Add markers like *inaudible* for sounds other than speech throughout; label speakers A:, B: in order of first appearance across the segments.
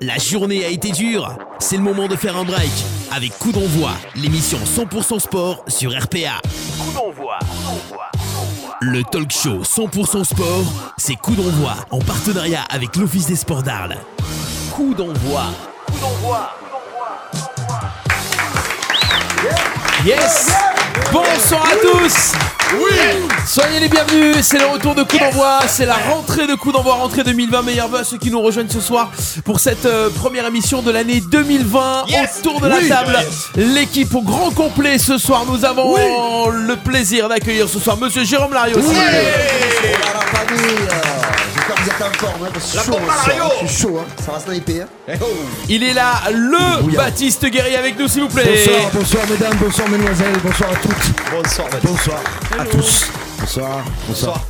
A: La journée a été dure, c'est le moment de faire un break avec Coup d'envoi, l'émission 100% sport sur RPA.
B: Coup d'envoi.
A: Le talk show 100% sport, c'est Coup d'envoi en partenariat avec l'Office des sports d'Arles. Coup d'envoi.
B: Coup d'envoi.
C: Yes Bonsoir à tous Oui Soyez les bienvenus, c'est le retour de Coup d'envoi, c'est la rentrée de Coup d'envoi, rentrée 2020, meilleurs vœux à ceux qui nous rejoignent ce soir pour cette euh, première émission de l'année 2020.
B: Yes
C: Autour de la
B: Oui.
C: table, l'équipe au grand complet ce soir, nous avons le plaisir d'accueillir ce soir Monsieur Jérôme Larios.
D: Voilà la famille euh, J'espère que vous êtes en forme, hein, parce que je suis chaud, hein, ce soir, je suis chaud, hein, ça va sniper. hein.
E: Oh,
C: Il est là, le Baptiste Guerrier avec nous s'il vous plaît.
D: Bonsoir, bonsoir mesdames, bonsoir mesdemoiselles, bonsoir à toutes,
E: Bonsoir,
D: bonsoir à tous. Bonsoir, bonsoir, Ah,
C: Bonsoir.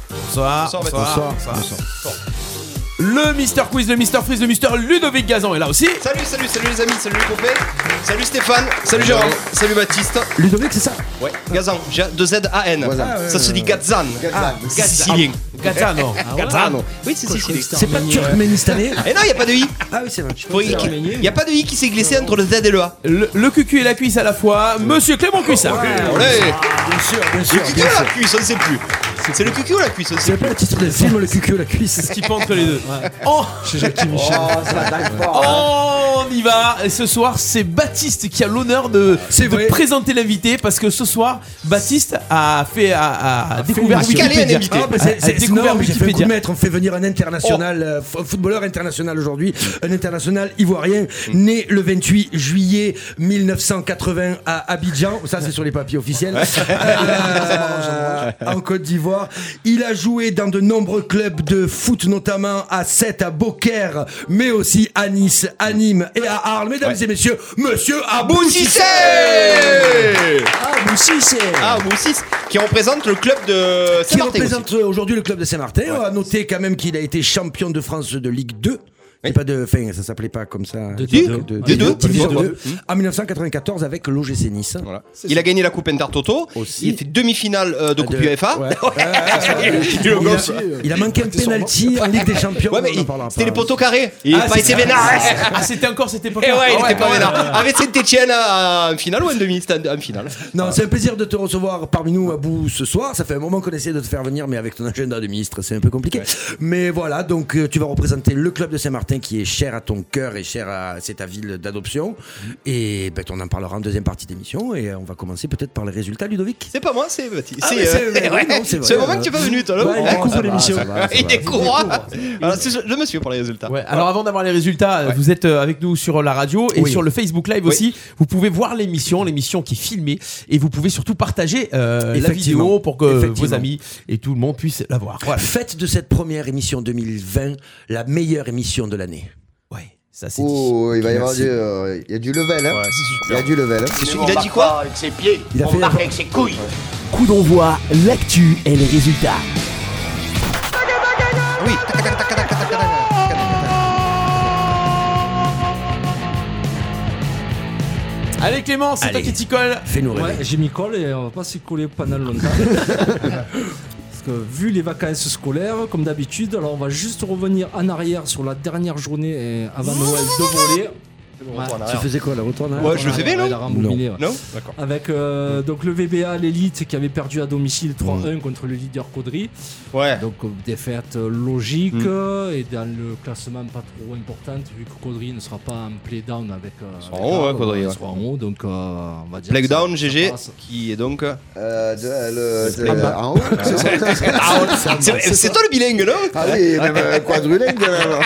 E: Bonsoir,
D: bonsoir, bonsoir.
C: Le Mister Quiz, le Mister Freeze, le Mister Ludovic Gazan est là aussi.
E: Salut, salut, salut les amis, salut les copains, salut Stéphane, salut Jérôme, salut Baptiste.
D: Ludovic, c'est ça
E: Ouais, Gazan, G- de Z-A-N.
D: Gazan.
E: Ça se dit Gazan.
D: Ah,
E: Sicilien.
C: Gazano.
E: Gazan. Ah Oui, c'est Sicilien.
D: C'est pas turkménistanais
E: Et Eh non, il a pas de I.
D: Ah oui, c'est vrai. je Ah,
E: Faut-
D: pensais-
E: Il n'y a pas de I qui s'est glissé entre le Z et le A.
C: Le, le cucu et la cuisse à la fois, Monsieur Clément Cuissard.
E: Allez,
D: Bien sûr, bien sûr.
E: le cucu ou la cuisse, on ne sait plus. C'est le cucu ou la cuisse, on ne sait
D: C'est pas le titre des films, le cul, la cuisse.
C: Qui pend entre les deux. Oh,
D: Oh, ça va dingue fort. hein.
C: oh, on y va. Et ce soir, c'est Baptiste qui a l'honneur de, de
D: vrai.
C: présenter l'invité parce que ce soir, Baptiste a fait a, a découvert
E: émission. Calé un
C: Wikipédia.
E: invité.
D: Ah, bah,
C: A-
D: c'est
C: a
D: c'est
C: découvert
D: énorme, j'ai fait un coup de
C: Wikipédia.
D: maître. On fait venir un international, euh, f- footballeur international aujourd'hui, un international ivoirien, né le 28 juillet 1980 à Abidjan. Ça, c'est sur les papiers *laughs* officiels. Euh, en Côte d'Ivoire. Il a joué dans de nombreux clubs de foot, notamment à Sète, à Beaucaire, mais aussi à Nice, à Nîmes et à Arles. Mesdames et messieurs, monsieur Abou Cissé
E: Cissé
D: Abou Cissé
E: Ah, Moussis, qui représente le club de
D: qui
E: Saint-Martin.
D: représente euh, aujourd'hui le club de Saint-Martin. On va noter quand même qu'il a été champion de France de Ligue 2. Et pas de, enfin, ça s'appelait pas comme ça. De,
E: deux.
D: de-
E: Des
D: de-
E: deux,
D: division
E: division
D: deux. En 1994 avec l'OGC Nice.
E: Voilà. Il a gagné la Coupe Intertoto.
D: Aussi.
E: Il a fait demi-finale euh, de Coupe
D: De-
E: UEFA.
D: Ouais. Il,
E: le gosse.
D: a, il a manqué un penalty en Ligue des Champions.
E: Ouais, mais
D: on en
E: il-
D: parlera
E: c'était
D: pas.
E: les poteaux carrés. Il
C: Ah,
E: n'a pas
C: c'est
E: été
C: ça.
E: vénard.
C: Ah, c'était encore cette époque.
E: Eh ouais, il était pas vénard. Avec Saint-Etienne euh, en finale ou en demi C'était en finale.
D: Non, c'est un plaisir de te recevoir parmi nous à bout ce soir. Ça fait un moment qu'on essaie de te faire venir, mais avec ton agenda de ministre, c'est un peu compliqué. Mais voilà, donc euh, tu vas représenter le club de Saint-Martin qui est cher à ton cœur et cher à c'est ta ville d'adoption. Et ben, on en parlera en deuxième partie d'émission et euh, on va commencer peut-être par les résultats, Ludovic.
E: C'est pas moi, c'est Baptiste.
D: Ah, mais c'est- oui,
E: *laughs*
D: non, c'est vrai,
E: c'est le moment
D: euh,
E: que tu es pas venu, toi. là.
D: Ouais, il
E: Hein
D: découvre
E: Ça va,
D: l'émission.
E: ça va, ça Il
D: va.
E: découvre. Alors, c'est- Je me suis pour les résultats.
C: Ouais, alors avant d'avoir les résultats, euh, vous êtes euh, avec nous sur la radio et
D: Oui.
C: sur le Facebook Live aussi. Vous pouvez voir l'émission, l'émission qui est filmée et vous pouvez surtout partager euh, la
D: Effectivement.
C: vidéo pour que vos
D: Effectivement.
C: amis et tout le monde puissent la voir. Voilà.
D: Faites de cette première émission 2020 la meilleure émission de l'année.
C: Ouais, ça c'est dit.
F: Oh, il va y avoir
D: Merci.
F: du, euh, il y a du level, hein. il y a du level. hein.
E: Il a dit quoi
B: Avec ses pieds,
D: Il a
B: on
D: fait-
B: marque avec ses couilles.
A: Coup d'envoi, l'actu et les résultats.
E: Oui. Tac, tac, tac, tac, tac, tac, tac, tac, tac, tac.
C: Allez Clément, c'est toi
D: Allez.
C: qui t'y colle.
D: Fais-nous rêver.
G: Ouais, j'ai mis colle et on va pas s'y coller
E: *laughs*
G: pendant longtemps. Parce que vu les vacances scolaires, comme d'habitude, alors on va juste revenir en arrière sur la dernière journée et avant Noël de voler.
E: Retourne
D: Tu
E: arrière.
D: faisais quoi la retourne hein
E: Ouais, je le fais bien,
G: Ouais,
E: non
G: la rembobinée, ouais.
E: Non D'accord.
G: Avec euh, donc le VBA, l'élite qui avait perdu à domicile
E: Mm.
G: 3-1 contre le leader Caudry.
E: Ouais.
G: Donc euh, défaite euh, logique
E: Mm.
G: euh, et dans le classement pas trop importante vu que Caudry ne sera pas en play-down avec. euh,
E: sera en
G: avec
E: haut,
G: Arles,
E: ouais, Caudry,
G: ils
E: ouais.
G: seront en haut, donc euh, on va dire. que ça-
E: Blackdown,
G: ça
E: GG,
G: passe.
E: qui est donc. euh,
F: Euh, de- euh, le-
G: En
F: de-
G: bas.
F: en haut, c'est ça
E: Ah, on- c'est- C'est toi le bilingue, non
F: Ah
D: *laughs*
F: oui, même euh, quadrilingue. euh,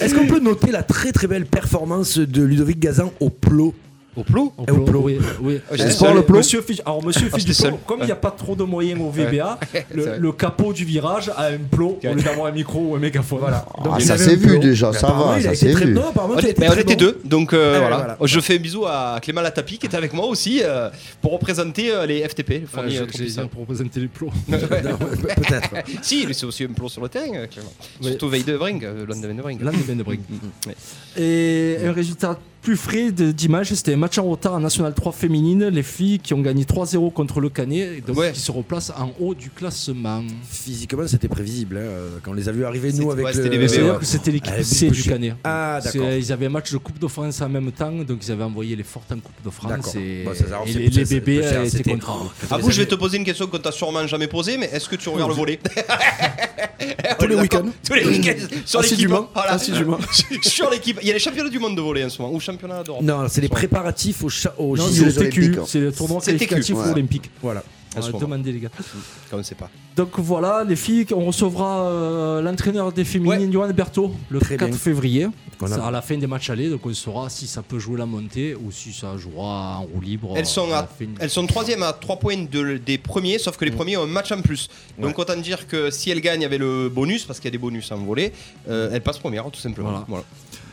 D: Est-ce qu'on peut noter la très très belle performance de Ludovic Gazan au plot
E: Au plot
G: Au
D: Et au
G: plot,
D: plot.
G: oui, oui.
E: Ah, j'étais seul.
G: Euh, Monsieur Fitch- alors monsieur
E: Ah,
G: Fitch
E: j'étais
G: du plot,
E: seul.
G: comme il n'y a pas trop de moyens au VBA,
E: vrai.
G: le, le capot du virage a un plot au lieu d'avoir un micro ou un mégaphone. Voilà.
F: Ah,
D: il
F: ça
D: avait
F: s'est
D: un
F: vu
D: plot.
F: déjà, ça
D: Apparemment,
F: va,
D: il a
F: ça
D: été
F: s'est
D: très-
F: vu.
D: Non, apparemment,
E: On
D: tu as
E: est-
D: été
E: mais on
D: très
E: était
D: bon.
E: deux, donc euh,
D: Ah,
E: voilà.
D: voilà.
E: Je fais un bisou à Clément Latapi qui était avec moi aussi euh, pour représenter euh, les FTP. les fournis, euh,
G: J'ai
E: tropicales.
G: pour présenter les plots.
E: *laughs*
D: Non, pe- Peut-être.
E: si, mais c'est aussi un plot sur le terrain, euh, Clément.
G: Oui.
E: Surtout Veille de Bring, euh, London de Bring.
G: Mm, Là, on est bien de briques.
E: Ouais.
G: Et un résultat plus frais de- d'image, c'était un match en retard en National 3 féminine, les filles qui ont gagné 3-0 contre le Canet, et donc
E: Ouais.
G: qui se replacent en haut du classement.
D: Physiquement, c'était prévisible. hein, euh, Quand on les a vus arriver, nous,
E: C'était-
D: avec
E: ouais,
D: le.
E: c'était les bébés,
G: C'est-à-dire
E: ouais.
G: que c'était l'équipe
D: Ah,
G: C du
D: Boucher.
G: Canet.
D: Ah,
G: C'est- euh,
D: d'accord.
G: Ils avaient un match de Coupe de France en même temps, donc ils avaient envoyé les fortes en Coupe de France
D: D'accord.
G: et,
D: Bon, ça, ça, on
G: et
D: sait
G: Ah, les,
D: plus, ça,
G: les
D: ça,
G: bébés euh,
D: ça,
G: étaient
D: c'était-
G: contents.
E: Ah vous, je vais te poser une question qu'on t'a sûrement jamais posée, mais est-ce que tu regardes le volet
G: *laughs*
H: Tous les week-ends.
E: Tous les week-ends sur l'équipe. hein.
H: Assidûment.
E: Voilà.
H: Assidûment.
E: *laughs* sur l'équipe. Il y a les championnats du monde de volet en ce moment, ou championnats d'Europe.
D: Non, c'est les préparatifs au chat. Au E
G: Non,
D: JO.
G: c'est le
F: les Olympiques,
G: TQ,
F: hein.
G: c'est le tournoi
E: C'est le TQ,
G: qualificatif
F: ouais.
G: olympique.
D: Voilà.
E: En ce
G: Ouais,
E: moment.
G: demandez les gars.
E: Comme on sait pas.
G: Donc voilà, les filles, on recevra euh, l'entraîneur des féminines, Johan Berthaud, le
D: Très
G: 4
D: bien.
G: février.
D: Qu'on a-
G: Ça, à la fin des matchs allés, donc on saura si ça peut jouer la montée ou si ça jouera en roue libre.
E: Elles sont,
G: à
E: à-
G: la fin.
E: elles sont troisième à 3 points de- des premiers, sauf que les premiers ont un match en plus. Donc autant dire que si elles gagnent avec le bonus, parce qu'il y a des bonus en volet, euh, elles passent première tout simplement.
G: Voilà.
E: Voilà.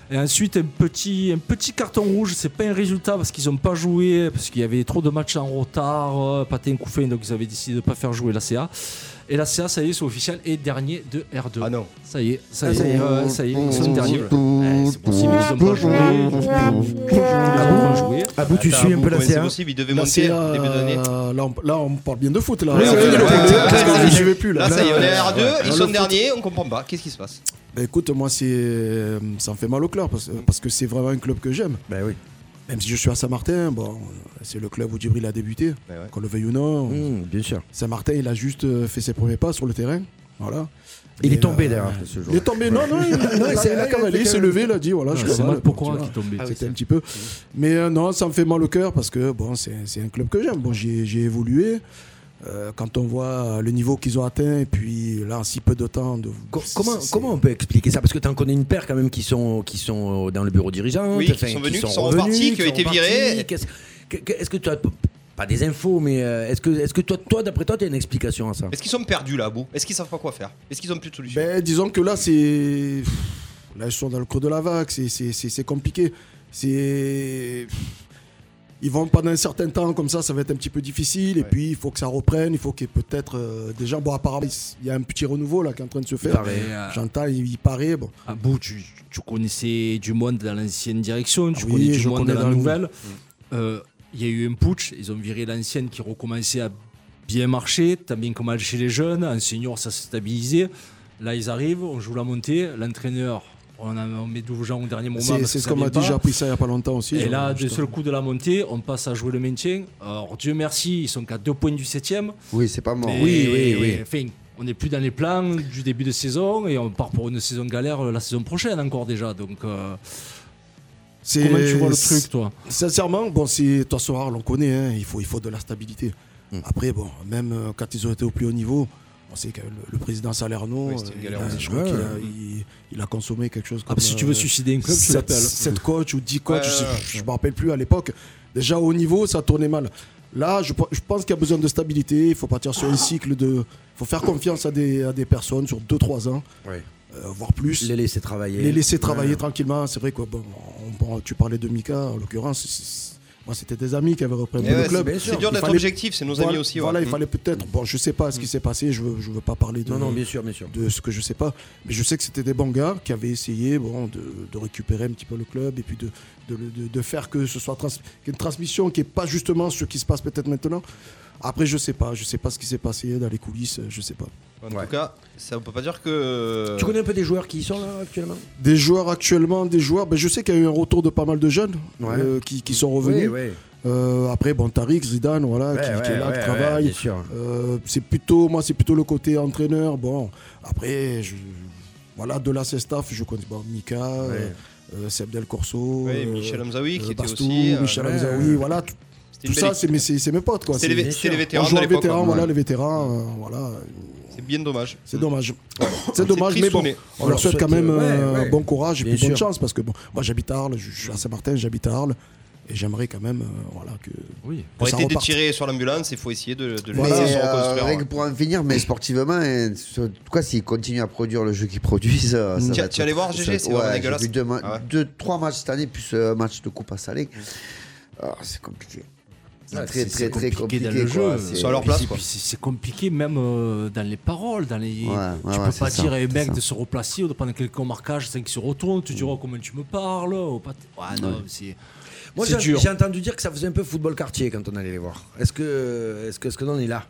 G: Et ensuite, un petit, un petit carton rouge, c'est pas un résultat parce qu'ils n'ont pas joué, parce qu'il y avait trop de matchs en retard, euh, patin couffin, donc ils avaient décidé de ne pas faire jouer la CA. Et la CA, ça y est, c'est officiel, est dernier de R2.
E: Ah non.
G: Ça y est, ça
D: Ah,
G: y
D: ça y
G: est,
D: est.
G: ouais, Ah, ça y est, ils sont derniers. Eh, C'est possible, ils ont pas joué. Ah, Ils ont pas joué.
D: À bout, tu
E: Attends,
D: suis un
E: vous,
D: peu la
E: comment C'est
D: CA.
E: possible, ils devaient
H: Là,
E: monter
H: c'est,
E: au début d'année.
H: euh, là, on, là, on parle bien de foot. Là,
E: Ouais,
H: Parce
E: ouais,
H: que
E: ouais, ouais,
H: j'y
E: ouais.
H: vais plus. Là,
E: Là, ça y est, on est à
H: Là,
E: R2, ils
H: le
E: sont
H: foot.
E: derniers, on comprend pas. Qu'est-ce qui se passe
H: Bah, écoute, moi, c'est, euh, ça me fait mal au cœur parce, euh, parce que c'est vraiment un club que j'aime.
D: Bah oui.
H: Même si je suis à Saint-Martin, bon, c'est le club où Djibril a débuté.
E: Ouais, ouais.
H: Qu'on le veuille ou non,
D: Mmh, bien sûr.
H: Saint-Martin, il a juste euh, fait ses premiers pas sur le terrain. Voilà.
D: Il
H: Et,
D: est tombé
H: euh,
D: d'ailleurs ce jour.
H: Il est tombé, non, non, il, non, il s'est- quand même, il s'est levé, il a dit voilà, je suis
G: C'est
H: pas mal,
G: mal pourquoi
H: voilà.
G: qui est
D: Ah
G: tombé.
H: C'était un petit peu.
D: Mmh.
H: Mais euh, non, ça me fait mal au cœur parce que bon, c'est c'est un club que j'aime. Bon, j'ai j'ai évolué. Euh, quand on voit le niveau qu'ils ont atteint, et puis là, en si peu de temps. De,
D: Co-
H: c'est-
D: Comment,
H: c'est-
D: comment on peut expliquer ça Parce que t'en connais une paire quand même qui sont, qui sont euh, dans le bureau dirigeant,
E: Oui,
D: t'as-
E: qui sont
D: enfin,
E: venus, qui sont
D: revenus,
E: repartis, qui ont
D: sont
E: été
D: repartis.
E: virés.
D: Qu'est-ce que- que- est-ce que tu as pas des infos, mais euh, est-ce que, est-ce que toi, toi d'après toi, tu as une explication à ça
E: Est-ce qu'ils sont perdus là, bout Est-ce qu'ils savent pas quoi faire Est-ce qu'ils ont plus de solution
H: Ben, disons que là, c'est. Là, ils sont dans le creux de la vague, c'est- c'est c'est- c'est compliqué. C'est. Ils vont pendant un certain temps, comme ça, ça va être un petit peu difficile. Et
E: Ouais.
H: puis, il faut que ça reprenne, il faut qu'il y ait peut-être euh, des gens. Bon, apparemment, il y a un petit renouveau là qui est en train de se faire.
D: paraît.
G: euh,
H: J'entends, il, il paraît. Bon.
G: Ah bon, tu, tu connaissais du monde dans l'ancienne direction, tu
H: Ah oui,
G: connais du
H: je
G: monde
H: connais
G: dans la
H: dans le
G: nouvelle. Euh, Il y a eu un putsch, ils ont viré l'ancienne qui recommençait à bien marcher, t'as bien commencé chez les jeunes, en senior ça s'est stabilisé. Là ils arrivent, on joue la montée, l'entraîneur, on, en- on met 12 gens au dernier moment.
H: C'est
G: parce
H: c'est
G: que ça
H: ce qu'on m'a
G: vient
H: dit,
G: pas.
H: j'ai appris ça il n'y a hein, pas longtemps aussi.
G: Et
H: Genre,
G: là, du
H: putain.
G: seul coup de la montée, on passe à jouer le maintien. Alors Dieu merci, ils sont qu'à deux points du septième.
F: Oui, c'est pas mort.
G: Mais,
D: Oui, oui, oui.
G: enfin, on n'est plus dans les plans du début de saison et on part pour une saison galère euh, la saison prochaine encore déjà. Donc, euh,
H: C'est-
G: comment tu vois le truc, toi
H: Sincèrement, bon, c'est toi ce on connaît, hein, il, faut, il faut de la stabilité. Après, bon, même euh, quand ils ont été au plus haut niveau, on sait que le, le président Salerno,
E: Oui, c'était une
H: euh,
E: galère
H: il a-
E: aussi.
H: je crois
D: Ouais.
H: qu'il a, il- il a consommé quelque chose comme
G: Ah, bah, Si tu veux
H: euh,
G: suicider un club, tu
H: sept-
G: l'appelles.
H: sept coachs ou 10 coachs,
E: Ouais,
H: je-
E: ouais, ouais.
H: je ne me rappelle plus à l'époque. Déjà au haut niveau, ça tournait mal. Là, je, pe- je pense qu'il y a besoin de stabilité, il faut partir sur un cycle de. Il faut faire confiance à des, à des personnes sur 2-3 ans,
D: Ouais.
H: euh, voire plus
D: Les laisser travailler.
H: les laisser travailler
D: Ouais.
H: tranquillement. C'est vrai quoi. Bon, on- bon, tu parlais de Mika en l'occurrence. c'est- c'est- Moi, c'était des amis qui avaient repris un
E: Eh
H: peu
E: ouais,
H: le club.
E: c'est- C'est dur
H: Il
E: d'être
H: fallait-
E: objectif, c'est nos amis
H: voilà,
E: aussi. ouais.
H: Voilà, il
E: Mm.
H: fallait peut-être. Bon, je sais pas ce qui s'est passé. Je veux, je veux pas parler de,
D: Non, non, bien sûr, bien sûr.
H: de ce que je sais pas. Mais je sais que c'était des bons gars qui avaient essayé, bon, de, de récupérer un petit peu le club et puis de de, le- de- de faire que ce soit trans- qu'il y ait une transmission qui est pas justement ce qui se passe peut-être maintenant. Après, je sais pas. Je sais pas ce qui s'est passé dans les coulisses. Je sais pas.
E: En
D: Ouais.
E: tout cas, ça on peut pas dire que.
D: Tu connais un peu des joueurs qui y sont là actuellement
H: Des joueurs actuellement, des joueurs. Ben, je sais qu'il y a eu un retour de pas mal de jeunes
D: Ouais.
H: euh, qui, qui sont revenus.
D: ouais.
H: Euh, après, bon, Tariq, Zidane, voilà, qui,
D: Ouais,
H: qui est
D: ouais,
H: là,
D: ouais,
H: qui
D: ouais,
H: travaille.
D: bien sûr.
H: Euh, c'est plutôt, moi, c'est plutôt le côté entraîneur. Bon, après, je- voilà, de là, ses staff, je connais bon, Mika, euh, euh, Seb Del Corso,
E: Oui,
H: euh,
E: Michel Hamzaoui qui
H: euh,
E: était
H: Bastou,
E: aussi. euh,
H: Michel
D: ouais,
H: Hamzaoui,
D: ouais.
H: voilà, tout,
E: c'était
H: tout
E: une belle
H: ça,
E: équipe.
H: c'est mes, c'est- c'est mes potes, quoi.
E: C'était
H: C'est-
E: les,
D: bien
E: c'était les
D: sûr.
H: on
E: vétérans
H: joue
E: de
H: en
E: l'époque. hein.
H: vétéran,
E: quoi.
H: voilà, les vétérans, euh, voilà,
E: C'est bien dommage.
H: c'est
E: Mm.
H: dommage. C'est dommage, mais bon,
E: tristouné.
H: on leur souhaite quand même
D: Ouais,
H: euh,
D: ouais.
H: bon courage et
D: Bien
H: puis bonne
D: sûr.
H: chance parce que bon, moi j'habite à Arles, je je suis à Saint-Martin, j'habite à Arles et j'aimerais quand même, euh, voilà, que,
G: Oui.
H: que
E: On a
H: ça
E: été
H: reparte.
E: détiré sur l'ambulance, il faut essayer de, de les
H: Voilà.
E: laisser
F: Mais,
E: se
F: euh,
E: reconstruire.
F: rien que pour en finir, mais sportivement, et ce- en tout cas, s'ils continuent à produire le jeu qu'ils produisent, euh, ça
E: Tu-
F: va être-
E: tu es allé voir
F: ça-
E: GG, c'est
F: ouais,
E: vraiment
F: j'ai
E: dégueulasse.
F: vu deux, ma-
E: Ah ouais.
F: euh,
E: Mm.
F: deux- trois matchs cette année, plus un match de coupe à Salé. Ah, c'est compliqué. C'est très,
G: c'est-
F: très,
G: c'est
F: très compliqué.
G: dans le
F: quoi.
G: jeu.
F: C'est- *laughs*
E: Sur leur
G: Puis
E: place,
G: c'est-
E: quoi.
G: puis c'est c'est compliqué même euh, dans les paroles, dans les.
F: Ouais, ouais,
G: tu
F: ouais,
G: peux
F: c'est
G: pas
F: ça,
G: dire à un
F: c'est
G: mec
F: ça.
G: de se replacer ou de prendre quelqu'un au marquage sans qu'il se retourne. Tu diras comment tu me parles. Ou pas ouais, non, c'est.
D: Moi,
G: c'est
D: j'ai
G: dur.
D: j'ai entendu dire que ça faisait un peu football quartier quand on allait les voir. Est-ce que, est-ce que, est-ce que non, il est là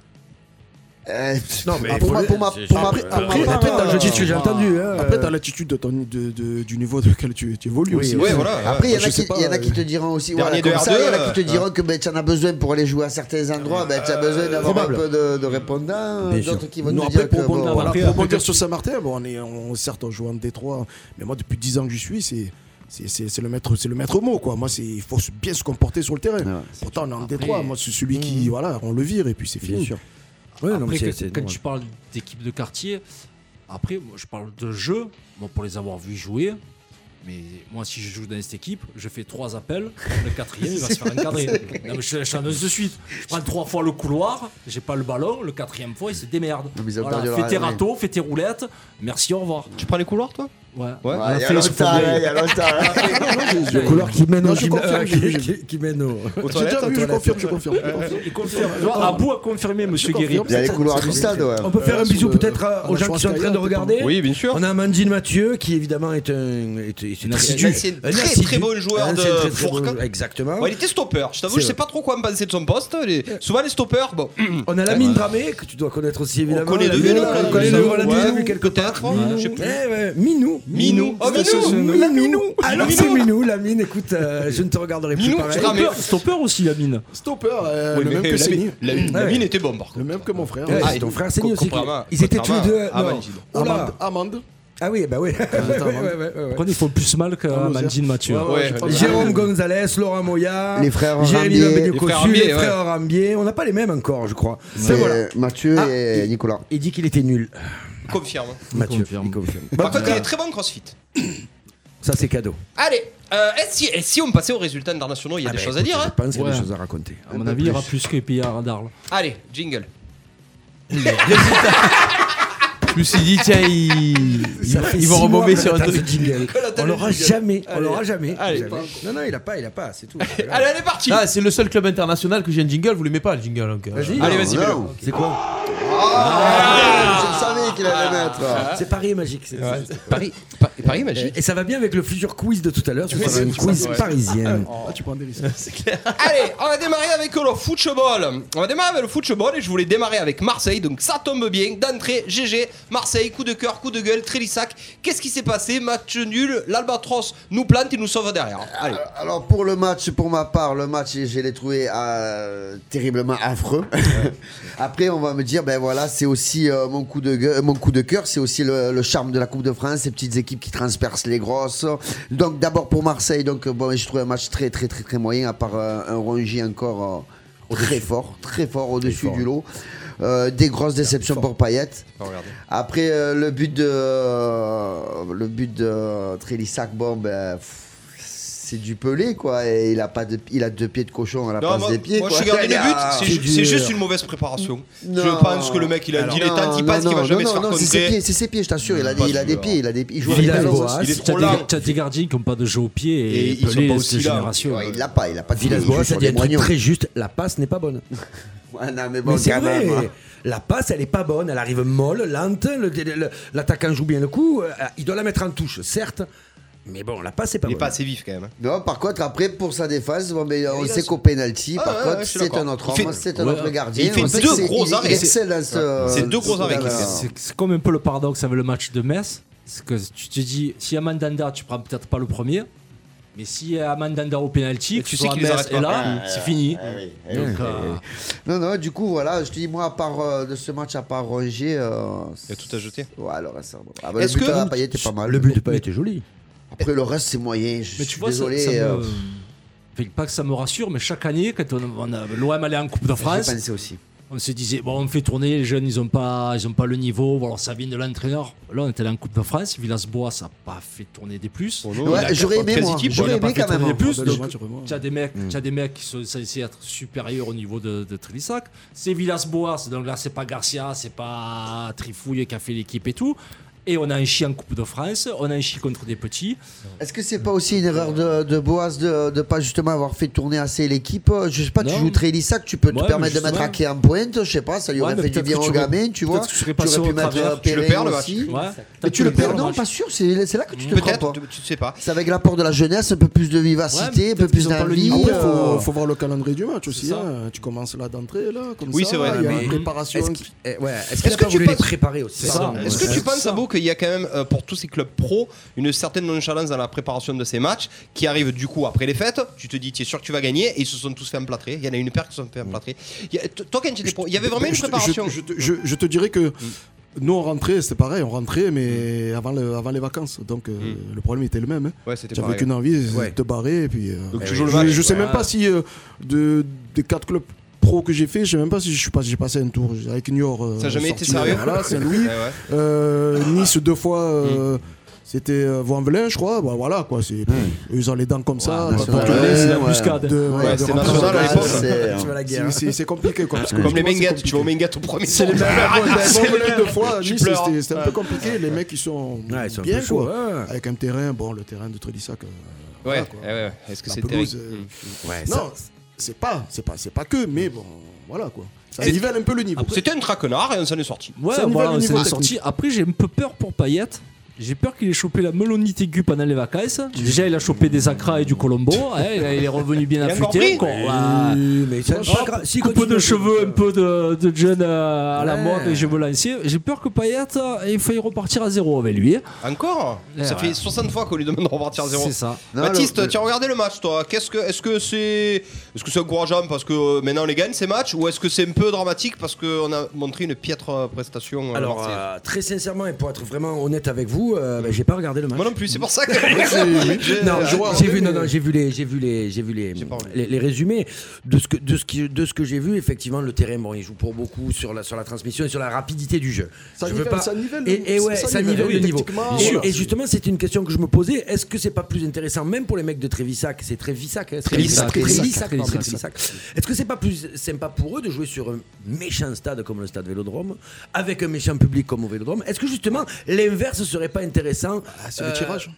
F: Euh,
D: Non, mais
F: ah, pour
D: faut
F: ma,
D: le-
F: pour ma, pour ma,
D: Après,
F: pour ma
D: après,
F: part,
D: après,
F: euh,
H: Ah,
D: t'as l'attitude, j'ai entendu. hein.
H: Après, t'as l'attitude de ton- de- de- du niveau dans lequel tu, tu évolues
D: Oui,
H: aussi.
D: oui,
E: Ouais, voilà. ouais.
F: Après, il y, en a
H: Je sais
F: qui-
H: pas,
F: il y en a qui
H: euh,
F: te diront aussi, voilà,
E: dernier
F: comme
E: de
F: ça, il y en a
E: R2,
F: qui te
E: euh,
F: diront que ben, tu en as besoin pour aller jouer à certains endroits, ben, tu as besoin d'avoir un
D: probable.
F: peu de, de répondants,
D: Bien
F: euh,
D: sûr.
F: d'autres qui vont
H: Non,
F: te
H: après,
F: dire
H: pour
F: que
H: rebondir
F: bon,
H: voilà,
G: après,
H: pour
G: après,
H: rebondir sur Saint-Martin, bon, on est, on, certes, on joue en Détroit, mais moi, depuis 10 ans que j'y suis, c'est. C'est, c'est- c'est le maître c'est le maître mot quoi moi c'est il faut se- bien se comporter sur le terrain
F: Ouais.
H: pourtant on est en
G: Après-
H: Détroit moi c'est celui qui voilà on le vire et puis c'est fini
D: Ouais, non, mais
G: Après,
D: c'est-
G: que-
D: c'est-
G: quand
D: non,
G: tu parles d'équipe de quartier, après, moi, je parle de jeu, moi, pour les avoir vus jouer. Mais moi, si je joue dans cette équipe, je fais trois appels, le quatrième, il va se faire encadrer. Non, mais je suis la chanteuse de suite. Je prends trois fois le couloir, j'ai pas le ballon, le quatrième fois, il se démerde.
F: Mais ils ont
G: Voilà,
F: perdu leur
G: fais tes
F: raison.
G: râteaux, fais tes roulettes, merci, au revoir.
E: Tu prends les couloirs, toi
G: Ouais.
E: Ouais.
F: ouais, il y a longtemps, il y a longtemps. hein.
D: Le couleur qui mène
H: Non,
D: au
H: je
E: *laughs*
D: gym-
H: confirme,
D: euh,
H: j'ai vu,
D: qui-
H: j'ai
D: qui- qui mène au.
E: Aux
H: j'ai
E: toilettes
H: déjà vu je confirme je confirme, je confirme.
G: Il confirme. Tu vois, Abou a confirmé, monsieur
H: confirme.
G: Guéry.
F: Il y a les couloirs du stade, ouais.
D: On peut faire
H: Euh,
D: un
H: sur
D: bisou
H: le-
D: peut-être à-
H: à
D: aux
H: la
D: gens qui sont en train de
H: Schwarzkopf,
D: regarder.
E: Oui, bien sûr.
D: On a Amandine Mathieu qui évidemment est un est, est
G: Une
D: très-
G: assidue.
E: C'est une
D: un
E: très,
D: assidu.
E: très bonne joueur
D: Un-
E: de
D: c'est un très, très
E: Fourca.
D: bon- Exactement.
E: Ouais, il était stopper. Je t'avoue,
D: C'est
E: je sais
D: vrai.
E: pas trop quoi me penser de son poste. Les- Souvent, les stoppers, bon,
D: On a Lamine Dramé que tu dois connaître aussi évidemment.
E: connaît de
D: Lamine,
E: vue,
D: on
E: là,
D: connaît
E: Minou,
D: de- on l'a déjà
E: ouais,
D: vu
E: ou
D: quelque temps.
E: peut-être, ouais, je sais plus.
D: Eh ouais, Minou.
E: Minou. Oh,
D: Station-
E: Minou.
D: Minou.
E: Minou.
D: Alors
E: Minou.
D: c'est Minou, Lamine. Écoute, euh, je ne te regarderai plus.
E: Minou,
D: pareil.
E: tu rames.
G: Stopper, stopper aussi, la mine.
H: stopper euh,
E: Ouais,
H: le
E: mais
H: même que
E: la-
H: Séni.
E: la- la
D: Ouais.
E: mine était bombe, par
H: le
E: contre.
H: même que mon frère
D: Ouais,
E: Ah,
D: c'est ton
E: il-
D: frère Séni aussi. qui-
E: Contrairement-
D: Ils étaient tous les
E: contrairement
D: deux.
E: à- à
D: non.
E: Amandine.
D: Oh là.
H: Amande, Amande
D: Ah oui, bah oui. *laughs* Ouais, ouais, ouais, ouais, ouais.
G: Pourquoi ils font plus mal qu'Amandine Mathieu
E: Ouais, ouais.
D: *laughs* Jérôme Gonzalez, Laurent Moya,
F: Les frères
D: Jérémy
F: Rambier.
D: Lambedio
E: Les frères
D: Cossu, les
E: Rambier, ouais.
D: frères Rambier. On n'a pas les mêmes encore, je crois.
F: C'est
D: Mais voilà.
F: Mathieu
D: Ah,
F: et
D: il-
F: Nicolas.
D: Il dit qu'il était nul.
E: Confirme.
D: Mathieu,
G: confirme.
D: il confirme.
E: Par contre, il est très bon en crossfit.
D: Ça, c'est cadeau.
E: Allez, euh, et, si, et si on passait aux résultats internationaux, il y a des choses à dire.
D: Ah, bah, Je
E: Hein
D: pense qu'il y a des
G: Ouais.
D: choses à raconter.
G: À mon avis, il y aura plus que Pillard d'Arles.
E: Allez, jingle.
C: Je me suis dit, tiens, ils,
D: Ça fait
C: ils vont
D: six mois
C: rebomber
D: qu'on
C: sur un
D: attend
C: truc.
D: ce jingle. On l'aura jamais. On l'aura jamais.
E: Allez,
D: Jamais.
E: pas
D: Non, non, il a pas, il a pas,
E: *laughs*
D: c'est tout.
E: Allez, on est parti.
C: Ah, c'est le seul club international que j'ai un jingle, vous l'aimez pas le jingle donc, euh.
D: Vas-y.
E: Allez, vas-y,
F: Non.
E: mets-le.
D: C'est quoi
F: Je savais qu'il allait mettre.
D: C'est Paris et Magique. c'est- c'est-
E: Paris, Pa- Paris Magique.
D: Et ça va bien avec le futur quiz de tout à l'heure. Ce
E: Oui,
D: sera
E: c'est
D: un
E: ça,
D: quiz
E: ouais.
D: parisien.
H: ah tu prends des risques
E: Allez, on va démarrer avec le football. On va démarrer avec le football et je voulais démarrer avec Marseille, donc ça tombe bien. D'entrée, GG, Marseille, coup de cœur, coup de gueule, Trélissac. Qu'est-ce qui s'est passé Match nul, l'Albatros nous plante et nous sauve derrière. Allez.
F: Alors pour le match, pour ma part, le match, je l'ai trouvé euh, terriblement affreux. *laughs* Après, on va me dire, ben voilà, c'est aussi euh, mon coup de gueule- mon coup de cœur, c'est aussi le, le charme de la Coupe de France, ces petites équipes qui transpercent les grosses. Donc d'abord pour Marseille, donc euh, bon, je trouve un match très très très très moyen, à part euh, un Rongier encore euh, très fort, très fort au-dessus du lot. Euh, des grosses déceptions pour Payet. Après euh, le but de euh, le but de Trélissac, bon ben. pff, C'est du pelé quoi, et il a pas de, il a deux pieds de cochon à la place
E: moi,
F: des pieds.
E: moi, je
F: quoi.
E: suis gardé le
F: Il *laughs*
E: but,
F: a-
E: c'est ju- c'est juste une mauvaise préparation. Je
F: Non.
E: pense que le mec, il a
F: Alors,
E: dit les temps, il pense qu'il va
F: non,
E: jamais
F: non,
E: se faire
F: non, C'est ses
E: contrer.
F: pieds, c'est ses pieds, je t'assure. Il a, des-
E: pas
F: il a des
E: sûr.
F: pieds, il a des pieds. Il joue
D: Villas
F: avec la
D: Boas,
F: Zos.
E: Il est
G: T'as
E: trop
G: des,
E: lent.
G: t'as des gardiens qui n'ont pas de jeu au pied et,
E: Et ils sont
G: Pelé,
E: pas
G: cette
E: aussi là.
G: génération.
F: Ouais, Il l'a pas, il a pas de
D: villas
F: pieds, il joue
D: boas
F: sur
D: il y a
F: des
D: un truc
F: moignons.
D: très juste. La passe n'est pas bonne.
F: Ouais, non, mais bon,
D: Mais c'est
F: quand
D: vrai,
F: même, hein.
D: la passe elle est pas bonne, elle arrive molle, lente, le- le- le- l'attaquant joue bien le coup, euh, il doit la mettre en touche, certes, mais bon, la passe est pas
E: Il est
D: bonne.
E: pas assez vif quand même.
F: Non, par contre, après, pour sa défense, bon, mais on sait qu'au penalty,
E: Ah,
F: par
E: ouais, ouais,
F: contre,
E: je suis
F: c'est
E: d'accord.
F: un autre
E: Il fait-
F: homme, c'est un
G: Ouais.
F: autre gardien.
E: Il fait
F: On sait
E: deux
F: que c'est-
E: gros
F: il- il
E: arrêts.
F: excelle dans ce-
E: C'est deux gros
F: dans
E: arrêts
F: la-
E: qu'il fait.
G: C'est c'est comme un peu le paradoxe avec le match de Metz. C'est que tu te dis, si y a Mandanda, tu prends peut-être pas le premier. Mais si y a Mandanda au penalty,
E: Et
G: que
E: tu
G: tu
E: sais
G: sais
E: qu'ils les
G: Metz
E: arrêtent
G: est
E: pas.
G: là, c'est fini.
F: Ah oui, ah oui.
E: Eh
G: Donc, euh,
F: Non, non, du coup, voilà, je te dis, moi, à part euh, de ce match, à part Rongier. euh,
E: Il a tout à jeter.
F: Ouais, alors, ça. bon. Ah, bah, le
E: Est-ce
F: but
E: que-
F: à Payet était pas mal.
D: Le but de pas était joli.
F: Après, le reste, c'est moyen. Je
G: mais
F: suis
G: tu vois, ça-
F: désolé.
G: ça, me-
F: euh,
G: Fait que pas que ça me rassure, mais chaque année, quand on, on a- l'OM allait en Coupe de France,
F: J'ai pensé aussi.
G: on se disait, bon, on fait tourner, les jeunes, ils n'ont pas, ils ont pas le niveau, ou alors ça vient de l'entraîneur. Là, on était allé en Coupe de France, Villas-Boas, ça n'a pas fait tourner des plus.
F: Ouais, j'aurais aimé,
E: 13
F: moi.
E: équipes,
F: J'aurais
G: il a pas
F: aimé
G: fait
F: quand même.
G: tourner
F: hein.
G: plus,
H: Bordel,
G: donc-
H: je vois, tu vois, moi.
G: Tu as des mecs, tu as des mecs qui sont censés être supérieurs au niveau de, de Trélissac. C'est Villas-Boas, donc là c'est pas Garcia, c'est pas Trifouille qui a fait l'équipe et tout. Et on a un chien en Coupe de France, on a un chien contre des petits.
F: Est-ce que c'est pas aussi une erreur de, de Boas de ne pas justement avoir fait tourner assez l'équipe Je sais pas, tu
G: Non.
F: joues Trélissac, tu peux
G: Ouais,
F: te
G: mais
F: permettre de
G: justement.
F: mettre Aké en pointe, je sais pas, ça lui
G: Ouais,
F: aurait
G: mais
F: fait du
G: peut-être
F: bien
G: que
F: au
G: tu
F: gamin, tu vois.
G: peut-être que tu serais passé
F: aurais
G: au
F: pu mettre
G: travers,
F: euh,
E: tu le
F: Perrin
E: perds, le match.
F: aussi.
G: Ouais.
F: Mais tu le perds,
E: le
F: non,
E: match.
F: pas sûr, c'est c'est là que tu te
E: Peut-être,
F: trompes.
E: tu tu sais pas.
F: C'est avec l'apport de la jeunesse, un peu plus de vivacité,
G: Ouais,
F: un peu
G: peut-être
F: plus
G: qu'ils ont pas le
F: d'envie.
G: niveau.
H: Après, il
F: euh,
H: Ah faut, faut voir le calendrier du match aussi.
G: C'est ça.
H: hein. Tu commences là d'entrée, là, comme
E: Oui,
H: ça.
E: c'est vrai.
H: Il y a
E: Mais-
H: une préparation.
D: Est-ce qu'il- eh, ouais, est-ce qu'il
E: Est-ce
D: a
E: que
D: pas
E: tu
D: voulu
E: penses-
D: les préparer aussi
G: C'est ça.
E: Est-ce
G: Ah, Ouais.
E: que tu penses, Sabo, qu'il y a quand même, euh, pour tous ces clubs pro, une certaine nonchalance dans la préparation de ces matchs qui arrive du coup après les fêtes Tu te dis, tu es sûr que tu vas gagner et ils se sont tous fait emplâtrer. Il y en a une paire qui se sont fait emplâtrer. Il y a- t- Toi, quand tu étais pro, il y avait vraiment
H: Ben,
E: une
H: je te-
E: préparation.
H: Je, je te- je- je te dirais
E: Mm.
H: que nous, on rentrait, c'était pareil, on rentrait, mais avant, le- avant les vacances. Donc, euh, le problème était le même. hein.
E: Mm. Ouais, c'était
H: Tu n'avais
E: pareil.
H: qu'une envie, c'est
D: Ouais.
H: de te barrer. Et puis, euh,
E: Donc, tu
H: je,
E: joues le Ah.
H: je-
E: match,
H: je sais
E: ouais.
H: même pas si euh, de, des quatre clubs pro que j'ai fait, je sais même pas si je suis passé, j'ai passé un tour avec Niort. euh,
E: Ça n'a jamais été
H: Sortiment,
E: sérieux
H: Voilà,
E: *laughs*
H: Saint-Louis.
E: Ouais, Mm. ouais.
H: Euh, nice deux fois. euh, C'était euh, Voinvelin, je crois. Bah, voilà, quoi. c'est-
E: Mm.
H: Ils ont les dents comme ça. t'as
F: national.
H: pas de-
F: Ouais,
G: c'est la
F: ouais.
G: buscade.
H: euh, de- ouais,
E: Ouais,
H: de
E: c'est
H: rentrer
E: national
H: dans
E: à
H: la-
E: l'époque.
F: c'est- euh,
D: Tu vas à la guerre.
H: Ah. C'est- c'est- C'est compliqué, quoi. parce que
E: Comme les
H: justement, c'est
E: Menguettes, tu
H: compliqué.
E: vas aux Menguettes au Ah, premier
H: C'est
E: *laughs*
H: les mêmes deux fois.
E: Tu
H: Nice,
E: pleures.
H: c'était- c'était un peu compliqué. Les mecs, ils sont
D: Ouais, ils sont un
H: bien,
D: peu chauds,
H: quoi.
D: ouais.
H: Avec un terrain, bon, le terrain de Trélissac. euh,
E: Ouais,
H: voilà, quoi.
E: ouais, ouais. Est-ce que
H: La
E: c'est
H: pelouse,
E: terrible
H: euh,
D: Ouais, ça-
H: Non, c'est pas, c'est pas, c'est pas que, mais bon, voilà, quoi. Ça
E: Et-
H: nivelle un peu le niveau.
E: C'était un traquenard et on s'en est sorti.
G: Ouais,
H: Ça nivelle
G: voilà,
H: le
G: c'est
H: niveau
G: la sortie. Après, j'ai un peu peur pour Payet. J'ai peur qu'il ait chopé la melonite aiguë pendant les vacances. Déjà, il a chopé des acras et du colombo. hein, il a- il est revenu bien
E: Il a encore
G: affûté.
E: pris.
G: quoi. Ouais.
D: Oui, mais ça, c'est pas grave.
G: Si
D: S'il
G: un peu
D: continue
G: de
D: à-
G: cheveux, un peu de, de jeune euh, à la
D: Ouais.
G: mode et je veux lancer. J'ai peur que Payet euh, ait failli repartir à zéro avec lui.
E: Encore
G: Ouais,
E: Ça
G: ouais.
E: fait 60 fois qu'on lui demande de repartir à zéro.
G: C'est ça.
F: Non,
E: Baptiste,
F: le- le-
E: tu as regardé le match, toi. Qu'est-ce que, est-ce que c'est, est-ce que c'est encourageant parce que euh, maintenant on les gagne ces matchs, ou est-ce que c'est un peu dramatique parce qu'on a montré une piètre euh, prestation euh,
D: Alors,
E: marseillaise
D: euh, très sincèrement, et pour être vraiment honnête avec vous, euh, bah, j'ai pas regardé le match.
E: moi non plus, c'est pour ça
D: *laughs*
E: que. *laughs*
D: Je- non,
E: Je-
D: j'ai vu, non, non, j'ai vu les, j'ai vu les, j'ai vu les,
E: ah, J'ai pas envie.
D: les, les résumés de ce que, de ce qui, de ce que j'ai vu. Effectivement, le terrain, bon, il joue pour beaucoup sur la, sur la transmission et sur la rapidité du jeu.
H: Ça
D: je
H: nivelle-
D: veux pas.
H: ça nivelle le-
D: et, et ouais,
H: ça
D: ça,
H: nivelle,
D: nivelle
H: oui,
D: le niveau.
H: techniquement,
D: Et,
H: voilà.
D: et justement, c'est une question que je me posais. Est-ce que c'est pas plus intéressant, même pour les mecs de Trévissac, c'est Trévissac, hein,
G: Trévissac,
D: Trévissac, pardon,
G: Trévissac.
D: Trévissac. Est-ce que c'est pas plus sympa pour eux de jouer sur un méchant stade comme le stade Vélodrome, avec un méchant public comme au Vélodrome Est-ce que justement l'inverse serait pas intéressant
H: Ah, c'est le
D: euh,
H: tirage.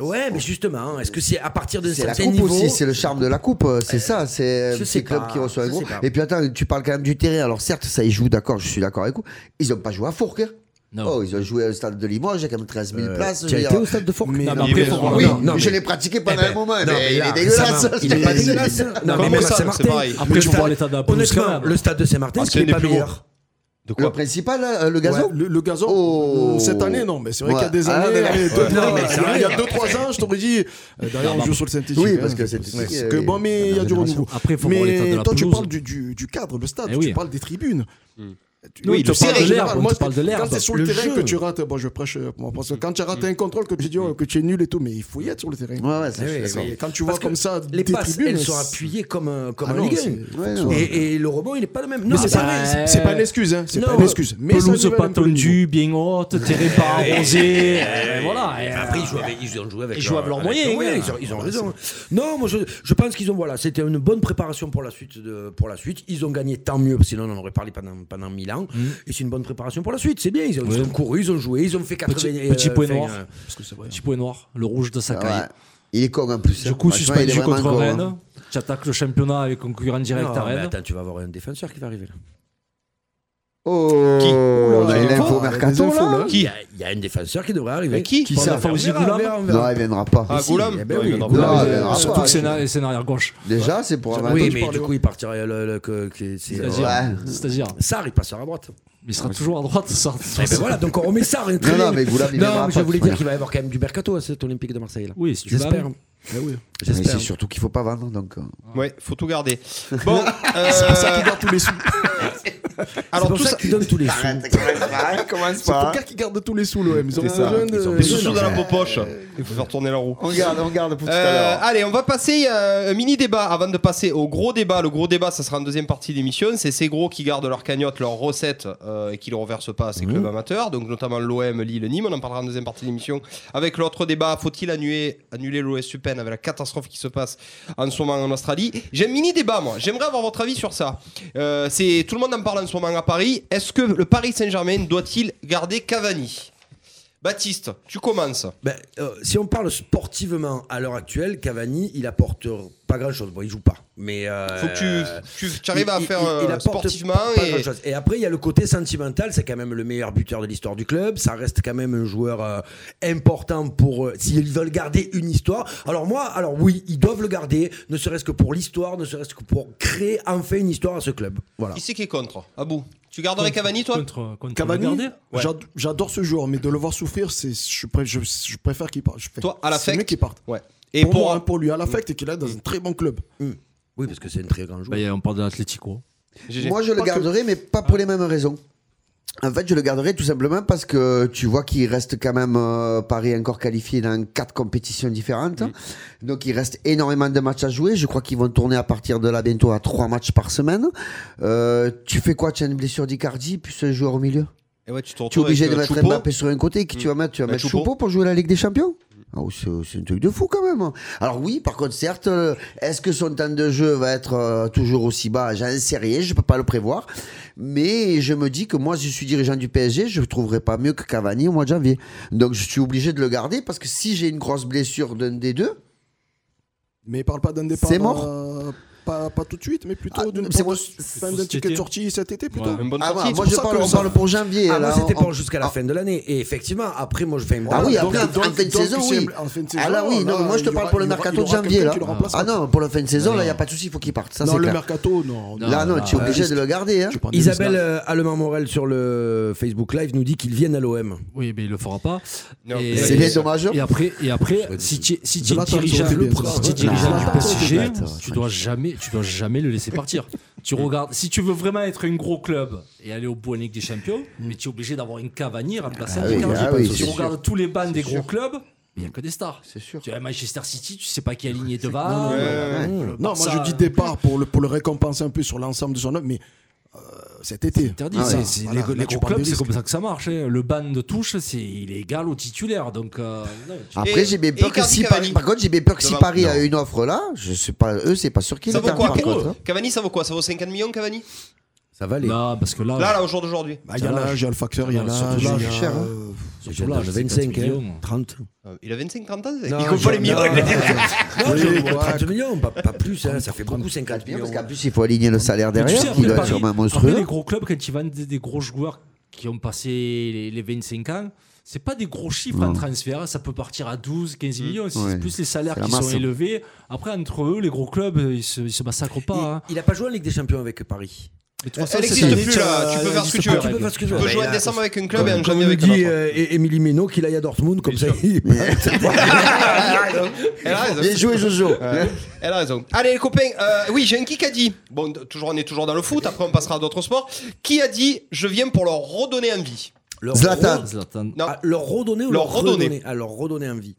D: Ouais, mais justement, hein, est-ce que c'est à partir de
F: C'est la coupe
D: certain niveau
F: aussi, c'est le charme de la coupe, euh, c'est ça, c'est
D: je
F: c'est
D: sais
F: le club
D: pas,
F: qui reçoit un
D: je
F: gros.
D: sais pas.
F: Et puis attends, tu parles quand même du terrain, alors certes, ça y joue, d'accord, je suis d'accord avec vous, ils ont pas joué à Fourques. hein.
G: Non.
F: Oh, ils ont joué au stade de Limoges, il y a quand même 13 000 places.
D: Euh, Tu
F: je
D: as
F: veux
D: été
F: dire. Ah
D: au stade de Fourques
G: Non,
D: Non,
G: mais
E: il
G: après,
E: est
G: faut-
E: vraiment-
F: Oui,
D: Non, non,
F: je
D: mais-
F: l'ai pratiqué pendant
D: ben,
F: un moment,
D: non,
F: mais
D: mais
F: il
D: là,
F: est dégueulasse.
D: récemment,
F: *laughs*
D: il est pas dégueulasse. Non,
E: Comment
D: mais même
E: ça,
D: à
E: c'est
D: Saint-Martin.
E: pareil
G: Après,
D: le
G: tu
D: stade-
G: vois l'état de la pelouse quand
H: hein.
D: Honnêtement,
G: même.
D: le stade de Saint-Martin,
E: Ah,
D: ce
E: c'est
D: qui n'est
E: des
D: pas
E: plus beaux.
D: meilleur.
E: De quoi
F: Le principal, euh, le gazon
H: Ouais, le, le gazon,
F: Oh.
H: cette année, non, mais c'est vrai
F: Ouais.
H: qu'il y a des
F: Ah,
H: années,
F: mais-
H: allez, deux,
F: Ouais.
H: trois-
D: Non, mais ça
H: il y a
D: arrive.
H: 2-3 ans, je t'aurais dit, euh, d'ailleurs, on joue sur le synthétique.
F: Oui,
H: hein,
F: parce que
H: c'est-
F: synthétique,
H: c'est
F: euh,
H: que
F: oui,
H: bon, mais il y a du
F: génération.
H: renouveau.
G: Après, il faut voir l'état
H: Mais
G: de la
H: toi, tu
G: pelouse.
H: parles du, du, du cadre, le stade,
G: Eh
H: tu
G: oui.
H: parles des tribunes. Tu-
E: Oui,
H: tu
E: le
H: parles
E: serré.
H: en général.
G: L'herbe,
H: Moi,
G: tu parles de l'herbe.
H: Quand c'est sur le,
D: Le
H: terrain
D: jeu.
H: que tu rates, bon, je prêche euh, pour moi, parce que quand tu as raté un contrôle, que tu dis oh, que tu es nul et tout, mais il faut y être sur le terrain.
F: Ah Ouais, ouais, ça, je
D: Eh
F: suis
D: oui,
F: d'accord.
D: oui.
H: Et quand tu
D: Parce
H: vois comme
D: que
H: ça,
D: les
H: des
D: passes,
H: tribunes,
D: elles sont
H: c'est-
D: appuyées comme un comme
H: Ah
D: un
H: non,
D: Ligue
H: c'est- ouais,
D: 1.
H: non.
D: Et, et le rebond, il n'est pas le même.
H: Mais
D: Non,
H: c'est
D: ça
H: pas,
D: reste-
H: c'est pas une excuse, hein, c'est
D: Non.
H: pas une excuse. Mais ça
G: Pelouse
H: nivelle
G: pas
H: un peu le niveau.
G: tendue, bien haute, terrain pas arrosé. euh, Voilà.
D: Eh,
G: euh,
D: Après, ils jouent avec, ils ont joué avec
G: Ils jouent avec leurs moyens,
D: Oui,
G: hein.
D: ils ont, ils ont raison. Non, moi, je, je pense qu'ils ont. Voilà, c'était une bonne préparation pour la suite. De, pour la suite. Ils ont gagné, tant mieux, sinon on en aurait parlé pendant, pendant mille ans. Et c'est une bonne préparation pour la suite. C'est bien. Ils ont, ils
G: Ouais.
D: ont couru, ils ont joué, ils ont fait 80.
G: Petit,
D: euh,
G: petit point
D: enfin,
G: noir.
D: euh,
G: Petit point noir, le rouge de Sakai.
F: Ah Ouais. Il est con en plus.
G: Du
F: hein.
G: coup,
F: Franchement, il est
G: suspendu
F: vraiment
G: contre
F: con, hein.
G: Rennes. Tu attaques le championnat avec concurrent direct
D: non,
G: à
D: mais
G: Rennes.
D: attends, tu vas avoir un défenseur qui va arriver là.
F: Oh,
E: Qui
F: on a eu l'info
H: Des
F: mercato hein.
H: infos,
F: là.
E: Qui
D: Il y, a, il y a un défenseur qui devrait arriver.
E: Mais qui Qui
D: On
G: ça
D: verra,
G: Fawzi
D: on verra,
G: Goulam
D: on verra, on verra.
F: Non, il viendra pas.
E: Ah,
D: si,
E: Goulam
D: eh ben
E: Ouais,
D: oui,
E: il en
F: Goulam,
E: parle.
F: il viendra
G: Surtout
F: pas.
G: que c'est na- c'est arrière gauche.
F: Déjà, c'est pour avant.
D: ah, Oui,
H: je
D: mais
H: parle
D: du
H: de-
D: coup, il partira. Le, le- que- que- c'est-
G: C'est-à-dire,
F: Ouais.
G: c'est-à-dire,
D: Sarr, il passera à droite.
G: il sera toujours à droite. ça-
D: Eh ben voilà, donc on remet ça. Non,
F: Non, non, mais Goulam, il viendra
D: non, mais je
F: pas,
D: voulais
F: de toute
D: dire qu'il va y avoir quand même du mercato à cet Olympique de Marseille. là.
G: Oui, si tu
D: J'espère.
G: vas.
H: Eh oui.
F: Mais
D: J'espère.
F: c'est surtout qu'il faut pas vendre donc. euh.
E: Ouais, faut tout
D: *laughs*
E: garder. Bon,
D: Ah,
E: euh,
H: Tous les sous.
E: alors
D: pour
E: tout
D: ça,
E: ça.
D: qu'ils donnent tous les sous.
F: Arrête, commence
H: C'est
F: pas.
H: Poker qui garde tous les sous, l'OM. Ils ont besoin de.
E: Les sous dans la peau poche. Il faut faire tourner la roue.
F: On garde, on garde pour tout à
E: Euh,
F: l'heure. hein.
E: allez, on va passer à un mini débat avant de passer au gros débat. Le gros débat, ça sera en deuxième partie d'émission. C'est ces gros qui gardent leur cagnotte, leurs recettes euh, et qui ne le reversent pas à ces clubs amateurs, donc notamment l'OM, Lille, Nîmes. On en parlera en deuxième partie d'émission. Avec l'autre débat, faut-il annuler, annuler l'OS Upen avec la catastrophe qui se passe en ce moment en Australie J'ai un mini débat, moi. J'aimerais avoir votre avis sur ça. Euh, c'est tout le monde en parle en ce moment à Paris. Est-ce que le Paris Saint-Germain doit-il garder Cavani Baptiste, tu commences.
D: Ben, euh, si on parle sportivement à l'heure actuelle, Cavani, il apporte pas grand chose. Bon, il joue pas. Mais euh,
E: Faut que tu, tu, tu arrives
D: il-
E: à
D: il-
E: faire
D: il-
E: euh,
D: il apporte
E: sportivement
D: pas- pas
E: et
D: grand-chose. Et après, il y a le côté sentimental. C'est quand même le meilleur buteur de l'histoire du club. Ça reste quand même un joueur euh, important pour. euh, S'ils veulent garder une histoire. Alors, moi, alors oui, ils doivent le garder, ne serait-ce que pour l'histoire, ne serait-ce que pour créer enfin une histoire à ce club. Voilà.
E: qui c'est qui est contre Abou. Tu garderais Cavani toi
G: Contre, contre
H: Cavani,
G: le Gardez
H: j'ad- j'adore ce joueur, mais de le voir souffrir, c'est je, pré- je- je préfère qu'il parte. Je fais-
E: Toi, à
H: c'est
E: l'affect.
H: mieux qu'il parte.
E: Ouais.
H: Et
E: Et
H: pour, moi, hein,
E: pour
H: pour lui, à l'affect et qu'il est dans un très bon club.
D: Oui, parce que c'est un très grand joueur.
G: Bah, y a- on parle de l'Atletico.
E: GG.
F: Moi, je le
H: Pas que-
F: garderai, mais pas pour les mêmes raisons. En fait, je le garderai tout simplement parce que tu vois qu'il reste quand même euh, Paris encore qualifié dans quatre compétitions différentes. Donc, il reste énormément de matchs à jouer. Je crois qu'ils vont tourner à partir de là bientôt à trois matchs par semaine. Euh, tu fais quoi Tu as une blessure d'Icardi puis ce joueur au milieu
E: Et ouais, tu te
F: Tu es
E: retrouves
F: obligé
E: avec,
F: de
E: euh,
F: mettre
E: Choupo.
F: Mbappé sur un côté. Qui tu vas mettre Tu vas
E: Bah,
F: mettre
E: Choupo.
F: Choupo pour jouer la Ligue des Champions Ah oui, c'est c'est un truc de fou quand même. Alors oui, par contre, certes, euh, est-ce que son temps de jeu va être euh, toujours aussi bas J'en sais rien, je peux pas le prévoir. Mais je me dis que moi, si je suis dirigeant du PSG, je ne trouverai pas mieux que Cavani au mois de janvier. Donc je suis obligé de le garder parce que si j'ai une grosse blessure d'un des deux,
H: Mais il parle pas d'un départ.
F: C'est mort
H: euh, pas, pas tout de suite, mais plutôt
F: Ah,
H: d'une
F: c'est
H: porte
F: moi-
H: de- enfin, d'un
G: cet
H: ticket de
G: été.
H: sortie cet été plutôt.
G: Ouais.
E: Une bonne
F: Ah,
E: sortie.
F: moi
H: c'est
F: je
H: pour ça
F: parle,
H: que
F: on
H: ça-
F: parle pour janvier.
D: Ah, moi,
F: là,
D: c'était
F: on-
D: pour jusqu'à la
F: Ah,
D: fin de l'année. Et effectivement, après, moi, je fais un
F: Ah oui,
H: Donc-
F: après, en
H: donc-
F: fin de
H: donc,
F: saison,
H: si
F: oui.
H: c'est en fin de
F: Ah
H: saison,
F: là oui, non,
H: là,
F: moi je te
H: il y
F: parle
H: aura-
F: pour le
H: il y aura- il y
F: mercato de
H: aura
F: janvier
H: quelqu'un
F: là.
H: qui le remplacera.
F: Ah non, pour la fin de saison là, il n'y a pas de souci, il faut qu'il parte. Ça
H: non,
F: c'est
H: le
F: clair.
H: mercato, non.
F: Là non, tu es obligé de le garder. hein.
H: Tu prends des
D: Isabelle
H: risques.
D: euh, Allemand-Morel sur le Facebook Live nous dit qu'ils viennent à l'OM.
G: Oui, mais il le fera pas.
E: Non.
G: Et-
F: C'est bien dommage.
G: Et après, et après si tu es, si tu es
H: Zlatan,
G: dirigeant,
H: ça aurait été
G: si tu es
H: bien, Zlatan.
G: dirigeant du
H: Zlatan, ça aurait été
G: PSG,
F: bien, ça.
G: tu dois jamais, tu dois jamais le laisser partir. tu regardes, si tu veux vraiment être un gros club et aller au bout en Ligue des Champions, mais tu es obligé d'avoir une Cavani remplaçant
F: oui,
G: Icardi.
F: Mm. ah oui,
G: Si
F: c'est
G: tu
F: sûr.
G: regardes tous les bancs des gros clubs, il n'y a que des stars.
F: C'est sûr.
G: Tu as Manchester City, tu sais pas qui est aligné devant.
H: Non, moi
G: Ça-
H: je dis départ pour le, pour le récompenser un peu sur l'ensemble de son œuvre, mais euh, cet été.
G: Interdit,
H: Ah
G: c'est-
H: ouais.
G: c'est-
H: Voilà,
G: les,
H: là,
G: les
H: tu
G: gros
H: prends des
G: clubs, c'est
H: risques.
G: comme ça que ça marche. hein. Le ban de touche, c'est il est égal au titulaire. Donc, euh, non, tu-
F: Après,
E: Et-
F: j'ai bien
E: et
F: peur que
E: Icardi,
F: si
E: Cavani.
F: Paris, par contre, j'ai bien peur que si
E: Devant.
F: Paris a
E: Non.
F: une offre là, je sais pas, eux, c'est pas sûr qu'ils
E: Ça
F: le
E: vaut
F: gardent
E: quoi
F: par contre. hein.
E: Cavani, ça vaut quoi Ça vaut 50 millions Cavani
D: Ça va aller.
G: là, parce que là,
E: Là, là, au jour d'aujourd'hui.
H: Bah, Il y a l'âge, il y a le facteur, il y a
G: Non,
H: l'âge.
G: surtout
H: il y a-
F: l'âge, c'est cher, hein.
H: euh,
G: surtout
D: J'ai
G: là,
D: l'âge
G: c'est
D: 25,
G: 4
D: hein,
G: millions.
D: 30.
E: Euh, Il a 25, 30 ans.
D: Non,
E: il compte pas les
D: je-
E: millions. *laughs*
D: Non,
H: Oui,
D: je-
H: quoi,
D: 30 millions, pas, pas plus, hein, ça fait beaucoup
F: Quatre
D: 50
F: millions,
D: millions.
F: parce qu'en plus, il faut aligner le salaire
G: Mais tu
F: derrière,
G: sais,
F: qui
G: après,
F: doit être
G: Paris-
F: sûrement
G: après, les
F: monstrueux.
G: gros clubs, quand ils vendent des, des gros joueurs qui ont passé les, les 25 ans, c'est pas des gros chiffres en transfert. Ça peut partir à 12, 15 millions. C'est
F: Ouais.
G: plus les salaires
F: C'est la
G: qui
F: masse.
G: sont élevés. Après, entre eux, les gros clubs, ils se, ils se massacrent
D: Il,
G: pas. hein.
D: il a pas joué en Ligue des Champions avec Paris.
G: Mais de toute façon,
E: Elle
G: cette
E: n'existe
G: année,
E: plus là. Tu peux faire ce que tu veux.
D: tu peux faire ce que tu
E: Tu
D: veux.
E: peux
D: Ouais,
E: jouer
D: là,
E: en décembre avec un club et
D: Comme,
E: en
D: comme
E: janvier avec un
D: dit
E: autre.
D: euh, é- Émilie Méno qu'il aille à Dortmund, comme ça il
E: Elle a raison. Elle a *laughs* raison.
F: Bien joué, Jojo.
D: Euh,
E: Ouais. Elle a raison. Allez les copains, euh, oui j'ai un qui a dit, bon t- toujours, on est toujours dans le foot, après on passera à d'autres sports, qui a dit je viens pour leur redonner envie
D: leur
F: Zlatan,
G: Zlatan.
E: Non.
D: Ah, leur redonner ou
E: Leur
D: leur,
E: redonner.
D: redonner, Ah, leur redonner envie.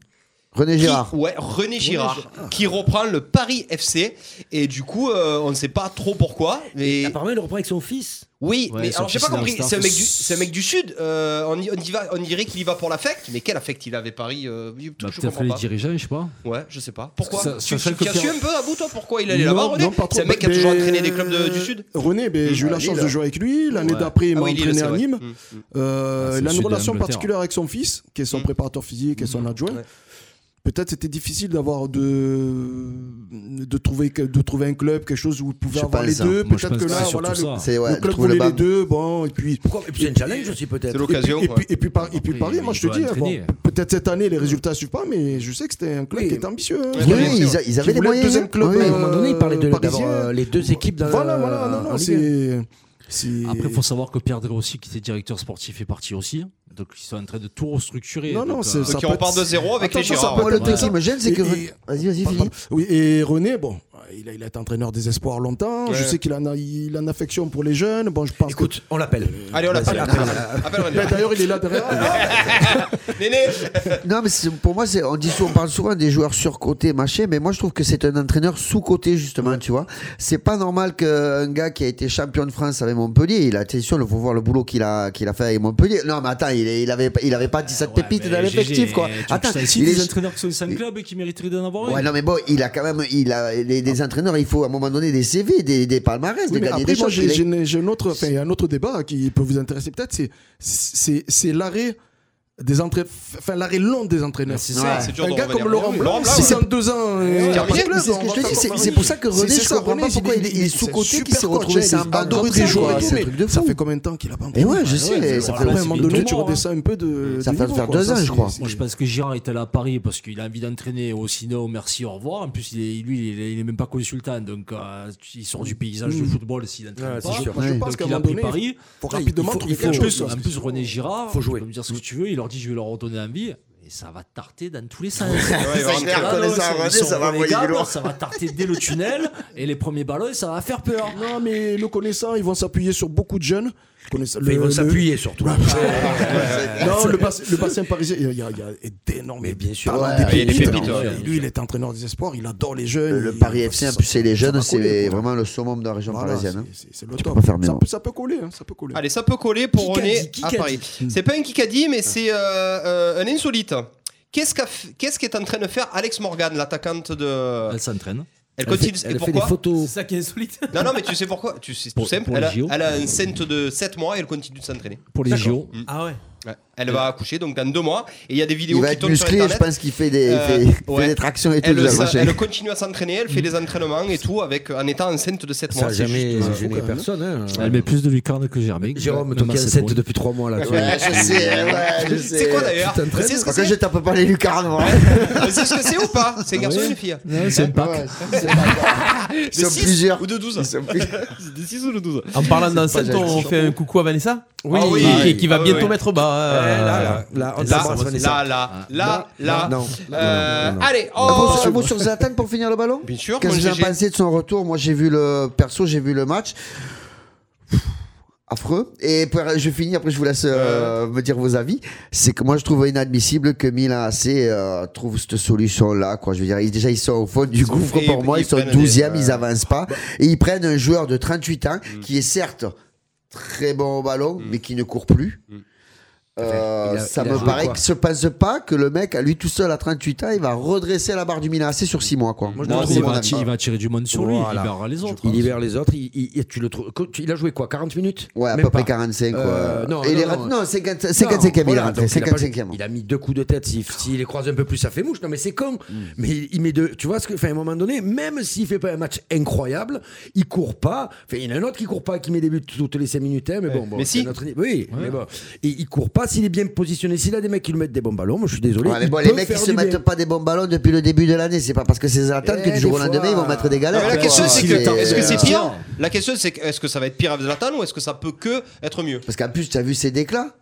F: René
E: Qui-
F: Girard.
E: ouais, René Girard, qui reprend le Paris FC et du coup euh, on ne sait pas trop pourquoi. Mais
D: Apparemment, il le reprend avec son fils.
E: oui,
G: Ouais,
E: mais
G: son
E: alors j'ai pas
G: fils, il a
E: compris,
G: un
E: c'est un,
G: star.
E: mec du- c'est un mec du sud, euh, on, y- on y va- on dirait qu'il y va pour l'affect, mais quel affect il avait Paris euh, je
G: Bah,
E: comprends
G: Peut-être les
E: pas.
G: dirigeants, je sais pas.
E: Ouais, je sais pas. Pourquoi
G: Ça-
E: Tu,
G: sachant
E: tu- tu
G: que
E: as su
G: Pierre-
E: un peu à bout toi pourquoi il allait
H: Non,
E: là-bas René
H: non, pas trop,
E: C'est un mec qui a
H: mais-
E: toujours entraîné des clubs de- du sud
G: Bah,
H: René, ben, j'ai eu la
D: à
H: chance
D: Lille.
H: de jouer avec lui. L'année d'après, il m'a
E: Ah oui, Lille,
H: entraîné
E: c'est
H: à
E: vrai.
H: Nîmes.
E: Mm, mm.
H: Euh,
G: Ah, c'est
H: il a
G: le
H: une
G: sud de
H: relation
G: l'Angleterre.
H: particulière avec son fils, qui est son préparateur physique et son
E: Mm.
H: adjoint. Peut-être c'était difficile d'avoir de de trouver que- de trouver un club quelque chose où il pouvait
F: Je
H: avoir les
F: pense, hein.
H: deux.
G: Moi, je
H: Peut-être
G: pense
H: que
G: que
H: là,
G: c'est
H: voilà,
G: surtout
H: le,
G: ça.
F: C'est ouais,
H: le club
F: trouve le
H: voulait les
F: bas.
H: deux. Bon, et puis
D: Pourquoi Et puis c'est un challenge aussi
E: C'est
D: peut-être.
H: et puis,
E: l'occasion.
H: et
E: ouais.
H: puis, et puis, par- et
G: Après,
H: puis Paris, moi
G: Ah, il
H: je te
G: doit
H: dis,
G: entraîner.
H: bon, peut-être cette année les résultats suivent pas, mais je sais que c'était un club
D: Oui.
H: qui était ambitieux. hein.
E: Ouais,
F: Oui,
E: bien
F: oui,
E: sûr.
F: ils a- ils avaient les
H: Qui voulait le
F: moyens.
H: deuxième club,
D: Oui, à un
F: Oui.
D: moment donné, il parlait de,
H: Parisien.
D: d'avoir, euh, les deux équipes dans
H: Voilà,
D: le-
H: voilà, non,
D: en
H: non,
D: Ligue
H: c'est. c'est-
G: Après, il faut savoir que Pierre Drossi, qui était directeur sportif, est parti aussi. Ah, Donc, ils sont en train de tout restructurer.
H: Non, non,
G: Donc,
H: c'est-
G: euh,
H: ça
E: Donc,
H: peut
E: on repart
H: être-
E: de zéro avec
H: Attends,
E: les
H: ça, ça
E: Girards.
H: peut
F: Moi, le
H: Voilà.
F: truc qui me gêne, c'est que.
H: Et-
F: Vas-y, vas-y,
H: Pardon.
F: finis.
H: Oui, et René, bon, il a, il a été entraîneur des espoirs longtemps. Je sais qu'il en a, il a une affection pour les jeunes. Bon, je pense. que-
D: Écoute, on l'appelle.
E: Allez, on l'appelle.
D: Vas-y,
E: Appelle Appelle
H: Ben,
E: René.
H: D'ailleurs, il est
F: *laughs*
H: là derrière. Ah
E: Néné
F: Non, mais c'est- pour moi, c'est- on, dit, souvent- on parle souvent des joueurs surcotés, machin, mais moi je trouve que c'est un entraîneur sous-coté, justement, tu vois. C'est pas normal qu'un gars qui a été champion de France avec Montpellier, il a, attention, il faut voir le boulot qu'il a, qu'il a fait avec Montpellier. Non, mais attends, il, est- il, avait, il avait pas 17
G: Ah ouais,
F: pépites
G: mais
F: dans l'effectif,
G: GG,
F: quoi.
G: tu-
F: Attends,
G: t'as ici
F: il
G: des
F: est-
G: entraîneurs qui sont sans club et qui mériteraient d'en avoir
F: Ouais,
G: une.
F: non, mais bon, il a quand même, il a, les, des entraîneurs, il faut à un moment donné des CV, des, des palmarès, de
H: Oui, mais
F: gagner
H: après,
F: des
H: moi,
F: choses.
H: j'ai
F: Il est-
H: j'ai une- j'ai un autre, enfin, il y a un autre débat qui peut vous intéresser peut-être. c'est- C'est c'est l'arrêt des entrées, enfin l'arrêt long des entraîneurs.
G: C'est
F: Ouais.
G: ça.
E: C'est dur
H: Un
E: de
H: gars
E: revenir.
H: comme Laurent
E: Oui,
H: Blanc,
E: Laurent Blanc,
H: 62 ans, euh, il a pas de
F: Mais
H: club,
F: C'est ce
H: on
F: que je
H: va
F: te dis,
H: pas
F: c'est-
H: comprendre.
F: c'est pour ça que
H: C'est-
F: René,
H: c'est
F: je
H: ça,
F: comprends
H: René,
F: pas
H: il
F: pourquoi
H: est-
F: il est- il est sous-côté,
H: super
F: qu'il s'est
H: coach,
F: retrouvé,
H: hein,
F: c'est un
H: il
F: banc
H: adore
F: d'entrée
H: les
F: de
H: joueurs
F: jeu,
H: et
F: c'est un
H: tout, mais
F: truc de
H: Ça
F: fou.
H: fait combien de temps qu'il a pas
F: Et
H: entraîné
F: ouais, je sais, ça fait
H: Après, à un moment donné, tu
G: Tour, hein.
H: redescends un peu de.
F: Ça
H: de
F: fait
H: niveau,
F: faire
H: quoi.
F: deux
H: Ça,
F: ans, je
H: c'est-
F: crois.
H: c'est-
G: Moi, je pense que Girard est allé à Paris parce qu'il a envie d'entraîner. Au sinon, merci, au revoir. En plus, il est- lui, il est, il est même pas consultant. Donc, euh, il sort du paysage du football s'il entraîne
D: Ouais, c'est
G: pas.
D: sûr.
H: Moi, je
F: Ouais.
H: pense
G: Donc,
H: qu'à un
G: il a
H: moment
G: pris
H: donné,
G: Paris.
H: faut rapidement
D: il faut-
H: trouver
D: il faut-
H: quelque chose.
G: En plus, René Girard,
D: Faut jouer.
G: tu peux me dire ce que tu veux, il leur dit je vais leur redonner envie. Et ça va tarter dans tous les sens.
E: il va
G: Ils sont
E: rentrer.
G: reconnaissables,
F: René, ça va
G: ils sont
F: envoyer du
G: relégables,
F: lourd.
G: Ça va tarter dès le tunnel et les premiers ballons, ça va faire peur.
H: Non, mais le connaissant, ils vont s'appuyer sur beaucoup de jeunes. Connaissant-
D: Enfin, ils
H: le-
D: vont
H: le-
D: s'appuyer
H: *laughs*
D: surtout.
F: *laughs*
H: Non, le, bassin, le bassin parisien, il y a, il y a- il y a d'énormes. Mais bien sûr,
F: ouais,
E: il y a des pépites, ouais.
H: hein. Lui, il est entraîneur des espoirs, il adore les jeunes.
F: Le
H: il-
F: Paris FC, en
H: ça-
F: plus, c'est les
H: ça
F: jeunes,
H: va coller,
F: c'est
H: quoi.
F: vraiment le summum de la région
H: Voilà,
F: parisienne.
H: c'est-
F: hein.
H: c'est- c'est le
F: Tu
H: top.
F: peux pas faire mieux,
H: Ça
F: hein.
H: peut- Ça peut coller, hein, ça peut coller.
E: Allez, ça peut coller pour
C: Kikadi,
E: René à
C: Kikadi.
E: Paris. C'est pas une Kikadi, mais c'est euh, euh, un insolite. Qu'est-ce qu'a f- qu'est-ce qu'est en train de faire Alex Morgan, l'attaquante de.
G: Elle s'entraîne.
E: Elle
D: Elle fait,
E: continue.
D: elle
E: et
D: fait des
E: pourquoi
D: photos.
C: ça qui est insolite.
E: Non, non, mais tu sais pourquoi Tu sais, c'est tout
G: Pour-
E: simple.
G: pour
E: Elle
G: les
E: a,
G: JO.
E: elle a un scent de 7 mois et elle continue de s'entraîner.
G: Pour les JO.
C: Ah ouais.
E: Ouais. Elle va accoucher donc dans 2 mois et il y a des vidéos
F: Il va
E: qui
F: être
E: tombent sur
F: musclé, je
E: internet.
F: pense qu'il fait des,
E: Euh,
F: fait- fait
E: ouais.
F: des tractions et tout.
E: Elle,
F: vous avez
E: ça-
F: lâché.
E: elle continue à s'entraîner, elle fait des entraînements et tout avec, en étant enceinte de 7
D: Ça
E: mois.
D: n'a
E: c'est
D: jamais
E: juste-
D: gêné personne. hein.
G: Elle met plus de lucarne que Germain. Euh,
D: Jérôme, toi qui as 7 depuis 3 mois là. tu vois.
F: Ouais, je sais, ouais, je sais.
E: C'est quoi d'ailleurs
D: Tu t'entraînes
E: C'est ce que
F: Par contre,
E: c'est
F: je tape pas les lucarnes, moi.
E: C'est ce que c'est ou pas C'est un garçon ou une fille
G: C'est un pack.
F: Ouais, c'est- c'est pas- Ils
E: De
F: sont
E: six
F: plusieurs.
E: Ou de 12 *laughs*
F: Ils sont plus-
E: De 6 ou de 12
C: En parlant d'enceinte,
F: gentil,
C: on fait un coucou à Vanessa
E: Oui. Ah oui.
C: Qui, qui va
E: Ah oui,
C: bientôt
E: oui.
C: mettre au bas.
D: Eh,
C: euh,
D: Là, là, là, on
E: Là,
D: t'embrasse, Vanessa.
E: là, là, là, là.
D: Non.
E: Euh, Allez,
F: Un mot
E: oh
F: Ah sur- un mot sur Zlatan pour finir le ballon
E: Bien sûr,
F: Qu'est-ce
E: mon
F: que vous en
E: GG.
F: pensez de son retour Moi, j'ai vu le perso, j'ai vu le match. Affreux. Et pour- je finis, après je vous laisse euh, me dire vos avis. C'est que moi, je trouve inadmissible que Milan AC euh, trouve cette solution-là. Quoi. Je veux dire, ils- déjà, ils sont au fond du gouffre
E: et
F: pour
E: ils-
F: moi.
E: ils
F: Ils sont
E: prennent
F: 12e,
E: des-
F: ils avancent pas. Et ils prennent un joueur de 38 ans qui est certes très bon au ballon, mais qui ne court plus. Euh,
D: Il a-
F: ça
D: il a
F: me
D: joué
F: paraît
D: quoi
F: que se passe pas que le mec, à lui tout seul à 38 ans, il va redresser la barre du Milan AC sur 6 mois. Quoi.
D: Moi, je
G: Non,
D: le
G: mais
D: trouve
G: il,
D: bon
G: va,
D: ami.
G: il va tirer du monde sur lui,
D: Voilà.
G: il verra les autres.
D: Il libère les autres. Il, il- il- tu le trouves- tu- il a joué quoi 40 minutes
F: Ouais, à
D: Même
F: peu près
D: pas.
F: 45. Quoi.
D: Euh, non,
F: Et
D: non,
F: il est
D: non.
F: rentré- non, 50
D: Non,
F: 55e, il est
D: voilà,
F: rentré.
D: donc il a pas joué.
F: 55e.
D: Il a mis deux coups de tête. S'il s'il les croise un peu plus, ça fait mouche. Non, mais c'est con.
F: Mm.
D: Mais il, il met deux. Tu vois, ce que, enfin, à un moment donné, même s'il fait pas un match incroyable, il court pas. Enfin, il y en a un autre qui court pas, qui met des buts toutes les 5 minutes. hein, mais bon, bon
E: Mais
D: c'est
E: si.
D: notre- Oui, mais bon. Et il court pas s'il est bien positionné. S'il a des mecs qui lui mettent des bons ballons, moi je suis désolé.
F: Ouais, mais
D: il
F: bon,
D: peut
F: les mecs, ils
D: faire
F: se
D: du
F: mettent
D: bien.
F: pas des bons ballons depuis le début de l'année. C'est pas parce que c'est Zlatan
D: Eh,
F: que du jour au
D: des
F: lendemain,
D: fois.
F: ils vont mettre des
E: Non,
F: galères.
E: Ah, mais la
F: quoi.
E: question c'est
G: si,
E: que
G: mais-
E: est-ce que c'est
G: euh,
E: pire La question c'est que- est-ce que ça va être pire avec Zlatan ou est-ce que ça peut que être mieux
F: Parce qu'en plus, tu as vu ses déclats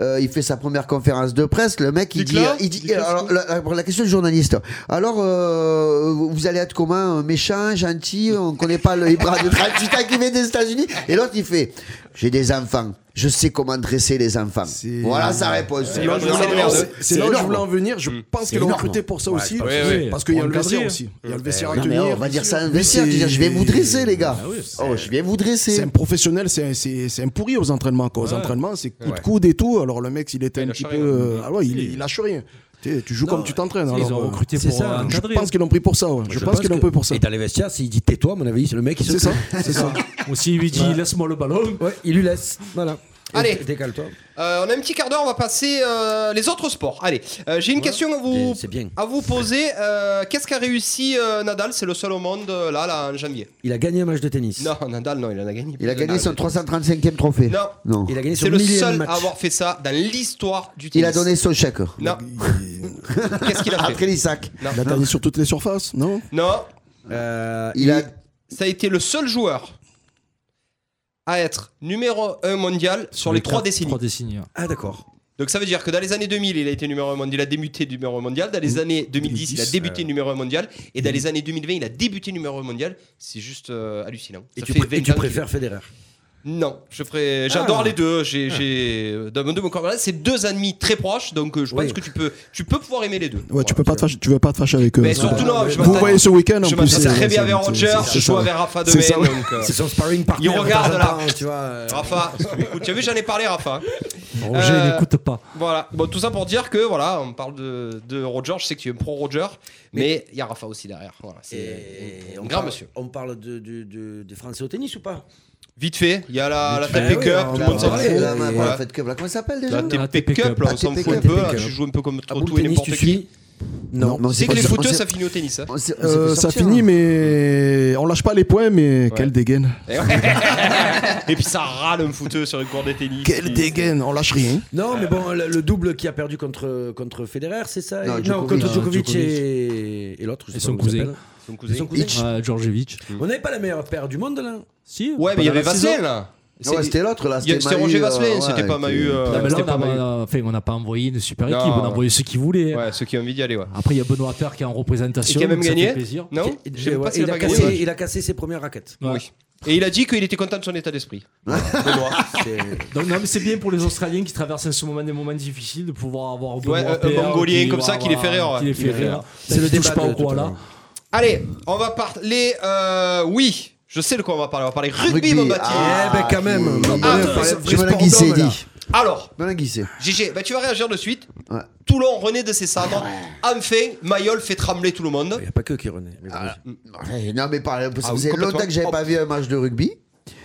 F: Euh, il fait sa première conférence de presse. Le mec, il
E: Déclats
F: dit, il dit
E: Déclats,
F: alors, la, la- la question du journaliste. Alors, euh, vous allez être comment euh, Méchant, gentil On connaît pas le bras de 38 ans qui vient des États-Unis. Et l'autre, il fait J'ai des enfants. Je sais comment dresser les enfants.
H: C'est-
F: Voilà sa réponse.
E: là où je voulais en venir.
H: C'est- C'est là où je voulais en venir. Je pense qu'ils l'ont
F: Mmh. énorme.
H: recruté pour ça aussi.
E: Ouais, ouais.
H: Parce qu'il y a
G: Pour
H: le vestiaire
G: encadrer.
H: aussi. Il y a le vestiaire à
F: hein. Non, mais oh,
H: tenir.
F: on va dire ça à un
H: Mais
F: vestiaire.
H: c'est- Ah
F: tu dis, Je vais vous dresser, les gars.
G: oui,
F: oh, je vais vous
H: C'est
F: dresser.
H: un professionnel, c'est un, c'est- c'est un pourri aux entraînements. Quoi. Aux entraînements, c'est coup de coude et tout. Alors le mec, il était
E: Il
H: un
E: lâche
H: petit peu.
E: rien.
H: euh, Alors il, il lâche rien. Tu, sais, tu joues comme tu t'entraînes.
G: Ils
H: alors,
G: ont
H: euh,
G: recruté
D: c'est
G: pour
D: ça.
H: Je
G: encadrer.
H: pense qu'ils l'ont pris pour ça. ouais. Je, pense qu'ils l'ont pris pour ça.
D: Et dans les vestiaires, s'il dit tais-toi, à mon avis, c'est le mec qui se
H: C'est ça. C'est ça.
G: Aussi, il lui dit laisse-moi le ballon.
D: Ouais, il lui laisse. Voilà. Et
E: Allez.
D: d- Décale-toi.
E: Euh, On a un petit quart d'heure, on va passer euh, les autres sports. Allez, euh, j'ai une question à vous,
D: c'est bien.
E: à vous poser. Euh, Qu'est-ce qu'a réussi euh, Nadal C'est le seul au monde euh, là, là, en janvier.
D: Il a gagné un match de tennis.
E: Non, Nadal, non, il en a gagné.
F: Il a
E: plus de
F: gagné son
E: Nadal.
F: 335e trophée.
E: Non.
F: Non.
D: Il a gagné son
E: C'est le
D: millième
E: seul
D: match.
E: à avoir fait ça dans l'histoire du
F: Il
E: tennis.
F: a donné son chèque.
E: Non. Qu'est-ce qu'il a
F: Après
E: fait
F: l'Isaac.
E: Non.
H: Il a gagné sur toutes les surfaces, non
E: Non,
D: Euh,
F: Il a Ah,
E: ça a été le seul joueur à être numéro 1 mondial sur les trois décennies.
G: Trois décennies. hein.
D: Ah d'accord.
E: Donc ça veut dire que dans les années 2000, il a été numéro 1 mondial, il a débuté numéro 1 mondial. Dans les années 2010, il a
D: euh,
E: débuté numéro 1 mondial. Et dans les années 2020, il a débuté numéro 1 mondial. C'est juste euh, hallucinant.
D: Et
E: Ça
D: tu,
E: fait
D: pré- et
E: 20
D: tu
E: ans qu'il-
D: préfères Federer
E: Non, je ferai. J'adore
D: Ah.
E: les deux. J'ai, j'ai euh, dans mon deux mon corps, là, c'est deux ennemis très proches, donc euh, je pense
D: Oui.
E: que tu peux, tu peux pouvoir aimer les deux.
H: Ouais, tu peux pas te fâcher- tu veux pas te fâcher avec euh, eux.
E: Mais surtout non, je
H: Vous
E: m'entends-
H: voyez ce week-end en
E: Je
H: plus.
E: m'entends
H: c'est-
E: très bien avec
H: c'est-
E: Roger.
H: c'est-
E: Je
H: c'est
E: joue
H: ça.
E: avec Rafa
H: C'est
E: demain.
H: ça, ouais.
E: donc, euh,
D: C'est son sparring partner.
E: Il regarde,
D: de temps en
E: là.
D: temps, Tu vois. euh,
E: Rafa, si tu m'écoutes. tu as vu, j'en ai parlé, Rafa.
G: Roger
E: Euh,
G: n'écoute pas.
E: Voilà. Bon, tout ça pour dire que voilà, on parle de, de Roger. Je sais que tu es pro Roger, mais il y a Rafa aussi derrière. Voilà, c'est
D: Et
E: un
D: on
E: grand
D: parle-
E: monsieur.
D: On parle de, de- de- des Français au tennis ou pas
E: Vite fait, il y a la, la
D: fait.
E: TP
D: Eh oui,
E: Cup, tout
D: on
E: le
D: va
E: monde s'en
D: en
E: fout.
D: parler,
F: Là,
D: et
F: ma-
D: voilà.
F: la fête club, là, comment ça s'appelle déjà
E: La TP Cup, là, on s'en
F: TP
E: fout un
F: Cup.
E: peu, là,
D: Cup.
E: tu joues un peu comme
D: Ah,
E: trop
D: boule
E: tout et
D: tennis,
E: n'importe
D: tu
E: qui.
D: suis Non.
F: mais on
E: C'est
F: s'est
E: que
F: pas-
E: les
F: on s'est-
E: footeux,
F: on
E: ça
F: s'est-
E: finit au tennis. hein.
F: on s'est- on s'est
H: Euh,
F: fait
H: ça
F: sortir,
H: finit,
F: hein.
H: mais on lâche pas les points, mais quelle dégaine.
E: Et, *laughs* puis ça râle un footeux sur une cour de tennis.
H: Quelle dégaine, on lâche rien.
D: Non, mais bon, le, le double qui a perdu contre, contre Federer, c'est ça
F: Non,
D: Et-
F: Djokovic.
D: contre
G: Non,
D: Djokovic,
G: Djokovic.
D: et, et l'autre. je sais
G: Et
D: pas
G: son
D: comment il
G: cousin.
D: s'appelle.
E: Son
D: Et
E: cousin.
D: son cousin.
G: Ah, Djordjevic.
D: On n'avait pas la meilleure paire du monde là hein?
G: Si.
E: Ouais, mais il y avait
G: pendant la
E: Vasselin
G: saison.
E: là.
F: Ah ouais, C'était l'autre là.
E: Il y a- C'était
F: Mahu,
E: Roger
F: euh,
E: Vasselin,
F: ouais,
E: c'était pas
F: qui-
E: Mahu. euh,
G: Non, mais là,
E: c'était
G: on
E: pas
G: a-
E: Mahu.
G: enfin, on n'a pas envoyé une super
E: Non.
G: équipe, on a envoyé ceux qui voulaient.
E: Ouais, ceux qui ont envie d'y aller, ouais.
G: hein. Après, il y a Benoît Appert qui est en
E: Et
G: représentation.
E: qui a même
G: donc ça
E: gagné
G: fait plaisir.
E: Non
D: Et-
E: oh, Je sais
D: ouais,
E: pas s'il
D: il,
E: a
D: a
E: pas gagné.
D: cassé,
E: ouais.
D: il a cassé ses premières raquettes.
G: Ouais.
E: Oui. Et il a dit qu'il était content de son état d'esprit. Benoît.
G: Donc, non, mais c'est bien pour les Australiens qui traversent en ce moment des moments difficiles de pouvoir avoir Benoît
E: Ouais, un- un
G: Appert
E: Mongolien
G: qui-
E: comme ça qui les fait rire, ouais.
G: Qui les
E: Qui les
G: fait
E: fait
G: rire.
E: rire.
G: C'est le touche pas
D: de
G: au
D: tout à
G: koala.
D: l'heure.
E: Allez, on va parler. euh, oui, je sais de quoi on va parler. On va parler rugby,
F: Rugby,
E: mon Baptiste.
F: ah,
D: Eh ben, quand même.
F: qui- Je
D: Ah,
F: me
E: attends,
F: la-
E: c'est
F: Je me la glissais,
D: d'homme, là.
F: dit.
E: Alors,
F: Je me la glissais.
E: GG, bah, tu vas réagir de suite.
F: Ouais.
E: Toulon renaît de ses cendres. Enfin, Mayol fait trembler tout le monde.
D: Il n'y a pas que qui renaît. mais bon.
F: Ouais, Non, mais parlez un peu.
E: Ah
F: Ça
E: oui,
F: faisait longtemps que j'avais
E: complètement.
F: pas vu un match de rugby.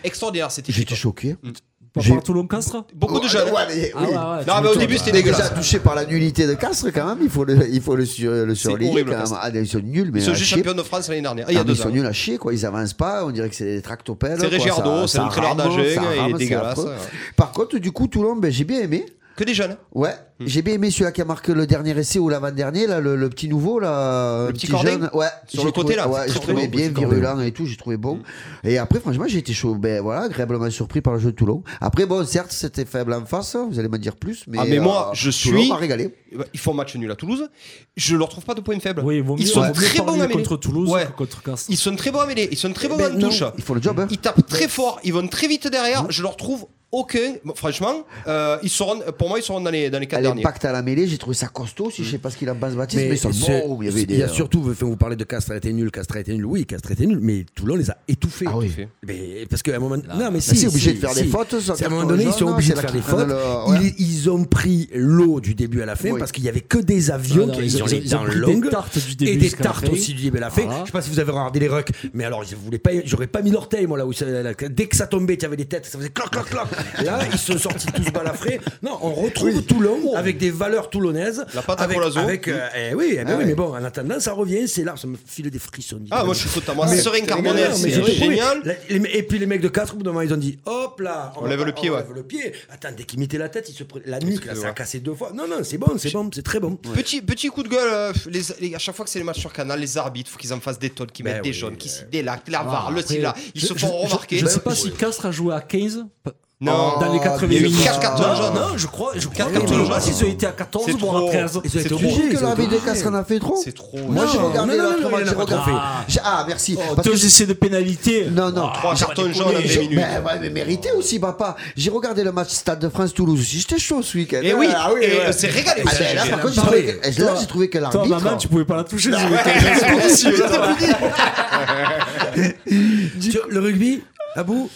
E: Extraordinaire, c'était
F: J'étais choqué.
E: Mmh.
G: Pas
F: J'ai-
G: par Toulon-Castres
E: Beaucoup de jeunes.
F: Ouais, mais-
G: Ah
F: oui.
G: ouais, ouais,
E: Non,
G: tu
E: mais au
G: m'étonnes.
E: début, c'était
F: T'es déjà
E: dégueulasse.
F: touché par la nullité de Castres quand même, il faut le, il faut le, sur, le surligner,
E: horrible,
F: quand
E: Castres.
F: même. Ah, ils sont nuls, mais
E: Ils sont
F: à
E: juste
F: chier.
E: champions de France l'année dernière. Ah, il y
F: Ah,
E: a
F: mais ils
E: deux
F: sont
E: ans.
F: nuls à chier, quoi. Ils avancent pas, on dirait que c'est des tractopelles.
E: C'est
F: quoi.
E: Régiardo,
F: Ça-
E: c'est
F: ça
E: l'entraîneur
F: rame,
E: d'Agen,
F: ça
E: il est
F: rame, c'est
E: dégueulasse,
F: affreux.
E: ouais.
F: Par contre, du coup, Toulon, ben, j'ai bien aimé.
E: Que des jeunes. hein.
F: Ouais,
E: Hmm.
F: j'ai bien aimé celui-là qui a marqué le dernier essai ou l'avant-dernier, là, le, le petit nouveau, là,
E: Le
F: un
E: petit Cornet
F: ouais,
E: Sur
F: j'ai
E: le côté,
F: trouvé-
E: là,
F: ouais,
E: très,
F: j'ai
E: très
F: trouvé
E: bon,
F: bien
E: petit Cornet.
F: virulent et tout, j'ai trouvé bon. Et après, franchement, j'ai été chaud, ben voilà, agréablement surpris par le jeu de Toulon. Après, bon, certes, c'était faible en face, hein, vous allez m'en dire plus, mais,
E: Ah, mais moi,
F: euh,
E: je
F: Toulon
E: suis-
F: m'a régalé.
E: Eh ben, Ils font match nul à Toulouse. Je leur trouve pas de points faibles.
G: Oui, vaut mieux,
E: Ils sont
G: vaut mieux
E: très bons
G: parler
E: à mêler.
G: contre Toulouse
E: Ouais.
G: que contre Castres.
E: Ils sont très bons à mêler. Ils sont très bons en
F: Eh non,
E: touche.
F: Ils font le job, hein.
E: Ils tapent très fort. Ils vont très vite derrière. Je leur trouve aucun. bon, franchement, euh, ils seront, pour moi, ils seront dans les, dans les quatre derniers. Hmm.
F: L'impact à la mêlée, j'ai trouvé ça costaud aussi, je sais pas ce qu'il a base Baptiste, mais, ils sont
D: c'est-
F: bons, il y avait des. euh,
D: a surtout, enfin, vous parlez de Castres a été nul, Castres a été nul. Oui, Castres a été nul, mais Toulon les a étouffés.
F: Ah oui.
E: Fait.
D: Mais parce qu'à un moment, non, mais
F: si,
D: si,
F: obligé
D: si,
F: de faire
D: si.
F: des fautes, ça,
D: C'est à un moment
F: carton
D: donné, ils
F: jaune,
D: sont
F: non,
D: obligés
F: c'est la
D: de faire des
F: carte-
D: fautes.
F: le- ouais.
D: Ils, ils ont pris l'eau du début à la fin
F: Oui.
D: parce qu'il y avait que des avions,
G: Ah non,
D: qui
G: ils
D: ils
G: ont-
D: ont les
G: ils ont
D: dents
G: pris des
D: longues
G: tartes du début
D: et des
G: jusqu'à la
D: tartes
G: fin.
D: aussi du début à la fin.
G: Voilà.
D: Je sais pas si vous avez regardé les rucks, mais alors je voulais pas, j'aurais pas mis l'orteil moi là où ça- là, dès que ça tombait, tu avais des têtes, ça faisait cloc cloc cloc. Là, ils sont sortis tous balafrés. Non, on retrouve Toulon avec des valeurs toulonnaises.
E: La pâte à
D: avec,
E: colazo.
D: avec, euh, eh oui, eh ben
F: Ah
D: oui,
F: ouais.
D: mais bon, en attendant, ça revient, c'est là, ça me file des frissons.
E: Ah, moi, je suis totalement. Moi,
D: Mais-
E: Serein
D: Mais
E: Carbonel,
D: non, mais
E: c'est
D: oui,
E: génial.
D: oui. La- les- et puis les mecs de 4, au bout d'un moment, ils ont dit hop là,
E: On lève
D: va-
E: le pied,
D: on
E: ouais.
D: lève le pied. Attends, dès qu'ils mettaient la tête, ils se prenaient la nuque, là,
E: que-
D: ça a
E: ouais.
D: cassé deux fois. Non, non, c'est bon, c'est bon, c'est très bon.
E: Petit, petit coup de gueule, euh, les, les- à chaque fois que c'est les matchs sur Canal, les arbitres, faut qu'ils en fassent des tonnes, qu'ils
D: Ben
E: mettent des
D: oui.
E: jaunes, qu'ils s'y délactent, la
G: Ah,
E: VAR, le
G: après,
E: Silla, ils
G: je-
E: se
G: je-
E: font
G: je-
E: remarquer.
G: Je ne sais pas si Castres a joué à 15
E: Non.
G: dans les
E: Il
G: 80
E: y a eu
G: minutes.
E: quatre cartons jaunes.
G: Non, je crois, je crois
E: Quatre
G: que
E: cartons
G: Toulouse,
E: jaunes.
G: ils ont été à 14,
E: C'est
G: voire
E: trop.
G: à 13.
D: Ils ont
E: C'est
D: été
E: trop.
F: Tu
D: obligés.
F: dis
D: ils
F: Oh, que
D: ont
F: la vie
D: été
F: de Castres en a fait trop
E: C'est trop.
F: Moi, j'ai
D: Non,
F: regardé
D: non, non,
F: l'autre
D: non,
F: match,
D: il y en a
F: j'ai
D: pas trop
F: regardé.
G: fait.
F: J'ai- Ah, merci.
G: Oh,
F: Parce que
G: deux essais de pénalité.
F: Non, non.
D: Ah,
E: Trois cartons jaunes en 20
F: J'ai-
E: minutes.
F: Mais, ouais, mais mérité aussi, papa. J'ai regardé le match Stade de France-Toulouse aussi. J'étais chaud ce week-end.
E: Et Eh oui,
F: Ah
E: et euh,
F: ouais.
E: c'est régalé.
F: Ah, ben, là, par contre, j'ai trouvé que- là, j'ai trouvé que
G: Toi,
F: l'arbitre. *laughs*
G: maman, tu pouvais pas la toucher. ce week-end.
D: Tu- Le rugby, à bout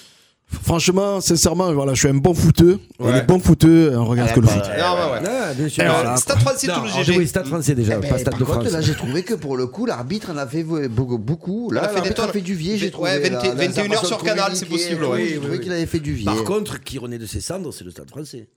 H: Franchement, sincèrement, voilà, je suis un bon footeux. Et
E: Ouais.
H: les bons footeux, on regarde que le foot.
E: Non, ouais, ouais.
D: Ah, bien sûr.
E: Euh,
D: voilà,
E: Stade
D: quoi.
E: français,
D: Non,
E: Toulouse,
D: alors,
E: GG.
D: Oui, Stade français déjà,
F: Mais
D: Euh, pas Stade
F: par
D: de
F: contre,
D: France.
F: là, j'ai trouvé que pour le coup, l'arbitre en a fait beaucoup. beaucoup.
E: On a
F: Là,
E: fait des
F: l'arbitre a
E: tonnes.
F: fait du vieil, j'ai
E: Ouais,
F: trouvé.
E: 20
F: là,
E: 21 heures sur
F: l'information
E: Canal, c'est
F: communiquée,
E: possible,
F: tout,
E: ouais.
F: J'ai
D: Oui,
F: trouvé
D: oui,
F: qu'il avait fait du vieil.
D: Par contre, qui renaît de ses cendres, c'est le Stade français.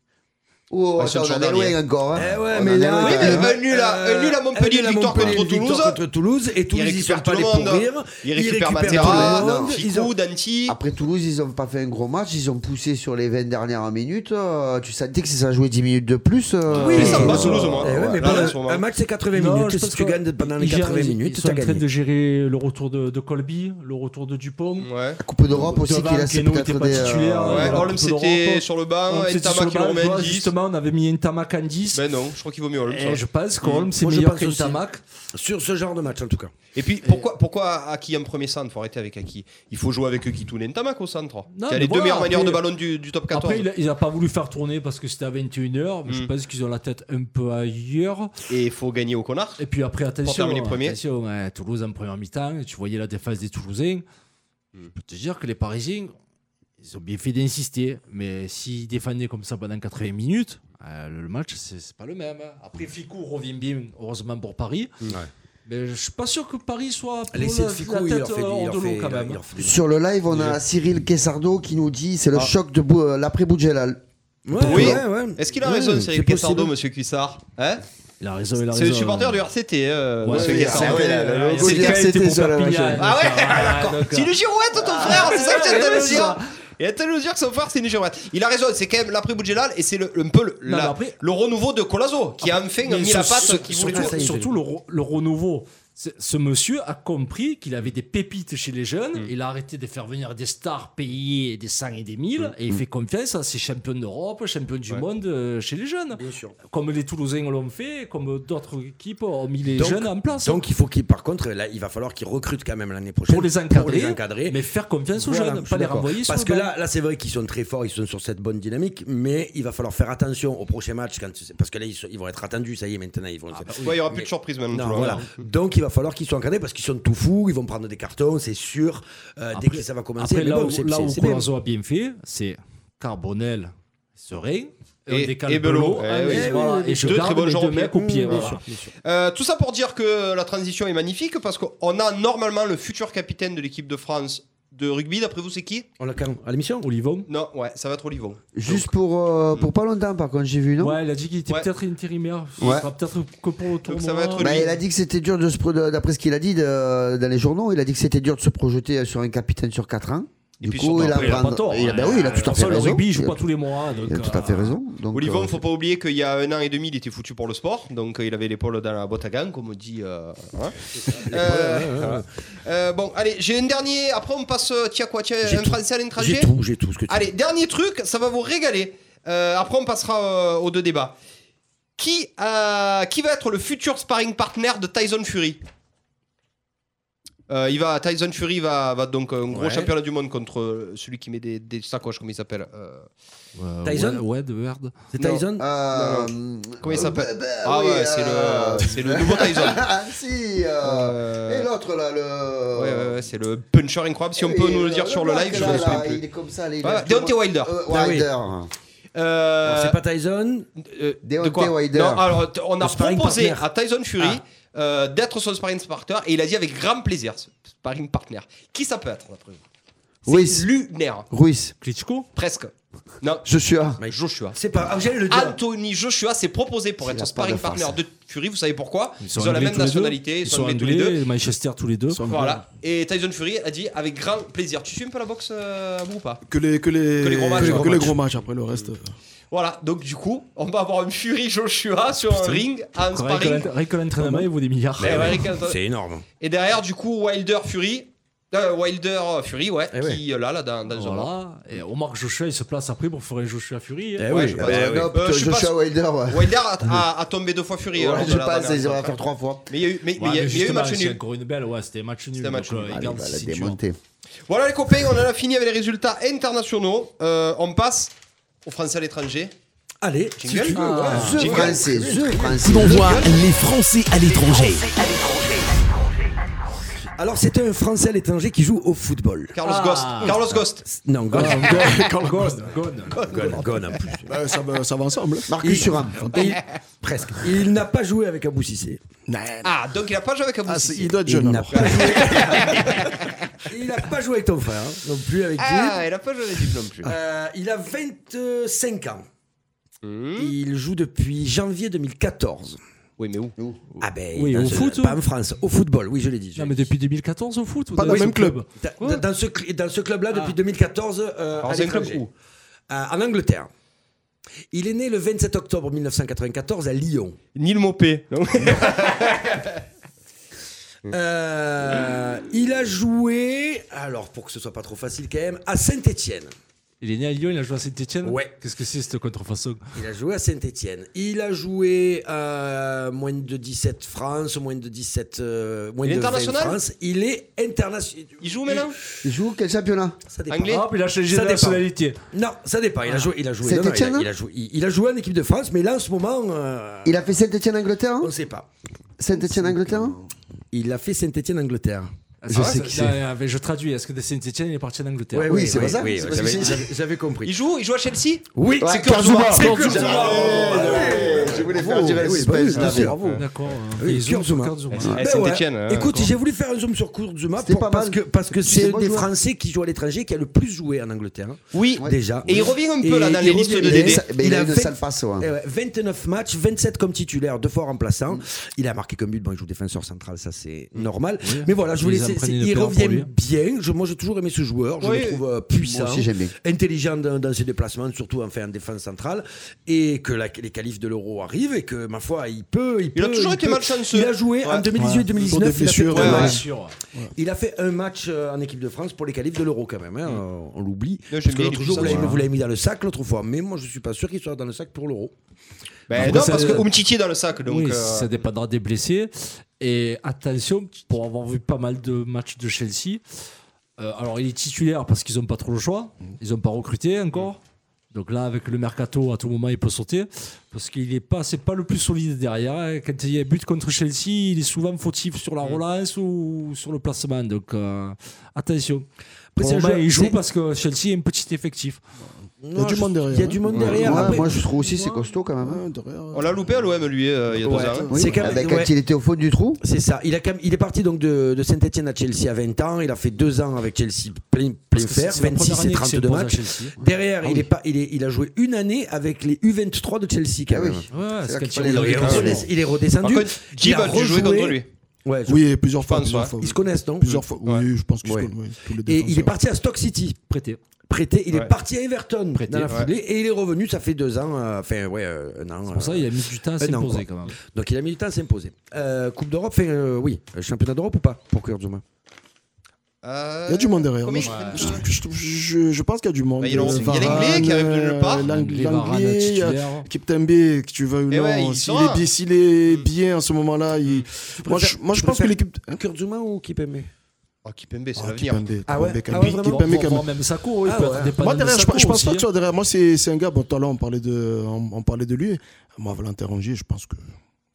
F: oh,
E: Ouais, sur
F: attends,
E: le
F: on en est
E: dernier.
F: loin encore. hein.
D: Eh ouais,
F: On en
D: mais
F: est
D: là,
F: loin.
E: Oui, mais
D: euh,
E: un nul à- un nul à Montpellier,
D: un nul à
E: victoire contre
D: Montpellier,
E: Toulouse.
D: victoire contre Toulouse, et Toulouse, ils
E: récupèrent
D: sont pas
E: tout le
D: les pour
E: monde.
D: rire.
E: Ils récupèrent
D: tout le
E: Matera,
D: monde. Ils ont-
E: Ficou, Danti.
F: Après Toulouse, ils n'ont pas fait un gros match, ils ont poussé sur les 20 dernières minutes. euh, tu sentais que si ça jouait 10 minutes de plus. euh,
E: Oui, ça me
F: euh,
E: va, Toulouse, moi.
D: Eh ouais, mais
E: Là,
D: bon,
E: là, en ce moment.
D: un match c'est 80
G: Non, je
D: minutes. Si
G: pense
D: tu
G: que-
D: gagnes pendant les
G: ils gèrent-
D: 80
G: ils
D: minutes,
G: sont
D: tu as
G: en train de
D: gagné.
G: gérer le retour de, de Colby, le retour de Dupont.
E: Ouais.
F: La Coupe d'Europe aussi,
G: Devant,
F: qui laisse
G: Keno était
F: peut-être
G: pas
F: des.
G: titulaire,
F: euh,
E: Ouais,
G: voilà,
E: Holm
G: Coupe d'Europe.
E: c'était sur le banc,
G: On
E: et
G: s'est dit sur
E: Tama
G: le
E: qui
G: banc,
E: le
G: tu
E: remet
G: vois,
E: 10.
G: Justement, Eh, on avait mis une Tamac en 10.
E: Ben non, je crois qu'il vaut mieux Holm.
G: et je
E: ça.
G: pense qu'Holm, c'est
D: Moi, je
G: meilleur
D: pense
G: qu'une
D: aussi.
G: Tamac.
D: Sur ce genre de match, en tout cas.
E: Et puis pourquoi, pourquoi Aki en premier centre Faut arrêter avec Aki. Il faut jouer avec Kitoun et Tamac au centre.
G: Non,
E: qui a
G: mais
E: les deux
G: voilà,
E: meilleures manières de
G: après-
E: ballon du, du top 14.
G: Après, il a, il a pas voulu faire tourner parce que c'était à 21h. Je
E: Mm.
G: pense qu'ils ont la tête un peu ailleurs.
E: Et il faut gagner au connard.
G: Et puis après, attention,
E: terminer premier.
G: attention, ouais, Toulouse en première mi-temps, tu voyais la défense des Toulousains.
E: Hmm.
G: Je peux te dire que les Parisiens, ils ont bien fait d'insister, mais s'ils défendaient comme ça pendant 80 minutes, euh, le match, c'est c'est pas le même. hein. Après, Ficou revient bien, heureusement pour Paris. Mais je suis pas sûr que Paris soit pour
D: L'essai de
G: la-
D: Ficou,
G: la
D: il en
G: tête
D: fait des-
G: hors
D: il en
G: de l'eau
D: fait-
G: quand
D: il
G: même. hein.
D: en fait des-
F: Sur le live, on a Cyril Quesardo qui nous dit c'est le choc de Bou- euh, l'après-Boudjelal.
E: Oui.
D: Ouais, ouais.
E: Est-ce qu'il a
D: Ouais,
E: raison,
D: c'est
E: Cyril Quesardo,
D: possible.
E: monsieur Cuissard Hein
G: Il a raison, il a raison.
E: C'est le supporter du RCT, euh,
G: Ouais,
E: monsieur
G: oui,
E: Quesardo.
G: c'est vrai.
D: Ah
E: C'est le
F: c'était sur la chaîne.
E: Ah *laughs* ouais
G: hein. D'accord. Ah,
E: C'est une girouette ton frère, c'est ça que
G: ouais,
E: j'étais à
G: ouais,
E: nous
G: c'est
E: dire
G: ça.
E: Il a tellement dire que son frère c'est une girouette. Il a raison, c'est quand même l'après Boudjelal et c'est le- un peu le, la-
G: Non, mais après-
E: le renouveau de Colazo qui a enfin mis la patte qui voulait
G: surtout,
E: tout.
G: surtout le, re- le renouveau. C'est- Ce monsieur a compris qu'il avait des pépites chez les
E: Mm.
G: jeunes. Il a arrêté de faire venir des stars payées des 100 et des 1000
E: Mm.
G: et il fait confiance à ces champions d'Europe, champions du monde euh, chez les jeunes. Comme les Toulousains l'ont fait, comme d'autres équipes ont mis les
D: Donc-
G: jeunes en place. hein.
D: Donc il faut qu'il, par contre, là, il va falloir qu'il recrute quand même l'année prochaine
G: pour les encadrer,
D: les encadrer.
G: mais faire confiance aux
D: Voilà,
G: jeunes,
D: je
G: pas
D: suis
G: les
D: d'accord.
G: renvoyer sur
D: Parce
G: le
D: que
G: banc.
D: là, là c'est vrai qu'ils sont très forts, ils sont sur cette bonne dynamique, mais il va falloir faire attention au prochain match, quand, parce que là, ils, sont- ils vont être attendus, ça y est, maintenant, ils vont...
E: Ah, bah, Ouais, il y aura plus de hein. surprise maintenant.
D: Non,
E: tu vois.
D: voilà. Donc il va falloir qu'ils soient encadrés parce qu'ils sont tout fous, ils vont prendre des cartons, c'est sûr, euh, dès
G: Après-
D: que ça va commencer.
G: Après,
D: mais
G: là,
D: bon,
G: où,
D: c'est-
G: là
D: c'est-
G: où
D: c'est bien.
G: Colanzo a bien fait, c'est Carbonel, Serein.
E: Et-
G: on décale
E: et Belot.
G: Belot,
E: Eh
G: hein,
E: oui,
G: et
E: oui,
G: voilà,
E: oui, oui.
G: et je
E: Deux très
G: garde
E: bons
G: mes
E: joueurs
G: deux
E: au pied.
G: mecs au pied.
E: Mmh,
G: voilà.
E: bien sûr, Euh, tout ça pour dire que la transition est magnifique parce qu'on a normalement le futur capitaine de l'équipe de France de rugby. D'après vous, c'est qui
D: On l'a quand à l'émission
G: Olivon
E: Non, ouais, ça va être Olivon.
F: Juste pour, euh, pour pas longtemps, par contre, j'ai vu, non
G: Ouais, il a dit qu'il était
E: Ouais.
G: peut-être intérimaire. Ce
F: Ouais.
G: sera peut-être que pour le tournoi.
E: ça va être
F: Bah,
E: lui.
F: il a dit que c'était dur de se pro- de- d'après ce qu'il a dit de- dans les journaux, il a dit que c'était dur de se projeter sur un capitaine sur 4 ans.
E: Et
F: Du
E: puis
F: coup,
E: surtout,
F: il a
G: Après, il a pas
F: prendre-
G: tort. hein.
F: il a- bah oui, il a tout à fait
G: Attention, Le
F: raison.
G: rugby, il joue
F: Il a
G: pas tous les mois. donc,
F: il a tout
G: euh,
F: à fait raison. Donc,
E: Olivon,
F: euh,
E: faut pas oublier qu'il y a un an et demi, il était foutu pour le sport, donc euh, il avait l'épaule dans la boîte à gants, comme on dit. euh, hein. Euh, euh, bon, allez, j'ai un dernier. Après, on passe. euh, Tiens quoi, tiens,
D: J'ai
E: un
D: tout.
E: français, un étranger.
D: J'ai tout, j'ai tout ce que tu
E: Allez, dernier truc, ça va vous régaler. Euh, après, on passera euh, aux deux débats. Qui, euh, qui va être le futur sparring partner de Tyson Fury Euh, il va, Tyson Fury va, va donc euh, un gros
D: Ouais.
E: championnat du monde contre euh, celui qui met des, des sacoches, comme il s'appelle. euh,
G: euh,
D: Tyson
G: ouais, ouais, de Ward.
D: C'est
E: Non.
D: Tyson
F: euh,
E: Comment il
F: euh,
E: s'appelle
F: bah,
E: Ah
F: oui,
E: ouais, c'est
F: euh,
E: le, c'est le nouveau Tyson.
F: *laughs* Ah si euh, euh,
E: Euh,
F: Et l'autre là, le.
E: ouais, ouais, ouais, c'est le puncher incroyable. Si on peut
F: Et
E: nous le
F: le-
E: dire
F: le
E: sur le
F: black,
E: live, je
F: là,
E: ne
F: là,
E: sais
F: Il
E: plus.
F: est comme ça, les
E: Voilà, Deontay Wilder.
F: Euh,
D: Ah oui.
F: Wilder.
E: Euh,
D: Alors, C'est pas Tyson
E: euh,
F: Deontay
E: de quoi
F: Wilder. Ah.
E: Non, alors t- on a
D: Le sparring
E: proposé
D: partner.
E: à Tyson Fury euh, d'être son sparring partner et il a dit avec grand plaisir ce sparring partner. Qui ça peut être d'après vous C'est
F: Ruiz.
E: lunaire,
F: Ruiz.
G: Klitschko
E: presque. Non,
F: Je suis à.
E: Joshua.
D: C'est pas. Ah, j'allais le dire.
E: Anthony Joshua s'est proposé pour être
F: la
E: sparring
F: part de
E: partner
F: farce.
E: de Fury. Vous savez pourquoi Ils,
G: sont
E: ont la
G: anglais
E: même
G: tous les deux.
E: nationalité,
G: Ils sont
E: anglais tous les deux.
G: anglais, Manchester tous les deux.
E: Voilà. Et Tyson Fury a dit avec grand plaisir. Tu suis un peu la boxe, euh, Abou, ou pas
H: Que les, que les,
E: Que les gros matchs, hein.
H: que
E: gros
H: les
E: matchs.
H: gros matchs, après le reste.
E: Voilà, donc du coup, on va avoir une Fury Joshua sur un ring, un
G: Rien que
E: sparring.
G: l'ent- rien que l'entraînement, il vaut des milliards.
E: Eh ouais, Rick,
D: C'est énorme.
E: Et derrière, du coup, Wilder Fury. Euh, Wilder euh, Fury, ouais,
D: Eh ouais.
E: qui euh, là, là, dans, dans le genre.
G: Voilà. Et on marque Joshua, il se place après pour faire un Joshua Fury. hein.
D: Eh
E: Ouais,
D: oui,
E: je
D: bah,
E: pense. euh,
D: eh oui.
F: Non, putain,
E: je suis
F: je
E: pas
F: suis à
E: sûr.
F: Wilder, ouais.
E: Wilder a, a- a tombé deux fois Fury. euh, lors
F: Ouais,
E: de
F: Je
E: la
F: passe,
E: dernière
F: ils vont
E: fois.
F: la faire trois fois.
E: Mais il y a eu, mais, mais il
G: Ouais,
E: y a- il y a
G: mais
E: eu
G: justement,
E: match
G: c'est
E: nul.
G: encore une belle, ouais, c'était match nul.
E: C'était
G: donc,
E: match nul.
G: euh,
E: Allez,
F: Allez,
G: regarde
F: bah,
G: si
F: la
G: tu-
F: démonter.
E: Voilà les copains, on en a fini avec les résultats internationaux. Euh, on passe aux Français à l'étranger.
D: Allez,
E: Jingle Ah.
D: si tu veux, ouais.
F: The Français, The Français.
A: Coup d'envoi, les Français à l'étranger.
D: Alors, c'était un Français à l'étranger qui joue au football.
E: Carlos
G: Ah.
E: Ghost. Carlos Ghost.
D: Non, Gone.
G: *laughs* Gone, gone.
D: Gone, Gone, en plus.
H: Bah, ça, va, ça va ensemble.
D: Il-
F: Marcus Thuram.
E: *laughs*
D: il- Presque. Il n'a pas joué avec Abou Sissé.
E: Ah, donc il a pas joué avec Abou
H: Ah, c'est-
E: Sissi.
H: il doit être
D: Il
H: jeune.
D: n'a
H: alors.
D: pas joué. il n'a pas joué avec ton frère, hein, non plus avec lui.
E: Ah, il a pas joué avec lui non
D: *laughs*
E: plus.
D: Euh, il a 25 ans. Il joue depuis janvier 2014.
E: Mmh. Oui, mais où
D: Ah ben,
G: Oui,
D: dans
G: au
D: ce-
G: foot,
D: pas
G: ou-
D: en France, au football, oui, je l'ai dit. je
G: Non,
D: l'ai
G: Ah, mais
D: dit.
G: depuis 2014 au foot ou
H: Pas dans le
G: ce
H: même club.
D: Da- da- dans ce, cl- dans ce
G: Ah.
D: club-là, depuis 2014, euh,
E: Alors,
D: à
E: c'est un club
D: l'étranger.
E: où
D: Euh, En Angleterre. Il est né le 27 octobre 1994 à Lyon.
E: Nil Mopé. Non.
D: Euh, il a joué, alors pour que ce soit pas trop facile quand même, à Saint-Étienne.
G: Il est né à Lyon, il a joué à Saint-Etienne
D: Ouais.
G: Qu'est-ce que c'est cette contrefaçon
D: Il a joué à Saint-Étienne. Il a joué euh, moins de 17 France, moins de 17 euh, moins
E: Il est
D: de 20
E: international
D: France. Il est international.
E: Il joue maintenant
F: Il joue quel championnat
D: Ça dépend.
E: Anglais Ah.
G: Hop, Ah, il a changé
D: Ça
G: de
D: dépend.
G: nationalité.
D: Non, ça dépend. Il a joué, il a joué. non, non, il,
F: Saint-Étienne,
D: a, il a joué il- il a joué en équipe de France, mais là en ce moment, euh,
F: Il a fait Saint-Etienne-Angleterre
D: on ne sait pas.
F: Saint-Etienne-Angleterre
D: Il a fait Saint-Étienne Angleterre.
F: Je sais qui Ah, c'est.
G: Avec- euh, Je traduis. Est-ce que Saint-Etienne il est parti d'Angleterre
D: Ouais,
F: Oui, c'est pas ça.
I: oui,
F: C'est
I: oui,
F: pas ça que
I: j'avais-
F: j'ai dit.
D: J'avais- J'avais compris.
E: Il joue, il joue à Chelsea euh,
D: Oui,
F: Ouais,
D: c'est
F: Kurzawa.
D: Kurzawa. C'est
F: Kurzawa.
D: Kurzawa.
F: Ouais, Je voulais faire du
D: Bravo,
F: respect.
D: oui,
F: je l'avais.
D: bien sûr.
G: D'accord. euh,
D: Oui,
G: et Zoom,
D: Kurzuma.
G: Kurzuma.
E: Eh,
D: Ben
E: Saint-Étienne,
D: ouais.
E: euh,
D: Écoute, j'ai voulu faire un zoom sur Kurzuma
F: C'était
D: pour-
F: pas
D: parce
F: mal.
D: que parce que
F: C'est
D: c'est
F: bon
D: un des
F: joueur.
D: Français qui joue à l'étranger qui a le plus joué en Angleterre.
E: Oui.
F: Ouais.
D: Déjà.
E: Et il revient un peu
D: Et
E: là dans
D: il
E: les listes
D: revient.
E: de
D: Il est
E: Dédé.
D: sa-
F: Mais il
D: Il
F: a
D: a
F: une
D: fait-
F: sale passe. ouais.
D: Eh ouais, 29 matchs, 27 comme titulaire, deux fois remplaçant. Il a marqué comme but. Bon, il joue défenseur central, ça c'est normal. Mais voilà, je
G: Ils
D: voulais.
G: en
D: c'est- c'est-
G: prenaient des
D: Il
G: pleurs pour
D: revient
G: lui.
D: bien. Je- moi, j'ai toujours aimé ce joueur. Je
E: Oui.
D: le trouve euh, puissant,
F: Moi aussi, j'aime bien.
D: intelligent dans, dans ses déplacements, surtout en fait en défense centrale, et que la- les qualifs de l'Euro arrivent et que ma foi, il peut. Il,
E: Il a
D: peut-
E: toujours été
D: peut.
E: malchanceux.
D: Il a joué en
E: Ouais.
D: 2018-2019.
H: Pour des blessures,
D: il, a fait un
E: ouais, ouais.
D: match.
G: Sûr.
D: Il a fait un match euh, en équipe de France pour les qualifs de l'Euro quand même. hein, euh, On l'oublie.
E: Ouais, j'aime
D: Parce que
E: bien,
D: l'autre
E: il est
D: jour, vous
E: puissant,
D: l'avez
E: ouais.
D: vous l'avez mis dans le sac l'autre fois. Mais moi, je suis pas sûr qu'il soit dans le sac pour l'Euro.
E: Ben
H: Bah,
E: non,
G: Après, ça-
E: parce que Umtiti est dans le sac. Donc,
G: oui,
E: euh,
G: ça dépendra des blessés. Et attention, pour avoir vu pas mal de matchs de Chelsea, euh, alors il est titulaire parce qu'ils n'ont pas trop le choix.
E: Mhm.
G: Ils n'ont pas recruté encore. Donc là, avec le mercato, à tout moment, il peut sauter. Parce qu'il n'est pas, c'est pas le plus solide derrière. hein. Quand il y a but contre Chelsea, il est souvent fautif sur
E: Mhm.
G: la relance ou sur le placement. Donc euh, attention. Pour
D: c'est
G: le
D: un
G: moment,
D: jeu-
G: il joue
D: c'est-
G: parce que Chelsea a un petit effectif.
D: Il
H: y a du monde derrière,
D: Il y a
H: hein.
D: du monde
F: Ouais,
D: derrière.
F: moi-
D: Après,
F: Moi, je trouve aussi c'est costaud quand même. hein.
H: Ouais, derrière,
E: on l'a loupé à l'OM, lui, euh, il y a deux
D: Ouais.
E: ans.
D: C'est quand même-
F: Eh ben, Quand
D: ouais.
F: il était au fond du trou,
D: C'est ça. Il, a quand même- il est parti donc de, de Saint-Etienne à Chelsea à 20 ans. Il a fait deux ans avec Chelsea plein, plein
G: Parce que c'est-
D: fer,
G: c'est la
D: 26 et
G: première année qu'il
D: 32
G: s'impose à
D: matchs.
G: Chelsea.
D: Derrière, il, est pas, il, est, il a joué une année avec les U23 de Chelsea quand
F: Ah
D: même.
F: oui.
G: Ouais, parce
F: là qu'il
G: qu'elle tire
F: fallait
G: au
F: le
D: Il, est
G: but,
F: regarder.
G: hein.
D: redescendu- il est
E: Par
D: redescendu.
E: contre, Jib
D: il
E: a
D: a
E: dû jouer contre
D: rejoué.
E: lui.
D: Ouais, je-
H: Oui, et plusieurs fois.
E: pense,
H: Plusieurs
E: ouais.
H: fois,
D: Ils se connaissent, non
H: Plusieurs fois. Oui, je pense qu'ils
D: Ouais.
H: se connaissent. tous les
D: Et il est
H: défenseurs.
D: parti à Stock City.
G: Prêté.
D: prêté. Il
E: Ouais.
D: est parti à Everton
G: Prêté,
D: dans la foulée, et il est revenu. Ça fait deux ans, euh, enfin ouais, euh, un an.
G: C'est pour ça
D: euh,
G: il a mis du temps à
D: Euh, non,
G: s'imposer
D: quoi.
G: quand même.
D: Donc il a mis du temps à s'imposer. Euh, coupe d'Europe, fait, euh, oui, Euh, championnat d'Europe ou pas pour Kurzuma
H: Il y a du monde derrière. hein.
E: Combien
H: moi,
E: il
H: je,
E: prend
H: euh, je- je- je- je pense qu'il y a du monde.
E: Bah, il y a
H: Euh,
E: l'Anglais, il y a l'Anglais qui arrive de nulle part.
H: euh,
G: Les
H: L'Ang-
G: Varane,
H: L'anglais, il y a
G: titulaire.
H: Kiptembe, que tu veux ou
E: Eh
H: non.
E: ouais, il Mm.
H: S'il
E: sera.
H: est, bien- s'il est bien en ce moment-là, il- moi, je, moi, je
D: tu
H: pense que
D: préfères-
H: l'équipe. Hein
D: Kurzuma ou Kipembe
E: Oh, Kipembe, c'est
H: Ah,
E: l'avenir.
H: Kipembe,
D: Ah ouais,
H: Kipembe,
D: ah ouais,
H: Kipembe,
D: vraiment
H: Kipembe,
G: Pour
H: Kipembe.
G: voir même Sako, il
D: Ah
G: peut
D: ouais.
G: être dépendant
H: Moi,
G: de
H: derrière, je,
G: Sako
H: je pense pas
G: aussi,
H: que tu vois, derrière moi, c'est c'est un gars. Bon, toi, là, on parlait de, on, on parlait de lui. Moi, Valentin Rongier, je pense que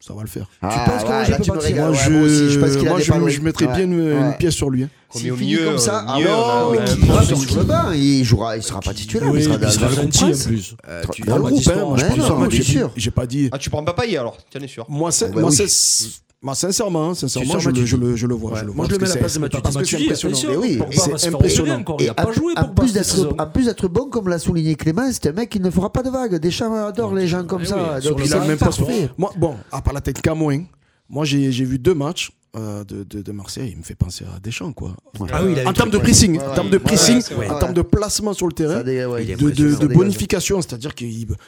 H: ça va le faire.
F: Ah,
D: penses que
F: ouais,
D: Roger
F: là,
D: peut
F: tu me
D: partir
F: régales,
H: moi,
F: ouais,
H: je,
F: moi aussi, je pense qu'il a
H: moi,
F: des
H: je-
F: ballons.
H: je mettrais
F: Ouais.
H: bien une, une
F: Ouais.
H: pièce sur lui. hein.
E: Comme
F: S'il
E: au
F: finit
E: milieu, euh,
F: comme
E: au
F: ça,
E: euh,
F: ah
E: milieu,
F: non,
E: là,
F: mais
E: là,
F: qui
E: là,
F: va
E: sur
F: sur
E: qui
F: le banc Il jouera, il sera pas titulaire, mais il sera
G: puis
F: dans
G: il sera
F: dans le
G: gentil
F: groupe
G: en plus.
F: Tu
H: Dans
F: dans
H: le
F: le
H: groupe,
F: groupe,
H: hein, moi, je
F: ouais,
H: pense
F: non,
H: que moi,
F: mais
H: j'ai-
F: c'est sûr.
H: J'ai pas dit.
E: Ah, tu prends Papaye alors, tiens, est sûr.
H: Moi, c'est-
F: bah
H: moi,
F: oui.
H: c'est- moi, sincèrement, hein, sincèrement,
D: Sûrement,
H: je, le,
D: tu
H: je, le, je le vois.
D: Ouais.
H: je le vois
D: Moi, je le
H: parce
D: mets à la
H: que
D: place de
H: c'est-
D: Mathieu
H: parce que c'est
G: Mathieu, attention.
H: impressionnant.
F: Mais oui,
G: Pogba
H: c'est
G: va se faire
H: impressionnant.
G: opérer encore, Il
F: Et
G: a pas
F: en-
G: joué
F: en
G: pour
F: plus d'être
G: saison.
F: en plus d'être bon, comme l'a souligné Clément, c'est un mec qui ne fera pas de vagues. Deschamps adore les gens comme
G: Eh
F: ça.
G: oui,
F: donc
G: sur le
F: il
H: Il a
F: est
H: même pas
F: parfait.
H: Moi, bon, à part la tête Camoin, moi j'ai j'ai vu deux matchs euh, de, de, de Marseille. Il me fait penser à Deschamps, quoi.
D: Ah oui, il
H: En
D: avait-
H: termes de pressing, en termes de
F: ouais,
H: pressing,
E: c'est
F: vrai.
H: en termes de placement sur le terrain,
F: Ça dé- ouais, il est
H: de, de,
F: impressionnant.
H: de bonification, c'est-à-dire que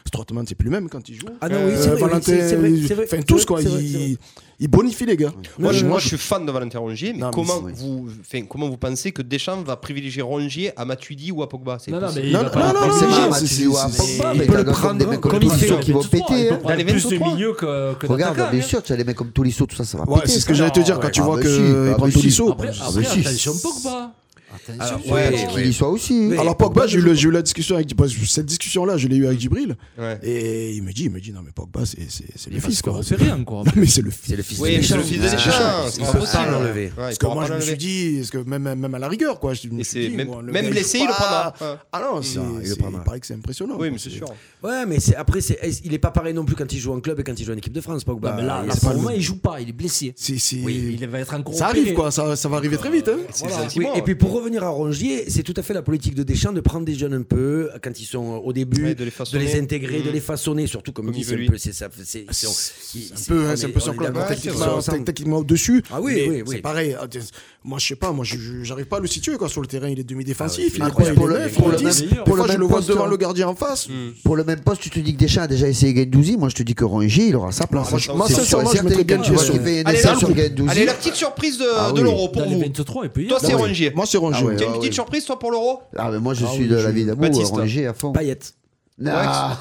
H: Strottmann, c'est plus le même quand il joue.
D: Ah non, oui, c'est
H: Euh,
D: vrai, oui,
H: Valentin,
D: c'est- c'est vrai,
H: il-
D: c'est vrai,
H: enfin
D: c'est
H: tous
D: vrai,
H: quoi,
D: c'est vrai, c'est vrai.
H: il, il bonifie les gars.
E: Moi, je,
H: moi,
E: moi, je suis fan de Valentin Rongier, mais,
H: Non, mais
E: comment,
H: c'est vrai.
E: vous, enfin, comment vous pensez que Deschamps va privilégier Rongier à Matuidi ou à Pogba C'est
G: Non, non,
E: possible.
G: mais il
H: Non,
G: va
H: non,
G: pas-
H: non, non,
F: C'est
H: non,
F: pas
H: c'est-
F: Mathieu ou un
H: c'est-
F: Pogba,
D: c'est-
F: mais
D: il peut
F: t'as comme
D: le
F: des
D: prendre
F: mecs comme
D: comme il
F: Tolisso
D: fait.
F: qui vont péter. hein.
E: Dans les
G: plus de
E: 23.
G: milieu que, que
F: Regarde,
G: d'attaquant,
F: bien
G: euh, hein.
F: sûr, tu as les mecs comme Tolisso, tout ça, ça va
H: Ouais,
F: péter.
H: c'est ce
F: ça.
H: que j'allais te dire quand tu
F: Ah,
H: vois
F: bah
H: que
F: si,
H: il
F: bah
H: prend
F: si.
H: Tolisso.
G: Après,
F: Ah,
G: après,
F: mais si.
G: attention Pogba. Attention.
D: Ah, ouais,
F: Et Qu'il y soit aussi.
D: Mais-
H: Alors Pogba, j'ai eu, la- j'ai eu la discussion avec parce que cette discussion là, je l'ai eu avec Djibril
E: Ouais.
H: et il me dit il me dit non mais Pogba c'est c'est c'est le
G: Il va
H: fils
G: se faire
H: quoi.
G: opérer encore.
H: *laughs* Non mais c'est le fils.
D: C'est le fils
E: Oui,
D: de
E: mais c'est
D: Deschamps.
E: le fils de Deschamps. C'est
D: Il
E: pas
D: peut pas
E: possible.
D: l'enlever.
E: Ouais, il
H: Parce que
E: pourra
H: moi
E: pas
H: je me
E: l'enlever.
H: suis dit est-ce que même même à la rigueur quoi, je me
E: Et
H: suis
E: c'est
H: dit,
E: même,
H: bon, le
E: même
H: gars,
E: blessé, il le prendra. Hmm,
H: pas-
E: Ouais.
H: Ah non, c'est
D: il le
H: c'est-
D: prendra.
H: il paraît que Oh, c'est impressionnant.
E: Oui,
H: quoi,
E: mais c'est sûr.
D: Ouais, mais c'est- après, c'est- il est pas pareil non plus quand il joue en club et quand il joue en équipe de France, Pogba.
G: Non, mais là,
D: Ah, Il
G: là,
D: est
G: pour
D: pas
G: le
D: le-
G: moment, il joue pas. Il est blessé.
H: C'est c'est
G: Oui, il va être encore
H: ça
G: opéré.
H: arrive quoi, ça, ça va arriver très vite. Hein.
E: C'est le
D: Voilà.
E: sentiment,
D: Oui,
E: ouais.
D: et puis pour revenir à Rongier, c'est tout à fait la politique de Deschamps de prendre des jeunes un peu euh, quand ils sont euh, au début,
E: Ouais, de
D: de,
E: les
D: les
E: façonner.
D: intégrer,
E: Mhm.
D: de les façonner, surtout comme,
E: Comme
D: il
E: il veut,
D: dit, c'est un
E: lui.
D: peu, c'est ça, c'est ils sont- ils-
H: C'est un peu, hein, c'est un peu
D: on est- on
H: sur
D: est
H: club,
D: d'accord,
E: ouais, c'est vrai.
D: techniquement,
H: techniquement,
D: ensemble.
H: techniquement au-dessus.
D: Ah oui,
H: mais
D: oui, oui.
H: C'est pareil. Ah, t'es- Moi, je sais pas, moi, je- je- j'arrive pas à le situer quoi sur le terrain. Il est demi-défensif. il est
F: Ah,
H: quoi,
F: pour
H: il
F: le-
H: est neuf,
F: pour
H: il est
F: le même-
H: dix.
F: pour
H: Des
F: le
H: fois, je
F: même
H: le vois
F: poste,
H: devant
F: hein.
H: le gardien en face.
F: Pour le même poste, tu te dis que Deschamps a déjà essayé Gendouzi. Moi, je te dis que Rongier, il aura sa place.
H: Ah, moi, je- moi, sincèrement, je
F: certain,
H: mettrais
F: quand
H: bien
F: tu vois
H: sûr.
F: qu'il fait un
E: Allez,
F: essai
E: là,
F: sur Gendouzi.
E: Allez, la petite surprise de,
F: Ah
E: de
F: oui.
E: l'euro pour
G: Dans les hein.
E: vous.
G: 23, il peut y
E: Toi, c'est
F: oui.
E: Rongier.
H: Moi, c'est Rongier.
F: Ah ouais.
E: T'as une petite surprise, toi, pour l'euro
F: Ah, mais moi, je
H: Ah
F: suis
H: oui,
F: de
H: je-
F: la vie d'amour.
E: Baptiste. Ah
F: Rongier à fond.
D: Paillette.
F: Non.
E: Ouais, Bah,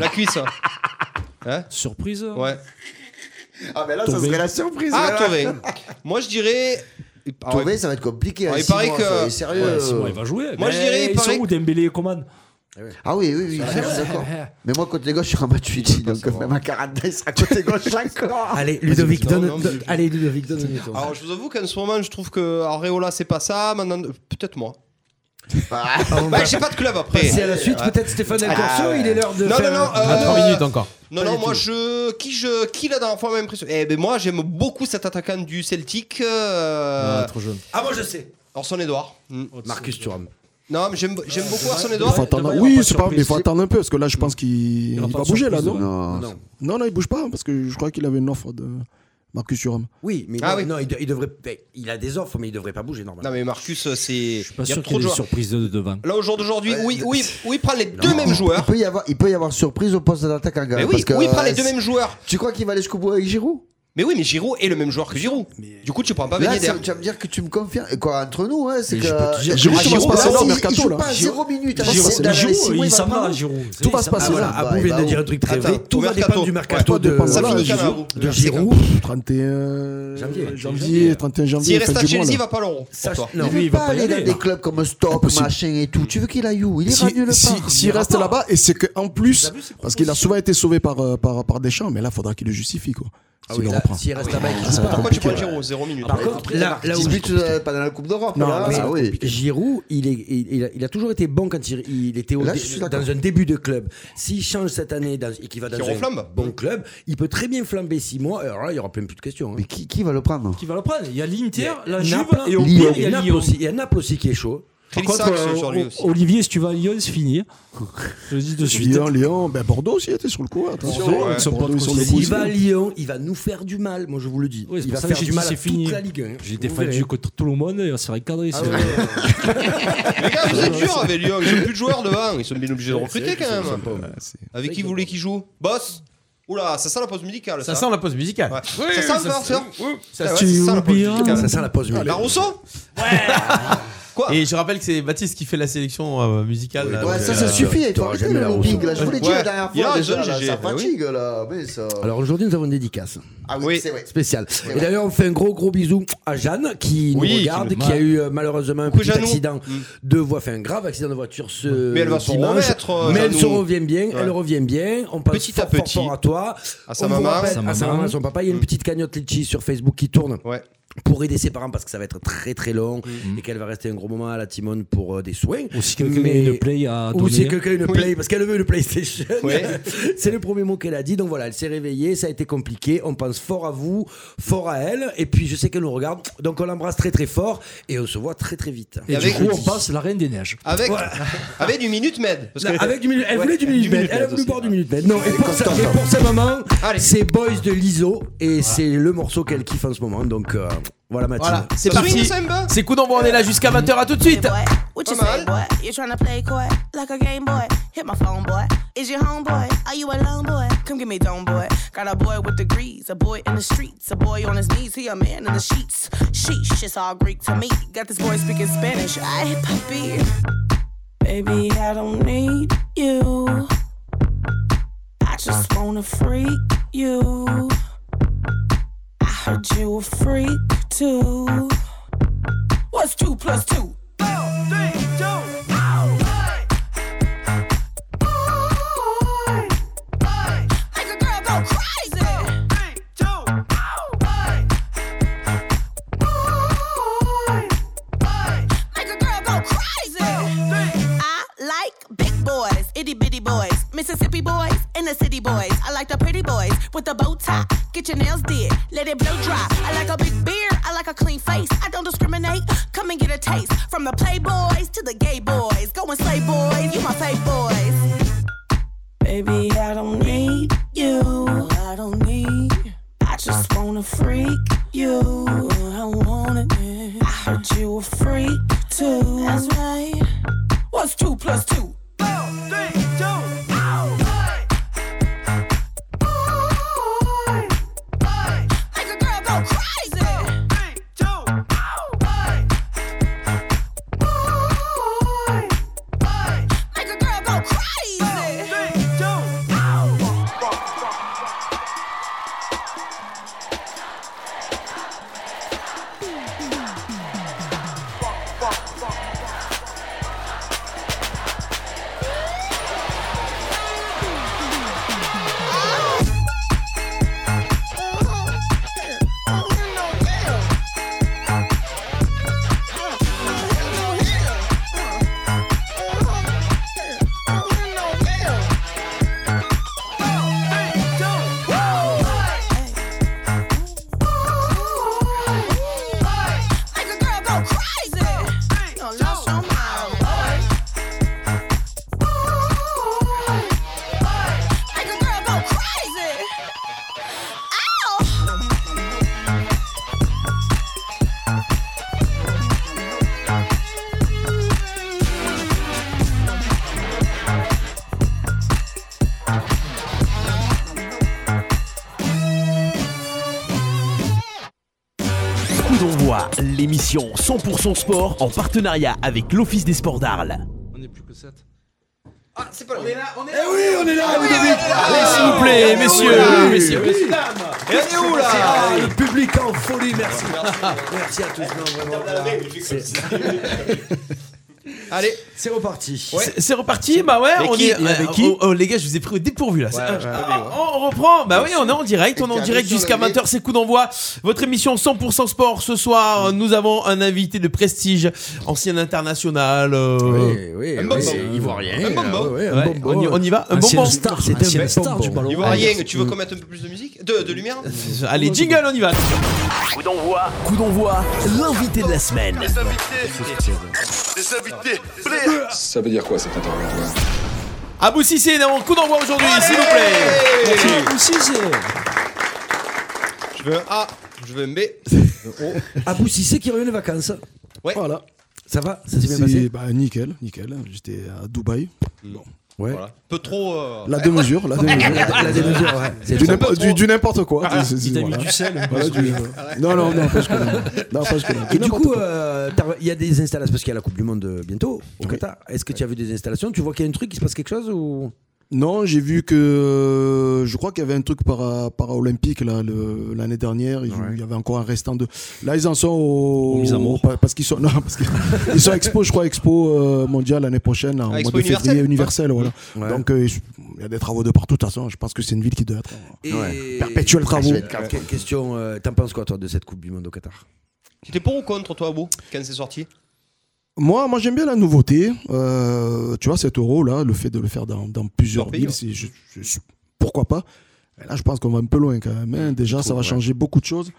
E: La cuisse. Hein
G: Surprise.
E: Ouais.
F: Ah, mais là, ça
G: Tobé.
F: serait la surprise.
E: Ah,
F: là.
E: Tové. Moi, je dirais. Ah, ouais.
F: Tobé, ça va être compliqué.
E: Ah,
F: hein,
E: il
F: six
E: paraît
F: mois,
E: que-
F: soyez
G: Ouais,
F: Sérieux.
G: Simon, il va jouer.
E: Moi, je
G: Mais
E: dirais, il
G: Ils
E: paraît
G: sont où Dembélé et Coman
F: Ah oui, oui, oui, j'aime, d'accord. Mais moi, côté gauche, je suis en match 8, donc même à 40, il sera côté gauche
E: *laughs*
F: encore.
D: Allez, Ludovic,
E: vas-y.
D: donne,
E: Non, non,
D: donne-
E: mais-
D: allez, Ludovic, donne une tour.
E: ah, Alors, je vous avoue qu'en ce moment, je trouve que Areola, c'est pas ça. Mandanda- Peut-être moi. *laughs*
F: Ah,
D: On va
E: Bah, j'ai pas de club après.
D: passer à la suite, peut-être Stéphane El Corso, il est l'heure de.
E: Non,
D: faire-
E: non, non,
C: À
E: euh,
C: 3 minutes encore.
E: Non,
D: Pas
E: non,
D: du
E: moi,
D: tout.
E: je. Qui, je... Qui la dernière fois m'a impressionné Eh ben, moi, j'aime beaucoup cet attaquant du Celtic. euh,
G: Ah, trop jeune.
D: Ah, moi je sais.
E: Orson Edouard. Mm.
D: Marcus Thuram.
E: Non, mais j'aime j'aime beaucoup Orson
H: Il
E: Edouard.
H: faut attendre.
G: il y aura
H: Oui,
G: pas de
H: c'est pas, mais il faut
G: surprise.
H: attendre un peu parce que là, je pense qu'il
G: y aura
H: il
G: pas
H: va
G: de
H: bouger là,
G: surprise,
H: non
F: non,
D: Non.
H: Non, non, il bouge pas hein, parce que je crois qu'il avait une offre de Marcus Thuram.
D: Oui, mais
E: Ah
D: non,
E: oui.
D: non, il, de- il devrait. ben, Il a des offres, mais il devrait pas bouger normalement.
E: Non, mais Marcus, euh, c'est.
G: Je suis pas
E: il y a
G: sûr
E: trop de
G: qu'il y ait des
E: joueurs.
G: surprises de de devant.
E: Là, au jour d'aujourd'hui, oui, oui, oui, il prend les deux
F: non.
E: mêmes joueurs.
F: Il peut y avoir, il peut y avoir surprise au poste d'attaque en
E: Mais
F: gars.
E: oui,
F: parce que,
E: oui, il prend les
F: euh,
E: deux mêmes joueurs.
F: Tu crois qu'il va aller jusqu'au bout avec Giroud
E: Mais oui, mais Giroud est le même joueur que Giroud. Du coup, tu prends pas
F: Là,
E: Beneder.
F: ça- tu vas me dire que tu me confirmes. Et Quoi, entre nous, hein, c'est
G: Mais
F: que.
G: je peux te dire-
E: Giroud,
H: Giroud, ça va se passer
E: là,
H: au
E: il-
H: mercato là.
F: pas 0 minutes.
G: Giroud, c'est- Giroud, il s'en va, Giroud.
H: Tout va se
D: Ah,
H: passer
D: voilà,
H: là.
F: Bah,
D: Abou vient
F: bah,
D: de dire un truc très
E: Attends,
D: vrai. Tout
E: au
D: va
E: mercato.
D: dépendre du mercato
H: Ouais,
D: de,
H: tout
E: Ça
H: Voilà,
E: finit
H: Giroud.
E: qu'à Giroud.
D: de
E: C'est
D: Giroud.
E: quand-
D: Janvier.
H: 31 janvier, 31
E: S'il
H: janvier. fin
E: reste à
H: du hein. mois,
E: Chelsea, il
H: là.
E: va pas à l'euro.
D: Ça,
E: pour toi.
D: non.
F: il veut
G: lui, il va
F: pas
G: pas y
F: aller dans
G: aller,
F: des
G: là.
F: clubs comme Stop,
H: Impossible.
F: machin et tout. Tu veux qu'il aille où Il ira
H: Si-
F: nulle
H: si-
F: part.
H: S'il reste là-bas, et c'est qu'en plus, parce qu'il a souvent été sauvé par, euh, par, par Deschamps, mais là, faudra qu'il le justifie, quoi.
D: Ah
H: S'il
D: oui,
H: le
D: là,
H: reprend.
D: s'il
G: Ah
D: reste là-bas, il joue
H: ça va
D: pas.
H: être
E: Pourquoi tu prends
H: compliqué,
E: Giroud 0 minutes
D: Par contre, là, là où
F: 18, euh, pas dans la Coupe d'Europe.
H: Non,
F: là,
H: mais-
F: ah oui.
D: Giroud, il, est, il, il a, il a toujours été bon quand il, il était au
F: Là,
D: dé-
F: je suis d'accord.
D: dans un début de club. S'il change cette année dans- et qu'il va dans
E: Qu'il
D: un
E: reflambe.
D: bon club, il peut très bien flamber six mois. Alors là, il y aura plein plus de questions. hein.
F: Mais qui, qui va le prendre
G: Qui va le prendre Il y a l'Inter, la Juve,
D: Naples,
G: et au
D: Lyon.
G: pire, il y a
D: Naples
G: Lyon.
D: aussi. Il y a Naples aussi qui est chaud.
G: Par
E: Trélissac,
G: contre,
E: c'est
G: euh,
E: sur lui aussi.
G: Olivier, si tu vas à Lyon, c'est fini. Je le dis de suite.
H: Lyon, Lyon, ben Bordeaux aussi était sur le coup. hein, Attention,
E: Bordeaux, ouais.
H: ils sont Bordeaux, ils sont le coup.
D: S'il va à Lyon, il va nous faire du mal. Moi, je vous le dis.
G: Oui, c'est
D: il
G: pour
D: va
G: ça que
D: faire
G: j'ai
D: du
G: dit,
D: mal à
G: c'est fini.
D: toute la Ligue. hein.
G: J'ai
D: Vous verrez.
G: défendu contre tout le monde et on s'est recadré. c'est- *laughs*
E: Les gars, vous êtes durs avec Lyon. Ils ont plus de joueurs devant. Ils sont bien obligés de recruter quand même. Avec qui vous voulez qu'ils jouent Boss Oula, ça sent la pause musicale. Ça,
C: Ça sent la pause musicale.
E: Ouais. Ça sent le
C: ça-
E: danseur
C: ça-
E: Ah ouais,
C: tu-
E: ça sent la pause
G: oublies,
E: musicale.
D: Ça sent la
F: Ah,
D: pause.
E: La
D: musicale.
E: Rousseau
C: Et je rappelle que c'est Baptiste qui fait la sélection euh, musicale. là,
F: Ouais,
C: donc,
F: ça,
C: euh,
F: ça suffit. Il faut
D: t'auras
F: arrêter
D: jamais
F: le
D: la
F: lobbying.
D: Rousseau.
F: Là, je vous l'ai dit
E: Ouais.
F: la dernière
E: Il y a
F: fois.
E: un
F: déjà,
E: jeune
F: là,
E: GG,
F: Ça
E: mais oui.
F: fatigue, là. mais ça-
D: Alors aujourd'hui, nous avons une dédicace.
F: Ah
E: Oui.
F: oui, c'est vrai.
D: spécial. Et d'ailleurs, on fait un gros gros bisou à Jeanne qui nous
E: Oui, qui
D: regarde, qui,
E: nous-
D: a eu euh, malheureusement un
E: Coucou,
D: petit
E: Jeannot.
D: accident
E: Mm.
D: de voie, enfin un grave accident de voiture ce
E: Mais elle va s'en
D: dimanche.
E: remettre, euh,
D: mais elle
E: Jeannot.
D: se revient bien, elle
E: Ouais.
D: revient bien. On pense
E: Petit
D: fort,
E: à petit.
D: fort, fort à toi,
E: À sa
D: On vous
E: maman. Mm.
D: rappelle,
G: Sa
D: à sa
G: maman.
D: maman, son papa. Il y a une petite cagnotte litchi sur Facebook qui tourne
E: Ouais. Mm.
D: pour aider ses parents parce que ça va être très très long et qu'elle va rester un gros moment à la Timone pour euh, des soins.
G: Ou si quelqu'un a hein. une play à
D: Ou si
G: donner.
D: quelqu'un a une play, parce qu'elle veut une PlayStation.
E: Ouais.
D: *laughs* c'est le premier mot qu'elle a dit. Donc voilà, elle s'est réveillée, ça a été compliqué. On pense fort à vous, fort à elle. Et puis je sais qu'elle nous regarde. Donc on l'embrasse très très fort et on se voit très très vite.
G: Et Ah, du
E: Avec
G: coup, on
E: Rudy.
G: passe la Reine des Neiges.
E: Avec, *laughs* avec du minute med. Parce que
D: Là, avec du minute, elle voulait du minute
E: minute
D: maid, elle a
E: maid
D: voulu
E: aussi.
D: boire du minute maid. Non, et pour, sa,
C: hein.
D: et pour sa maman,
E: Allez.
D: c'est Boys de l'ISO et c'est le morceau qu'elle kiffe en ce moment. Donc euh, voilà Mathilde.
C: Voilà, c'est
E: Swing,
C: parti.
E: Samba.
C: euh. C'est coup d'envoi, on est là jusqu'à 20h, à tout de suite.
I: boy. What you
E: Come
I: say,
E: on.
I: boy? You tryna play coy like a game boy? Hit my phone, boy. Is your homeboy? Are you a lone boy? Come give me dome, boy. Got a boy with degrees, a boy in the streets, a boy on his knees. He a man in the sheets. Sheesh, it's all Greek to me. Got this boy speaking Spanish. Ay, puppy. Baby, I don't need you. I just wanna freak you. I heard you a freak too. What's two plus two? Make a girl go crazy. Make a girl go crazy. I like big boys, itty bitty boys, Mississippi boys, and the city boys. I like the pretty boys with the bow tie. Get your nails did, let it blow dry. I like a big beard, I like a clean face. I don't discriminate. Come and get a taste from the playboys to the gay boys. Go and slay boys, you my fake boys. Baby, I don't need you. I don't need. I just wanna freak you. I wanna. I heard you a freak too. That's right. What's two plus two? Make a girl go crazy. Make a girl go crazy. go crazy. Don't lost your mind, boy. Ooh, boy. Make a girl go crazy. Ow.
A: Coup d'envoi, l'émission 100% sport en partenariat avec l'Office des sports d'Arles.
G: On n'est plus que 7.
E: Ah, c'est pas le même.
D: Eh oui, on est
C: Ah
D: là, au début.
C: Allez, s'il vous plaît, messieurs, messieurs.
E: Et on est où là
D: Ah, le public en folie, merci. Merci à tous. Non, vraiment, voilà.
E: Allez,
D: C'est reparti.
C: C'est- C'est reparti, bah ouais, on
E: qui
C: est.
E: Avec
C: euh,
E: qui
C: oh, oh, les gars, je vous ai pris au dépourvu là. C'est-
E: ouais,
C: ah,
E: ouais, ouais.
C: on- on reprend, bah oui, on est en direct, on est en
F: Carré
C: direct
F: sur
C: jusqu'à
F: la ligne.
C: 20h, c'est coup d'envoi. Votre émission 100% sport ce soir, nous avons un invité de prestige, ancien international. euh,
D: Oui,
G: Oh.
D: oui,
E: Un bonbon.
D: oui, c'est ivoirien.
E: Un bonbon.
D: Ouais, ouais, un
C: ouais,
D: bonbon.
C: on, y, on y va, un bonbon.
D: star, c'est un
G: ancienne star
D: bonbon.
G: du ballon.
E: il voit rien. Tu veux qu'on mette un peu plus de musique De, de
D: *laughs*
E: lumière Eh,
C: Allez, jingle, on y va.
B: Coup d'envoi.
A: Coup d'envoi, l'invité de la semaine.
B: Les invités. Les invités.
J: Ça veut dire quoi cet interrogatoire
C: Abou Sissé, un coup d'envoi aujourd'hui, s'il vous plaît.
E: eh, Je veux un A, je veux un B.
D: Abou Sissé qui revient de vacances.
H: Voilà.
D: Ça va Ça s'est bien
H: C'est-
D: passé
H: bah, nickel, nickel. J'étais à Dubaï.
D: Ouais. *laughs*
E: Voilà. Un peu trop. euh,
H: La démesure, la démesure.
D: La- la démesure, ouais. C'est
H: Du
D: trop.
H: n'importe- Du du n'importe quoi. C'est- c'est-
G: Il t'a mis
H: voilà.
G: du sel. un peu
H: Voilà,
G: sur
H: du-
G: les-
H: Non, non, non, pas jusque Non, pas jusque-là.
D: Et du
H: N'importe
D: coup,
H: quoi.
D: euh, t'as- il y a des installations, parce qu'il y a la Coupe du Monde euh, bientôt au Qatar. Est-ce que tu as vu des installations Tu vois qu'il y a un truc, il se passe quelque chose ou...
H: Non, j'ai vu que euh, je crois qu'il y avait un truc para, olympique là le- l'année dernière. Ils- Il y avait encore un restant de. Là, ils en sont au.
G: Aux mises à mort.
H: pa- parce qu'ils sont *laughs* non parce qu'ils ils sont expo, je crois expo euh, mondiale l'année prochaine là,
E: Ah,
H: en
E: expo
H: mois de février
E: universelle.
H: universel voilà. Donc euh, il y a des travaux de partout de toute façon. Je pense que c'est une ville qui doit être en
D: Et-
H: perpétuel travaux.
D: Ah Que- question, euh, t'en penses quoi toi de cette Coupe du Monde au Qatar
E: Tu étais pour ou contre toi, Abou, quand c'est sorti
H: Moi, moi j'aime bien la nouveauté. Euh, tu vois, cet euro, là, le fait de le faire dans, dans plusieurs
E: Dans le pays,
H: villes,
E: ouais.
D: hein.
H: c'est, je- je- je- pourquoi pas Mais Là, je pense qu'on va un peu loin quand même. hein. Déjà, ça va changer beaucoup de choses.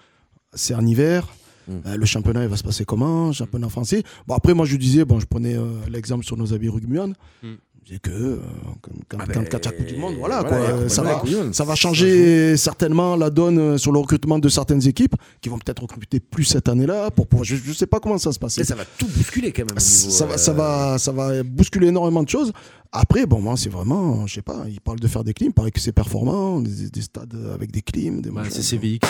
H: C'est en hiver.
D: Mm.
H: Euh, le championnat, il va se passer comment Championnat français. Bon, après, moi, je disais, bon, je prenais euh, l'exemple sur nos amis rugbyans.
D: Mm.
H: C'est que euh, quand, quand, quand il y a la Coupe du Monde, voilà,
D: Ah ben, voilà, il
H: quoi,
D: y a la
H: ça,
D: Coupe du
H: va,
D: Monde.
H: ça va changer certainement la donne euh, sur le recrutement de certaines équipes qui vont peut-être recruter plus cette année-là. Pour, pouvoir- je ne sais pas comment ça se passe
D: Mais ça va tout bousculer quand même. au niveau,
H: ça, va, ça,
D: euh,
H: va, ça va bousculer énormément de choses. Après, bon, moi, c'est vraiment, je sais pas, ils parlent de faire des clims, il paraît que c'est performant, des, des stades avec des clims, des
G: Ouais,
H: machins.
G: c'est CVX.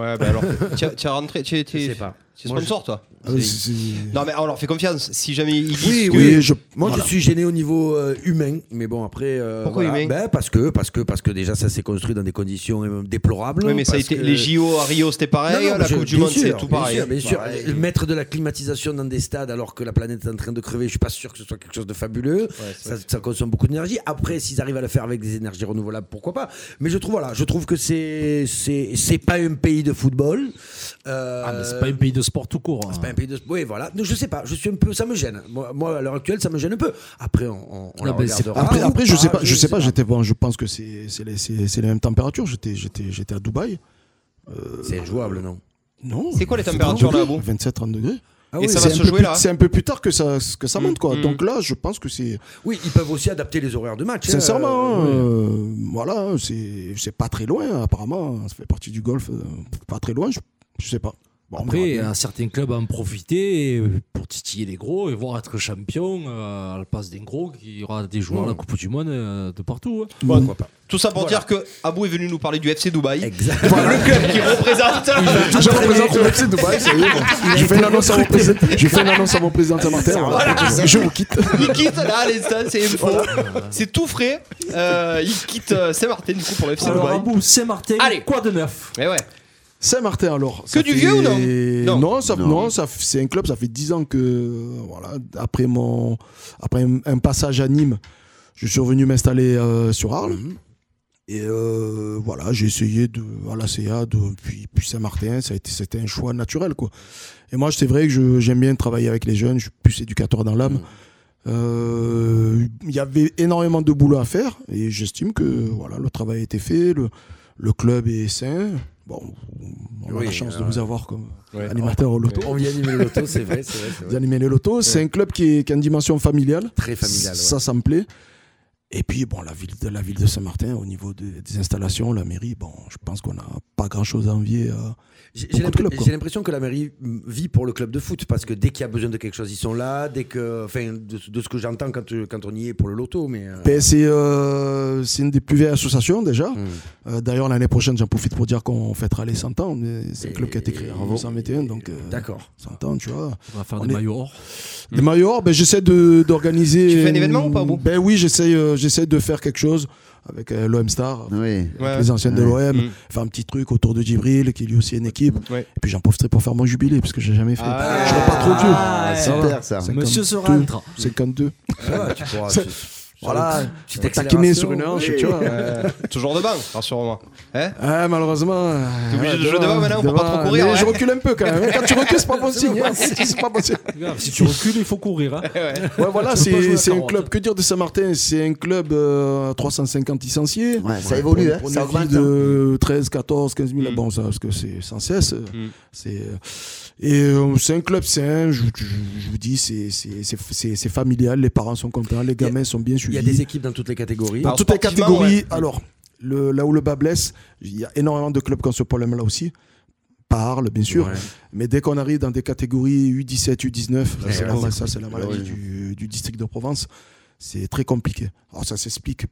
E: Ouais, bah alors. *laughs* Tu as- tu as rentré. Tu es, tu es-
D: Je sais pas.
E: tu es sponsor, toi
H: Ah oui, c'est- c'est-
E: Non, mais on leur fait confiance. Si jamais ils disent
D: Oui,
E: que-
H: oui, je-
D: Moi,
H: voilà.
D: je suis gêné au niveau euh, humain, mais bon, après. euh,
E: Pourquoi
D: voilà.
E: humain
D: Ben, parce que, parce que, parce que déjà, ça s'est construit dans des conditions euh, déplorables.
E: Oui, mais ça a
D: parce
E: été.
D: que-
E: Les JO à Rio, c'était
D: Non,
E: pareil.
D: non,
E: la
D: je-
E: Coupe du
D: bien
E: Monde,
D: sûr,
E: c'est tout
D: bien
E: pareil.
D: sûr, bien sûr. Mettre de la climatisation dans des stades alors que la planète est en train de crever, je suis pas sûr que ce soit quelque chose de fabuleux. ça, ça consomme beaucoup d'énergie. Après, s'ils arrivent à le faire avec des énergies renouvelables, pourquoi pas Mais je trouve, voilà, je trouve que c'est c'est c'est pas un pays de football. Euh,
G: Ah, mais c'est pas un pays de sport tout court. hein.
D: c'est pas un pays de. Oui, voilà. Donc, je sais pas. Je suis un peu. Ça me gêne. Moi, moi, à l'heure actuelle, ça me gêne un peu. Après, on, on, on
G: Ah,
D: la
G: ben, c'est-
D: regardera.
H: Après,
D: Ou
H: après, je sais pas, je sais pas, j'étais bon, je pense que c'est c'est les, c'est- c'est les mêmes températures. J'étais, j'étais, j'étais à Dubaï.
D: C'est jouable, non
H: Non.
E: C'est quoi les
H: 30
E: températures, là,
H: degrés,
E: vous
H: 27, 30 degrés.
D: Ah
E: Et
D: oui,
E: ça
H: C'est
E: va
H: un
E: se
H: peu
E: jouer
H: plus-
E: là
H: C'est un peu plus tard que ça, que ça monte, quoi.
E: Mm.
H: Donc là, je pense que c'est,
D: oui, ils peuvent aussi adapter les horaires de match. hein.
H: Sincèrement,
D: Euh,
H: euh, voilà, c'est c'est pas très loin, apparemment. Ça fait partie du golf, euh, pas très loin, je, je sais pas. Bon, on
G: Après, euh,
H: verra bien.
G: à certains clubs en profiter euh, pour titiller les gros et voir être champion euh, à la place d'un gros qui aura des joueurs à la Coupe du Monde euh, de partout. hein.
H: Bon,
E: Tout ça pour dire que Abou est venu nous parler du FC Dubaï.
D: Exact.
E: Le club qui représente.
H: je représente le FC Dubaï, ça y est. Je fais une annonce à mon président, je fais une annonce à mon président Saint-Martin. voilà. hein. Je vous quitte.
E: il quitte là à l'instant, c'est info. C'est tout frais. Euh, il quitte euh, Saint-Martin du coup pour le FC
G: Alors,
E: Dubaï.
G: à bout, Saint-Martin,
E: Allez.
G: quoi de neuf
E: Mais ouais.
H: Saint-Martin, alors.
E: Que du vieux ou non Non.
H: Non, ça, non, ça, c'est un club, ça fait 10 ans que. Voilà, après, mon, après un, un passage à Nîmes, je suis revenu m'installer euh, sur Arles.
E: Mhm.
H: Et euh, voilà, j'ai essayé de, à la CA, de, puis, puis Saint-Martin, ça a été- c'était un choix naturel. Quoi. Et moi, c'est vrai que je- j'aime bien travailler avec les jeunes, je suis plus éducateur dans l'âme. Euh, Il y avait énormément de boulot à faire et j'estime que voilà, le travail a été fait. Le, le club est sain. Bon, on a
D: Oui,
H: la chance de
D: euh,
H: vous avoir comme animateur au loto.
D: On vient animer le loto, c'est vrai, c'est vrai.
H: *laughs*
D: c'est vrai.
H: Vous animez les lotos. C'est un club qui, est, qui a une dimension familiale.
D: Très familial, ouais.
H: Ça, ça me plaît. Et puis, bon, la ville de, la ville de Saint-Martin, au niveau de- des installations, la mairie, bon, je pense qu'on n'a pas grand-chose à envier. euh,
D: J'ai-
H: beaucoup
D: J'ai
H: de
D: l'impr-
H: clubs, quoi.
D: j'ai l'impression que la mairie mm, vit pour le club de foot parce que dès qu'il y a besoin de quelque chose, ils sont là. Dès que, enfin, de, de ce que j'entends quand, euh, quand on y est pour le loto, mais euh,
H: Ben, c'est euh, c'est une des plus vieilles associations déjà.
E: Hmm.
D: Mm.
H: Euh, D'ailleurs, l'année prochaine, j'en profite pour dire qu'on fêtera les 100 ans. mais C'est un club qui a été créé en 1921, donc euh,
D: d'accord.
H: 100 ans, tu vois.
G: On va faire
H: On
G: des
H: est-
G: maillots or.
H: Les maillots, ben, j'essaie de- d'organiser.
E: Tu fais un événement ou pas, au bout
H: Ben oui, j'essaie euh, j'essaie de faire quelque chose avec euh, l'OM Star,
F: Oui.
E: Ouais.
H: les anciennes de
E: Ouais.
H: l'OM,
E: Mm.
H: faire un petit truc autour de Djibril, qui est lui aussi une équipe.
E: Ouais.
H: Et puis j'en profiterai pour faire mon jubilé, parce que j'ai jamais fait.
E: Ah.
H: je serai pas trop vieux.
G: Ah,
H: Ça va.
F: Super ça.
H: 52,
G: Monsieur se rentre.
H: 52.
D: Ah, tu pourras.
H: C'est-
D: tu-
H: Voilà,
D: petite
H: taquiner
D: accélération.
H: sur une hanche, tu vois.
E: Euh, toujours de banc, rassure-moi. Hein
H: Ah, malheureusement. T'es
E: obligé de jouer devant maintenant, faut pas trop courir, ouais.
H: Je recule un peu quand même.
E: *laughs*
H: Quand tu recules, c'est pas bon signe. hein. C'est pas bon signe.
G: Si tu recules, il faut courir.
C: *laughs*
G: hein.
H: Ouais, voilà,
G: Tu peux pas jouer
H: c'est
G: à
H: c'est un
G: carotte.
H: club. Que dire de Saint-Martin C'est un club euh, à 350 licenciés.
F: Ouais, ça évolue, hein,
H: Pour
F: ça
H: une ville
F: augmente.
D: hein.
H: de 13, 14, 15 000
E: Mm.
H: bon, ça, parce que c'est sans cesse. euh, C'est euh, et euh, c'est un club sain. Je, je- je vous dis, c'est- c'est- c'est c'est- c'est familial. Les parents sont contents, les gamins sont bien
D: Il
H: suivis.
D: y a des équipes dans toutes les catégories.
H: Dans
E: Alors,
H: toutes les
E: sportivement,
H: catégories.
E: ouais.
H: Alors, le, là où le bas blesse, il y a énormément de clubs qui ont ce problème-là aussi. Parle, bien sûr.
D: Ouais.
H: Mais dès qu'on arrive dans des catégories U17, U19, ça, c'est
D: ouais,
H: la,
D: c'est
H: ça, c'est la maladie du, du district de Provence, c'est très compliqué. Alors, ça s'explique.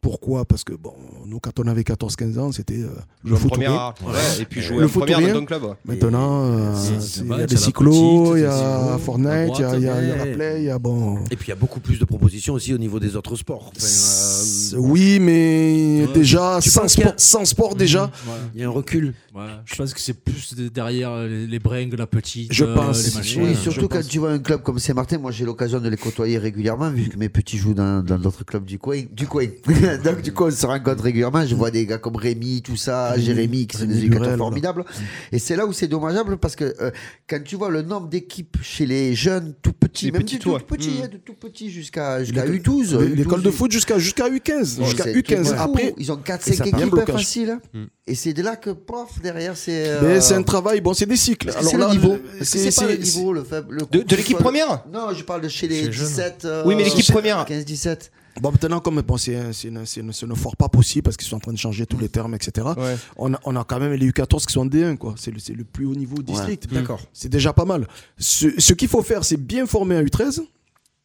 H: Pourquoi Parce que, bon, nous, quand on avait 14-15 ans, c'était euh, le
E: Jouer en
H: foot.
E: première
H: ou rien.
E: A, ouais, et puis jouer
H: Le
E: en
H: foot
E: première
H: ou
E: dans
H: rien.
E: ton club. ouais.
H: Maintenant, euh,
G: C'est-
H: c'est-
G: c'est
H: il
G: vrai,
H: y a
G: c'est
H: des
G: la
H: cyclos,
G: petite,
H: il y
G: c'est la
H: a Fortnite, il y a- il y a il y a
D: droite,
H: la Play, il y a, bon,
D: Et puis il y a beaucoup plus de propositions aussi au niveau des autres sports. Enfin,
H: C'est-
D: euh,
H: Oui, mais
G: Ouais.
H: déjà,
D: Tu
H: sans
D: penses qu'il y a-
H: sport, sans sport déjà,
D: il y a un recul.
G: Voilà. Je pense que c'est plus de- derrière les, les bringues, la petite. euh,
H: Hein, Je pense.
G: Les machins,
F: Oui,
G: Je
F: surtout quand
G: pense.
F: tu vois un club comme Saint-Martin, moi j'ai l'occasion de les côtoyer régulièrement vu que mes petits jouent dans dans d'autres clubs du coin. Du coin. *laughs* Donc du coup on se rencontre régulièrement. Je vois des gars comme Rémi, tout ça, Jérémy, qui sont
H: Rémi
F: des éducateurs
H: Burel, là.
F: formidables. Et c'est là où c'est dommageable parce que euh, quand tu vois le nombre d'équipes chez les jeunes tout petits,
E: Les
F: même
E: petits,
F: du tout
E: ouais.
F: petit,
E: Mm.
F: hein, de tout petit jusqu'à jusqu'à
H: Hmm. L'école-
F: U12.
H: L- L'école de
F: U12,
H: foot jusqu'à jusqu'à U15.
F: Ouais,
H: jusqu'à
F: c'est
H: U15.
F: tout.
H: Après,
F: ils ont 4
H: et ça Hmm.
F: 5
H: part. Un
F: équipes
H: blocage.
F: faciles. Et c'est de là que prof derrière c'est euh,
H: mais ben, c'est un travail, bon, c'est des cycles.
F: est-ce que
H: Alors
F: c'est
H: là,
F: le niveau
H: le-
F: Est-ce que
H: c'est-
F: c'est pas le
H: c'est- c'est-
F: niveau le faible le
E: De,
F: coup,
E: de l'équipe
F: soit-
E: première
F: Non, je parle de chez les 17. euh,
E: Oui, mais l'équipe
F: chez-
E: première.
F: 15-17.
H: Bon, maintenant, comme bon, c'est un- c'est une- c'est une- c'est un fort pas possible parce qu'ils sont en train de changer tous les termes, etc.
E: Ouais.
H: On, a, on a quand même les U14 qui sont en D1, quoi. C'est le, c'est le plus haut niveau district.
D: D'accord.
H: C'est déjà pas mal. Ce, ce qu'il faut faire, c'est bien former un U13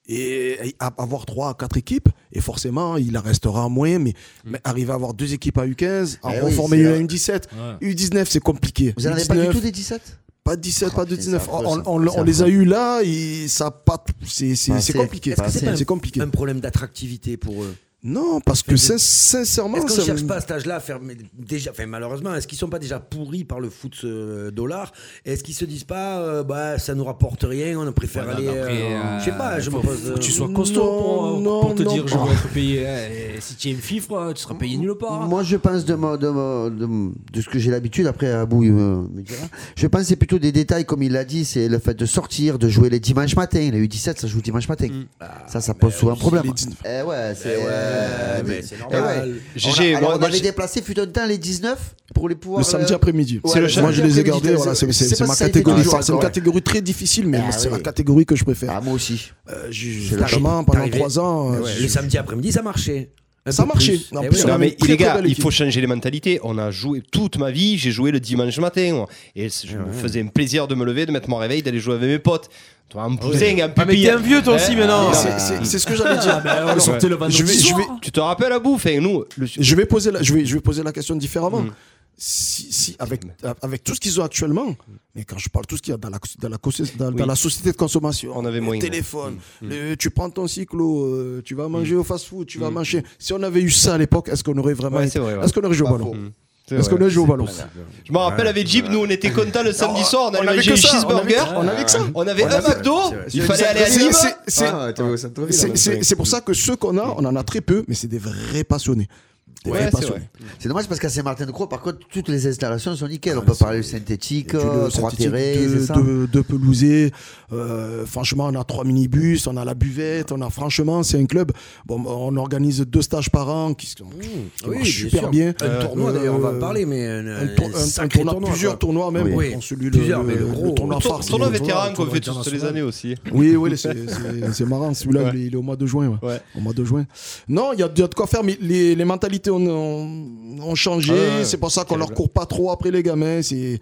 H: et a- avoir 3 à 4 équipes. Et forcément, il en restera un moyen, mais, mais arriver à avoir deux équipes à U15, à
F: Eh oui,
H: reformer
F: c'est
H: une
F: là.
H: à U17.
G: Ouais.
H: U19, c'est compliqué.
F: Vous n'en avez pas du
H: U19,
F: tout des 17
H: Pas de 17,
F: Oh,
H: pas de
F: putain,
H: 19.
F: c'est affreux,
H: On,
F: ça.
H: on- on
F: C'est
H: les a
F: affreux.
H: eu là et ça a pas. C'est c'est-
F: Pas
H: c'est
F: assez.
H: compliqué.
D: Est-ce que c'est pas
H: C'est
D: un-
H: compliqué.
D: Un problème d'attractivité pour eux.
H: Non, parce que sin- sincèrement,
D: Est-ce qu'on
H: ça-
D: ne cherche pas à cet âge-là à faire mais déjà, enfin, malheureusement, est-ce qu'ils sont pas déjà pourris par le foot euh, dollar Est-ce qu'ils se disent pas, euh, bah, ça nous rapporte rien, on préfère
G: Ouais, non,
D: aller,
G: mais après,
D: euh,
G: euh,
D: je sais pas, je
G: faut-
D: me pose.
G: faut
D: euh,
G: que tu sois costaud
H: Non,
G: pour, euh,
H: non,
G: pour te
H: non.
G: dire je veux être payé. Eh, Si tu es une fifre, tu seras payé nulle part.
F: Moi, je pense de, ma- de, ma- de, m- de ce que j'ai l'habitude, après Abou il me, me dira. Je pense que c'est plutôt des détails, comme il l'a dit, c'est le fait de sortir, de jouer les dimanches matins. Il a eu 17, ça joue dimanche matin. Ah, Ça, ça pose souvent problème.
H: les 19.
F: Eh ouais, c'est.
D: ouais, mais c'est
F: eh
D: normal.
E: GG,
F: on, a-
E: moi-
F: alors, on
E: moi,
F: avait
E: j'ai-
F: déplacé, fut un temps, les 19 pour les pouvoir.
H: Le samedi
F: euh,
H: après-midi.
F: Ouais, le
H: moi,
F: samedi
H: je les ai
F: après-midi,
H: gardés. Voilà,
F: je sais
H: c'est- c'est
F: pas
H: c'est ma
F: si ça a été
H: catégorie.
F: toujours,
H: Enfin, c'est une
F: ouais.
H: catégorie très difficile, mais
F: Ah
H: c'est la
F: oui.
H: catégorie que je préfère.
F: Ah, moi aussi.
H: Euh, j'ai-
F: le
H: Franchement, pendant
D: T'arrivais-
H: 3 ans, euh,
D: Ouais,
H: j'ai-
D: le samedi après-midi, ça marchait. Un
H: Ça
D: peu
H: marchait.
D: plus.
H: En
D: Eh
H: plus,
D: oui.
H: on
E: Non,
H: avait
E: mais
H: une très,
E: les
H: très
E: gars,
H: belle
E: il
H: équipe.
E: faut changer les mentalités. On a joué toute ma vie, j'ai joué le dimanche matin. moi. Et c-
H: Ah
E: je me faisais un plaisir de me lever, de mettre mon réveil, d'aller jouer avec mes potes. Toi, un bousin, un
C: Ah, mais
E: pupille.
C: t'es un vieux toi aussi
E: Eh,
C: maintenant.
F: Ah,
H: Et
F: bah,
H: c'est- c'est- C'est ce que j'allais dire.
G: On sortait le vendredi
H: Je vais- je
G: soir.
H: vais-
E: Tu te rappelles à bouffe, hein, nous, le-
H: Je vais poser la, je vais, je vais poser la question différemment.
E: Mm.
H: Si, si, avec, avec tout ce qu'ils ont
E: Mm.
H: actuellement, mais quand je parle tout ce qu'il y a dans la, dans la, cons- dans- dans la société de consommation,
E: On avait moyen, Mm.
H: le téléphone, le- tu prends ton cyclo, euh, tu vas manger au fast-food, tu vas manger. Si on avait eu ça à l'époque, est-ce qu'on aurait vraiment.
E: Mm. Ouais,
H: été-
E: c'est vrai, ouais.
H: Est-ce qu'on aurait joué au ballon
E: C'est
H: Est-ce
E: vrai.
H: qu'on aurait joué au ballon
E: Je me rappelle avec Jeep, nous on était contents le samedi soir, on allait
H: avait
E: manger
H: que
E: les
H: ça, on avait
E: cheeseburgers.
H: que- on avait que ça.
E: On avait un McDo, il fallait aller à
H: C'est-
E: Nîmes.
H: c'est- c'est-
F: Ah, t'avais au centre-ville,
H: c'est-
F: là.
H: C'est c'est pour ça que ceux qu'on a, on en a très peu, mais c'est des vrais passionnés.
F: Des
E: Ouais,
F: vrais
E: c'est
F: pinceaux.
E: vrai.
F: C'est dommage parce qu'à Saint-Martin-de-Croix, par contre, toutes les installations sont
H: Ah,
F: nickel. On peut parler de synthétique,
H: Tu le
F: euh, trois
H: synthétique
F: terrés,
H: de,
F: c'est ça
H: de, de Pelousé. Euh, franchement, on a trois minibus, on a la buvette, on a franchement, c'est un club. Bon, on organise deux stages par an qui, sont- qui marchent
D: Mmh,
H: super
D: sûr.
H: bien.
D: Un tournoi, d'ailleurs, on va en
H: Euh,
D: parler, mais un,
H: un, tour- un- un
D: sacré
H: tournoi,
D: tournoi,
H: plusieurs
D: quoi.
H: tournois même.
D: Oui.
H: Bon, celui, le-
D: Plusieurs, mais
H: le,
D: le gros.
H: tournoi
D: Le
H: phare, c'est
E: Tournoi
H: le tournoi-
E: vétéran qu'on
H: tournoi
E: fait tous toutes les
H: international.
E: années aussi.
H: Oui, oui, c'est- c'est c'est marrant. Celui-là, il est- il est au mois de juin. ouais.
E: Ouais.
H: Au mois de juin. Non, il y, a il y a de quoi faire, mais les, les mentalités ont, ont- ont changé.
E: Ah ouais,
H: c'est pour ça qu'on leur
E: terrible.
H: court pas trop après les gamins. c'est-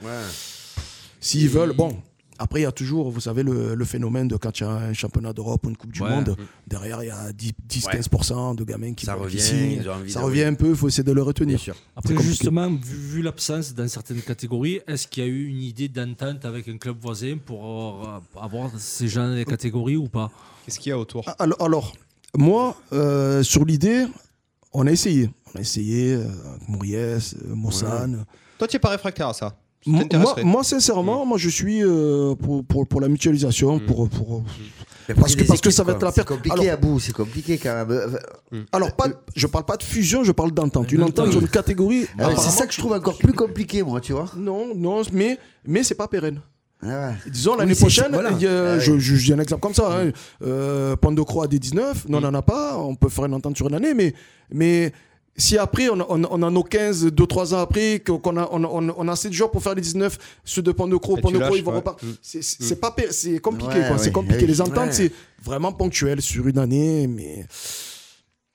H: S'ils veulent, bon. Après, il y a toujours, vous savez, le, le phénomène de quand il y a un championnat d'Europe ou une Coupe du
C: Ouais.
H: Monde, derrière, il y a 10-15% de gamins qui,
D: Ça
H: qui
D: revient,
H: signent.
D: ils ont envie
H: Ça
D: de-
H: revient un peu, il faut essayer de le
D: Bien
H: retenir.
D: sûr.
H: C'est
G: Après,
H: compliqué.
G: justement, vu, vu l'absence dans certaines catégories, est-ce qu'il y a eu une idée d'entente avec un club voisin pour euh, avoir ces gens dans les catégories ou pas
E: Qu'est-ce qu'il y a autour
H: Ah, Alors, alors, moi, euh, sur l'idée, on a essayé. On a essayé euh, avec Mouriès, euh, Mossane,
E: Toi, tu es pas réfractaire à ça. Ça
H: Moi,
E: t'intéresserait.
H: moi, sincèrement, moi, je suis euh, pour, pour, pour la mutualisation. Pour, pour...
D: Mais
H: Parce,
D: c'est
H: que,
D: des
H: parce que
D: équipes,
H: ça va
D: quoi.
H: être la
F: C'est
H: perte.
F: compliqué
H: Alors,
F: à bout, c'est compliqué quand même. Euh,
H: alors pas, je parle pas de fusion, je parle d'entente. Une entente sur une catégorie.
F: euh,
H: apparemment-
F: c'est ça que je trouve encore plus compliqué, moi, tu vois.
H: Non, non, mais, mais c'est pas pérenne.
F: Ah ouais.
H: Disons, l'année
D: c'est-
H: prochaine,
D: voilà.
H: il y a-
F: Ah oui.
H: je, je- je dis un exemple comme ça. Hein. Euh, Pandocro a des 19,
F: Mm.
H: nous on n'en a pas, on peut faire une entente sur une année, mais, mais si après on, on, on en a 15, 2-3 ans après, qu'on qu'on a, on, on, on a assez de joueurs pour faire les 19, ceux de Pandocro,
E: Et tu
H: Pandocro
E: lâches,
H: ils vont
E: ouais.
H: repartir.
E: Mm.
H: C'est- C'est c'est pas pa- c'est compliqué,
F: Ouais,
H: quoi, c'est
F: ouais,
H: compliqué.
F: oui.
H: Les ententes,
D: Ouais.
H: c'est vraiment ponctuel sur une année, mais.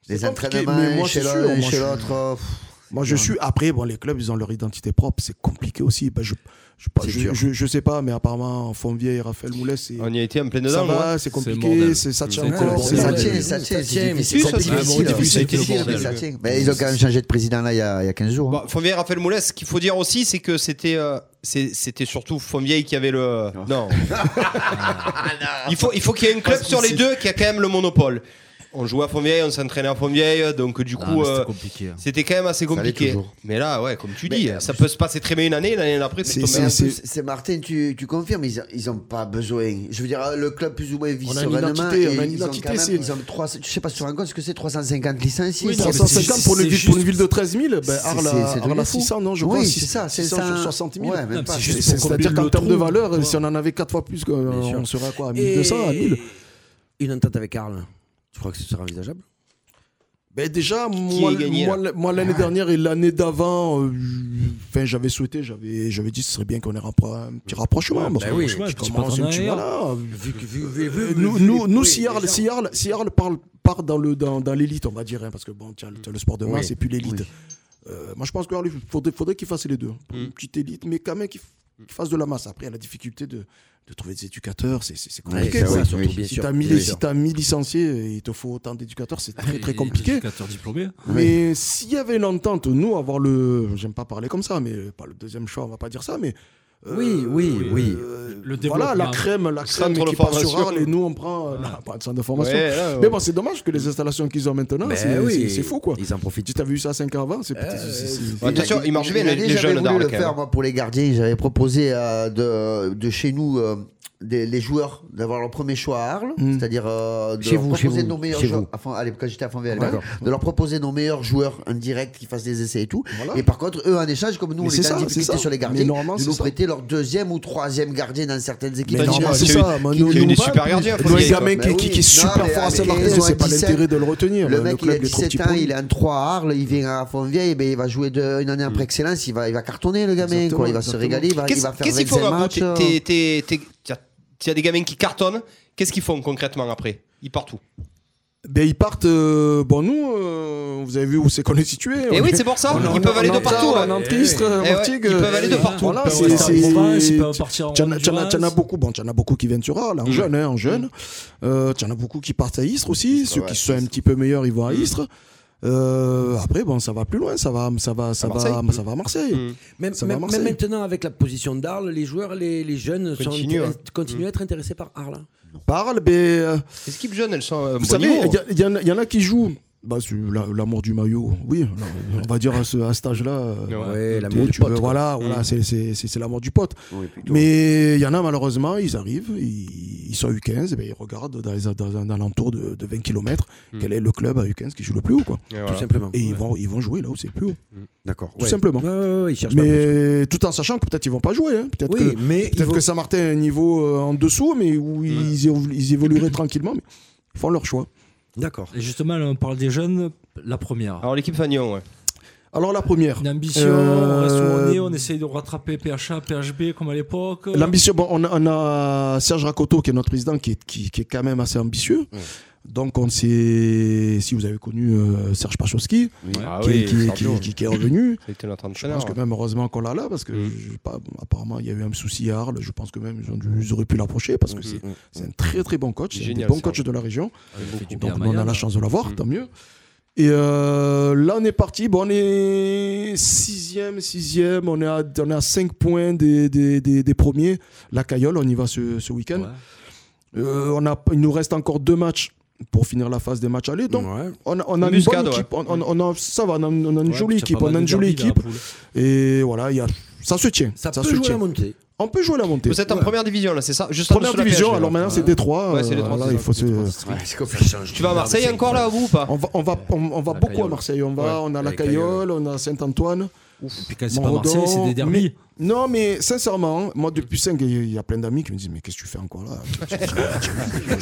F: Les
H: C'est compliqué,
F: entraînements
H: mais moi,
F: un chez
H: c'est sûr,
F: l'un, un
H: moi,
F: chez
H: je-
F: l'autre. euh, pff,
H: Moi, je suis. Après, bon, les clubs, ils ont leur identité propre. C'est compliqué aussi. Ben, je, je,
F: C'est
H: je,
F: dur.
H: je, je sais pas, mais apparemment, Fontvieille et Raphaël Moulet, c'est.
E: On y a été en plein
H: Ça
E: dedans. moi.
H: va, c'est compliqué,
G: bordel.
H: c'est- ça tient
G: C'est
H: encore.
G: bordel.
H: Ah, c'est-
F: Ça
D: ouais,
F: tient,
D: ouais,
F: ça
D: ça
F: tient,
D: tient,
F: c'est
D: mais
F: difficile.
E: c'est
F: compliqué,
E: difficile,
F: c'est
E: difficile,
F: difficile, mais ça
E: difficile.
F: tient. Mais ils ont quand même changé de président là il y a il y a 15
H: Bah,
F: jours. hein.
E: Bon, Fonvieille, Bah, Raphaël Moulet, ce qu'il faut dire aussi, c'est que c'était euh, c'est- c'était surtout Fonvieille qui avait le.
F: *laughs*
E: Non.
F: Ah,
E: il faut il faut qu'il y ait un club sur les deux qui a quand même le monopole. On jouait à Fonvieille, on s'entraînait à Fonvieille, donc du
G: Ah, mais
E: coup.
G: C'était
E: euh,
G: compliqué.
E: C'était quand même assez
F: allait
E: compliqué.
F: toujours.
E: Mais là, ouais, comme tu
F: Mais,
E: dis,
F: euh,
E: ça peut se passer très bien une année, l'année d'après,
H: C'est-
E: c'est tombé.
F: Mais en
H: c'est-
F: plus, c'est Martin, tu, tu confirmes, ils, ils ont pas besoin. Je veux dire, le club plus ou moins vit
H: On a une
F: sereinement.
H: identité,
F: et
H: on a une
F: ils ont
H: identité,
F: quand même-
H: c'est-
F: ils ont 300 je sais pas si tu te rends compte ce que c'est 350 licenciés.
H: Oui,
F: ça.
H: 350 pour, une ville- pour une ville de 13 000, ben,
F: C'est-
H: Arles
F: c'est-
H: a-
F: c'est
H: Arles a
F: devenu fou.
H: 600, non, je
F: Oui,
H: crois.
F: c'est ça, c'est
H: 600
F: ça.
H: sur 60 000.
F: Ouais, même
G: Non,
F: pas.
G: mais c'est
H: C'est-
G: juste pour
H: C'est-à-dire
G: combler
H: qu'en
G: le
H: termes de
G: trou,
H: valeur,
G: quoi.
H: si on en avait 4 fois plus, quoi, on sera à quoi À 1200, à
D: Et
H: 1000
D: Une entente avec Arles. Tu crois que ce sera envisageable
H: Ben déjà, moi,
E: est gagné,
H: moi, l- moi, l'année dernière et l'année d'avant, euh, enfin, j'avais souhaité, j'avais, j'avais dit ce serait bien qu'on ait rappro- un petit rapprochement. parce
D: ben
H: que
D: oui,
H: tu
G: un petit
H: commences,
G: pas en
H: tu-
G: arrière.
H: voilà.
D: Vu que- vu- vu- vu-
H: Euh,
D: vu-
H: Nous,
D: vu-
H: nous, nous
D: oui,
H: si Arles-
D: déjà.
H: si Arles- si Arles parle- part dans le dans, dans l'élite, on va dire, hein, parce que bon, tiens, le, t'as le sport de masse
D: Oui.
H: et puis l'élite. Euh, moi, je pense qu'il faudrait, faudrait qu'il fasse les deux.
D: Mm.
H: Une petite élite, mais quand même qu'il f- qu'il fasse de la masse. Après, il y a la difficulté de, de trouver des éducateurs, c'est, c'est- c'est
F: Ouais,
H: compliqué.
F: ça,
H: quoi.
F: oui,
D: surtout,
F: oui.
D: bien
H: Si
D: sûr.
H: t'as 1000
D: Bien
H: si
D: sûr. Ah,
H: t'as 1000 licenciés et il te faut autant d'éducateurs, c'est très très compliqué.
G: Éducateur diplômé.
H: Mais s'il y avait une entente, nous, avoir le. J'aime pas parler comme ça, mais pas le deuxième choix, on va pas dire ça, mais. euh,
D: Oui, oui, oui.
H: euh,
G: Le
H: voilà,
G: développement.
H: la crème, la crème
E: Centre
H: qui
E: de
H: part sur
E: formation.
H: Arles et nous, on prend. euh, non, pas de centre de formation.
E: Ouais, là, ouais.
H: Mais bon, c'est dommage que les installations qu'ils ont maintenant,
D: Ben
H: c'est
D: oui.
H: c'est- c'est fou, quoi.
D: Ils en profitent.
H: Si t'avais eu ça 5 ans avant, c'est peut-être. c'est- c'est-
E: Ouais, attention, il marche bien, les,
F: J'avais
E: les
F: voulu
E: jeunes d'Arles,
F: le
E: quand
F: faire,
E: même.
F: moi, pour les gardiens. J'avais proposé euh, de, de chez nous, euh, des, les joueurs, d'avoir leur premier choix à Arles.
H: Hmm.
F: C'est-à-dire euh, de
D: Chez
F: leur
D: vous, chez
F: proposer
D: vous,
F: nos meilleurs
D: chez
F: joueurs.
D: vous.
F: à Fon- allez, quand j'étais à Fontvieille, de leur proposer nos meilleurs joueurs en direct qui fassent des essais et tout.
H: Voilà.
F: Et par contre, eux, en échange, comme nous,
H: Mais
F: on
H: c'est
F: était
H: ça,
F: en
H: c'est
F: difficulté
H: ça.
F: sur les
H: Mais
F: gardiens,
H: normalement,
F: de
H: c'est
F: nous
H: ça.
F: prêter leur deuxième ou troisième gardien dans certaines équipes.
H: Mais
E: T'as dit,
H: normalement,
E: ouais,
H: c'est
E: t'as eu-
H: ça. moi,
E: t'as eu
H: Nous,
E: des
H: nous,
E: super gardiens,
H: nous, les
E: Fontvieille,
F: quoi.
H: gamins qui,
F: Bah
H: qui,
F: oui.
H: qui est
F: Non,
H: super
F: mais
H: fort à
F: avec
H: Saint-Martin,
F: raison,
H: c'est pas
F: 17,
H: l'intérêt de le retenir.
F: Le mec, il a
H: club, les trop
F: 17
H: petits
F: ans,
H: pour lui.
F: il est en 3 à Arles, il vient à Fontvieille, eh ben, il va jouer de- une année en pré-excellence, il va, il va cartonner le gamin,
H: Mm. Exactement,
F: quoi, il va se
H: exactement.
F: régaler, il va, il
E: Qu'est-ce
F: va faire
E: qu'est-ce qu'il faut
F: 25
E: Marco
F: matchs. hein.
E: T'es- t'es- t'es- t'es- t'as- T'as des gamins qui cartonnent. Qu'est-ce qu'ils font concrètement après Ils partent où
H: Ben, ils partent. euh, bon, nous, euh, vous avez vu où c'est qu'on est situé.
E: Et Eh oui, c'est pour ça. Ils peuvent aller de partout.
H: On
E: hein.
H: en Tristre,
E: Eh ouais,
H: Martigues.
E: ils peuvent aller de
H: euh,
E: partout.
H: Voilà,
G: Ils peuvent
H: c'est.
G: partir en province,
H: c'est-
G: ils peuvent partir en
H: T'en as- t'en as- t'en as
G: Honduras.
H: beaucoup. Bon, t'en as beaucoup qui viennent sur Arles, en
E: Mm.
H: jeune, hein, en jeune. Euh, T'en as beaucoup qui partent à Istres aussi. Ceux qui sont un petit peu meilleurs, ils vont
E: Mm.
H: à Istres. Euh, après, bon, ça va plus loin, ça va, ça va, ça va,
E: Marseille. Mm.
H: ça va à Marseille.
D: Même,
H: Ça va à
D: même,
H: Marseille.
D: même maintenant, avec la position d'Arles, les joueurs, les, les jeunes sont
E: Continue, hein.
D: intér- continuent Mm. à être intéressés par Arles. hein.
H: Parle, ben, euh,
E: Les équipes jeunes, elles sont. euh,
H: vous
E: bon
H: savez,
E: niveau.
H: il y a- il y, en a- il y en a qui jouent. Bah, c'est la- l'amour du maillot, oui, on va dire à ce, à cet âge-là. euh,
D: Ouais,
H: T'es- tu
D: Mmh.
H: veux- voilà, voilà c'est- c'est c'est- c'est la mort du pote. Mais il y en a malheureusement, ils arrivent, ils, ils sont à U15, et ben, ils regardent dans, les, dans un alentour de, de 20 km
D: Mmh.
H: quel est le club à U15 qui joue le plus haut. Quoi.
E: voilà.
D: Tout simplement.
H: Et ils, vont, ils vont jouer là où c'est le plus haut.
D: Mmh. D'accord.
H: Tout simplement.
D: Ouais, ouais, ouais, ils cherchent pas
H: Mais tout en sachant que peut-être ils vont pas jouer. hein. Peut-être
D: Oui,
H: que,
D: mais
H: peut-être
D: il faut-
H: que Saint-Martin est un niveau euh, en dessous, mais où ils, évo- ils évolueraient tranquillement. Mais ils font leur choix.
D: plus. D'accord.
G: Et justement, là, on parle des jeunes, la première.
E: hein. Alors l'équipe Fagnon, ouais.
H: Alors la première.
G: Une ambition,
H: Euh,
G: on reste où on est, on essaye de rattraper PHA, PHB comme à l'époque.
H: L'ambition, bon, on, a, on a Serge Racoteau qui est notre président, qui est, qui, qui est quand même assez ambitieux. Donc on sait, si vous avez connu euh, Serge Pachowski,
E: Ah
H: qui, est- qui est- qui- qui- qui est revenu.
E: C'était notre
H: Je
E: entraîneur.
H: pense que même heureusement qu'on l'a là, parce que
E: Mm.
H: je sais pas, bon, apparemment il y a eu un souci à Arles. Je pense que même ils, ont dû- ils auraient pu l'approcher parce que c'est- c'est un très très bon coach, c'est un des
E: Génial,
H: bons
E: Serge.
H: coachs de la région.
G: fait du bien
H: Donc
G: à
H: nous, on a
G: Mayenne.
H: la chance de l'avoir,
E: Mm.
H: tant mieux. Et euh, là on est parti, bon, on est sixième, sixième, on est à, on est à 5 points des, des, des- des premiers. La Cayolle, on y va ce, ce week-end.
G: Ouais.
H: Euh, on a, il nous reste encore deux matchs pour finir la phase des matchs aller. Donc
D: Ouais.
H: on a, on a une
E: Embuscade,
H: bonne
E: ouais.
H: équipe, on, on- on a, ça va, on a une, on a une
G: Ouais,
H: jolie
G: puis t'as
H: équipe,
G: pas
H: on
G: mal
H: a une
G: de
H: jolie
G: derby dans
H: équipe.
G: la poule.
H: Et voilà, il y a... ça se tient.
D: Ça,
H: Ça,
D: peut
H: se
D: jouer
H: tient.
D: la montée.
H: On peut jouer la montée.
E: Vous êtes en première division là, c'est ça Juste en
H: Première
E: dessous de la
H: division,
E: PHB,
H: alors
E: ouais.
H: maintenant c'est Détroit.
E: Ouais, c'est
H: euh,
E: Détroit,
H: voilà,
E: c'est
H: il
E: ça,
H: faut se-
D: Ouais, c'est quoi, ça change.
E: Tu vas à Marseille encore là, vous ou pas
H: On va, on va, on, on va
G: La
H: beaucoup
G: Cayolle.
H: à Marseille. On va, on a la
D: La Cayolle.
H: Cayolle, on a Saint-Antoine.
G: Puis quand c'est pas
H: Montredon,
G: Marseille, c'est des derbies.
H: mais- Non, mais sincèrement, moi depuis 5, il y a plein d'amis qui me disent Mais qu'est-ce que tu fais encore là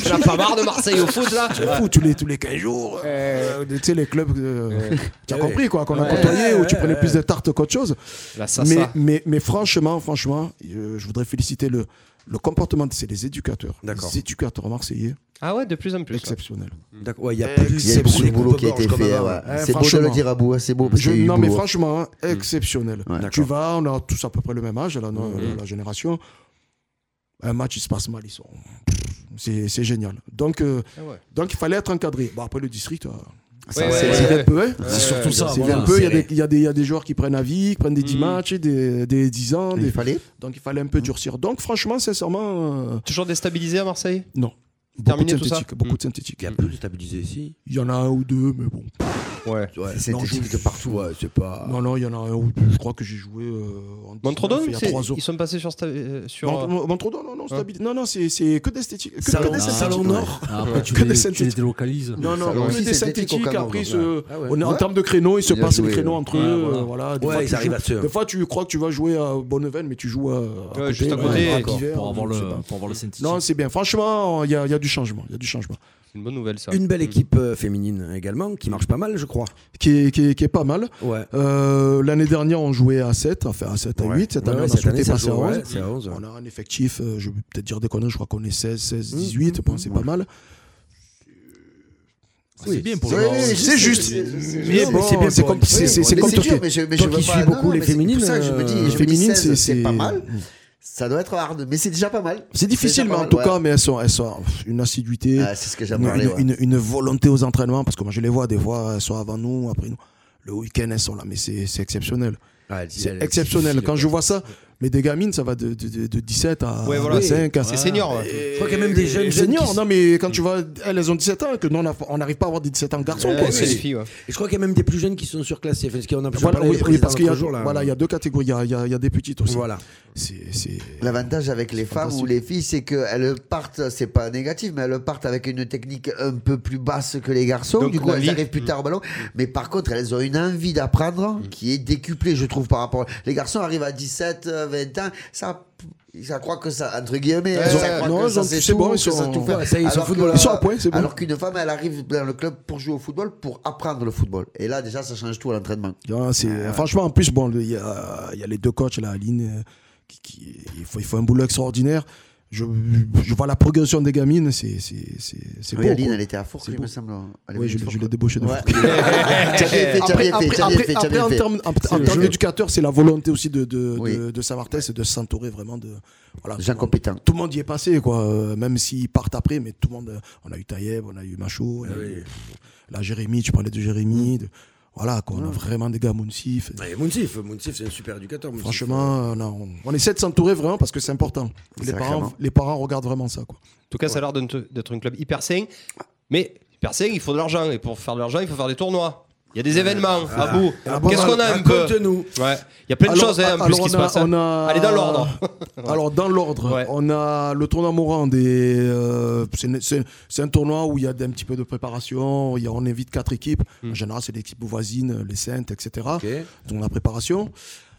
E: Tu n'as pas marre de Marseille au foot
H: *laughs*
E: là
H: Tu es fou, tous les, tous les 15
D: Eh.
H: jours. euh, tu sais, les clubs. euh, tu as
D: Ouais.
H: compris quoi,
D: Eh.
H: qu'on a côtoyé, où tu prenais plus de tartes qu'autre chose.
E: Là, ça,
H: mais,
E: ça.
H: Mais, mais franchement, franchement, euh, je voudrais féliciter le, le comportement, de- c'est les éducateurs.
D: D'accord.
H: Les éducateurs marseillais,
E: Ah ouais, de plus en plus.
H: exceptionnels.
D: D'accord. Ouais, il y a plus.
F: Eh, Il y a eu beaucoup de boulot qui a été fait. hein, ouais.
H: hein,
F: C'est beau de le
H: franchement.
F: dire à bout, hein, c'est beau. parce
H: Je-
F: qu'il y a eu
H: non,
F: du
H: mais
F: boulot. Mm.
H: franchement, hein, exceptionnel.
F: Ouais.
H: tu vas, on a tous à peu près le même âge, la,
D: Mm.
H: la- la génération. Un match, il se passe mal, ils sont. C'est c'est génial. Donc, euh,
D: Eh
E: Ah ouais.
H: donc, il fallait être encadré. Bon, après, le district, euh,
E: Ouais,
F: c'est-
E: ouais,
H: c'est
E: ouais.
H: bien peu. hein.
E: Ouais, ouais,
H: C'est Mm.
D: ça,
H: bien
D: voilà.
H: peu. Il y a
D: Serré.
H: des- il y, a des- il y a des joueurs qui prennent à vie, qui prennent des 10
E: Mhm.
H: matchs, des, des 10 ans.
F: Il
H: des-
F: fallait.
H: Donc, il fallait un peu durcir. Donc, franchement, sincèrement, euh,
E: Toujours déstabilisé à Marseille
H: non. Beaucoup
E: Terminé
H: de
E: tout ça
H: synthétiques. Beaucoup de synthétiques.
D: Mm. Il y a peu de stabilisé ici.
H: Il y en a un ou deux, mais bon.
E: Ouais.
D: Ouais,
F: C'est
D: non,
F: synthétique
D: je-
F: de partout.
D: Ouais, c'est pas.
H: Non, non, il y en a un ou deux. Je crois que j'ai joué euh, en 19,
E: Montredon,
H: il y a
E: c'est-
H: trois Hein ans.
E: ils sont passés sur. sta- euh, sur
H: Mont-
E: euh,
H: Mont- Montredon, non, non, stabilité. Non, non, c'est c'est que des synthétiques. Que,
D: Salon-
H: que des
D: Ah,
H: synthétiques.
D: Salon Nord.
G: Ah, Après, tu
H: Que des
G: les, tu les
H: synthétiques. Ah
G: délocalises.
H: Non, non,
F: Salon-
H: que
F: aussi,
H: des
F: synthétiques au
H: synthétiques.
F: Cameroun,
H: Après,
F: ouais.
H: ils se-
D: Ah ouais.
H: on est en
F: Ouais.
H: termes de créneaux, ils se
F: Bien
H: passent les
F: joué,
H: créneaux
F: ouais.
H: entre
G: Ouais,
H: eux.
G: voilà.
H: euh, Hein Voilà, des
D: Ouais,
H: fois,
D: ils
H: tu
D: arrivent
H: joues-
D: à se.
H: Des fois, tu crois que tu vas jouer à Bonneven, mais tu joues à. à
E: Ouais,
H: côté,
E: juste à
H: ouais,
E: côté,
H: à
E: quoi,
H: Divers,
G: Pour avoir
H: je sais
G: le,
H: pas.
G: pour avoir le synthétique.
H: Non, c'est bien. Franchement, il y, a- il y a du changement. Il y a du changement.
E: C'est euh, une bonne nouvelle ça.
D: Une belle équipe euh, féminine également qui marche pas mal, je crois.
H: Qui est, qui est- qui est pas mal.
D: Ouais.
H: Euh, L'année dernière, on jouait à 7, enfin à 7, à 8. Cette
D: Ouais,
H: année, on a
D: cette année,
H: souhaité
D: ça
H: passer à
D: joue, ouais,
H: 11.
D: c'est à 11, ouais.
H: On a un effectif, euh, je vais peut-être dire des conneries, je crois qu'on est 16, 16, 18, bon, c'est pas mal.
G: c'est bien pour
F: Ouais,
G: le
F: ouais,
H: C'est juste. Mais
D: mais
H: bon,
D: c'est bien
H: c'est
D: pour
H: comme- c'est- c'est- c'est
F: Mais
H: comme
F: c'est
H: Turquie.
F: dur, mais je, mais
D: Toi
F: je
D: qui
F: veux
D: suis
F: pas-
D: beaucoup
F: non,
D: les
F: mais c'est pour
D: féminines,
F: ça que je me dis,
D: euh,
F: je me dis
H: féminines,
F: 16,
H: c'est-
F: c'est pas mal. Ça doit être hard, mais c'est déjà pas mal.
H: C'est
F: déjà
H: difficile, mais
F: pas
H: en
F: mal,
H: tout
F: ouais.
H: cas, mais elles sont, elles sont pff, une assiduité,
F: Ah, c'est ce que
H: une,
F: j'aime parler.
H: une-
F: ouais.
H: une- une volonté aux entraînements, parce que moi je les vois, des fois elles sont avant nous, après nous. Le week-end elles sont là, mais c'est c'est exceptionnel.
D: Ouais, elle-
H: C'est
D: elle-
H: exceptionnel. Quand je vois ça, mais des gamines, ça va de, de- de- de 17 à
E: Ouais, voilà.
H: 5. à-
E: C'est senior. ouais.
D: Je crois qu'il y a même des jeunes
H: Et
D: jeunes
H: seniors,
D: qui-
H: non mais quand tu vois, elles, elles ont 17 ans, que nous on a- on n'arrive pas à avoir des 17 ans garçons. quoi.
E: Ouais, C'est
H: C'est-
E: les filles, ouais.
D: Je crois qu'il y a même des plus jeunes qui sont surclassés. Parce qu'on a plus
H: Voilà,
D: parlé
H: oui,
D: du
H: oui,
D: président
H: parce qu'il y a,
D: l'autre jour, là.
H: voilà, il y a deux catégories, il y a, il y a- il y a des petites aussi.
D: Voilà.
H: C'est- c'est-
F: L'avantage avec les femmes ou les filles, c'est qu'elles partent, c'est pas négatif, mais elles partent avec une technique un peu plus basse que les garçons.
E: Donc,
F: du coup,
E: la
F: elles
E: vie-
H: mm.
F: arrivent plus tard au ballon. Mais par contre, elles ont une envie d'apprendre qui est décuplée, je trouve, par rapport. Les garçons arrivent à 17, euh, 20 ans, ça. Ça croit que ça, entre guillemets, hein,
H: Ils ont-
F: ça croit
H: non,
F: que
H: ils
F: ça,
H: ont-
F: c'est
H: c'est
F: tout,
H: bon, ils
F: que
H: sont-
F: ça, tout faire.
D: ouais, ça y est, ils sont
F: Alors que-
H: footballeurs. Ils sont à point, c'est bon.
F: Alors qu'une femme, elle arrive dans le club pour jouer au football, pour apprendre le football. Et là, déjà, ça change tout à l'entraînement.
H: Non, c'est-
F: Ah.
H: Franchement, en plus, bon, il y a, il y a les deux coachs, là, Aline, euh, qui, qui- il, faut, il faut un boulot extraordinaire. Je, je vois la progression des gamines, c'est c'est- c'est- c'est
F: Oui,
H: beau,
F: Aline,
H: quoi.
F: elle était à Fourques,
H: C'est
F: il
H: beau.
F: me semble. Elle
H: Oui,
F: est
H: je,
F: venue de
H: l'ai- je l'ai
F: Fourques.
H: débauché de
F: Ouais.
H: fois.
F: *laughs* T'as bien fait, t'as
H: Après,
F: bien fait,
H: après,
F: t'as bien
H: après,
F: fait, t'as
H: après,
F: bien
H: en
F: fait.
H: termes- en- en termes d'éducateur, c'est la volonté aussi de, de,
F: Oui.
H: de, de Saint-Martin, c'est de s'entourer vraiment de. Voilà,
F: Jean
H: tout le monde-
F: compétent.
H: Tout le monde y est passé, quoi. euh, Même s'ils partent après, mais tout le monde. euh, On a eu Taïeb, on a eu Macho,
F: Ah
H: on a eu, là, Jérémy, tu parlais de Jérémy. de- voilà, quoi. On a vraiment des gars mounsifs.
D: Ouais, Mounsif, Mounsif, c'est un super éducateur. Mounsif.
H: Franchement, euh, non, on, on essaie de s'entourer vraiment parce que c'est important. Les parents,
F: Sacrément.
H: les parents regardent vraiment ça. Quoi.
E: En tout cas, ça a l'air d'être d'être un club hyper sain. Mais hyper sain, il faut de l'argent. Et pour faire de l'argent, il faut faire des tournois. Il y a des événements à bout.
H: Ah bon,
E: Qu'est-ce qu'on a un peu
D: raconte nous
E: Ouais. Il y a plein de
H: Alors,
E: choses hein, en
H: alors
E: plus qui
H: on
E: se
H: a-
E: passent. hein.
H: on a-
E: Allez, dans l'ordre.
H: *laughs* Alors dans l'ordre,
E: Ouais.
H: on a le tournoi Morand. des, euh, c'est une- c'est c'est un tournoi où il y a un petit peu de préparation. il y a- on invite quatre équipes.
E: Hmm.
H: En général, c'est l'équipe voisine, les Saintes, etc. Donc la préparation.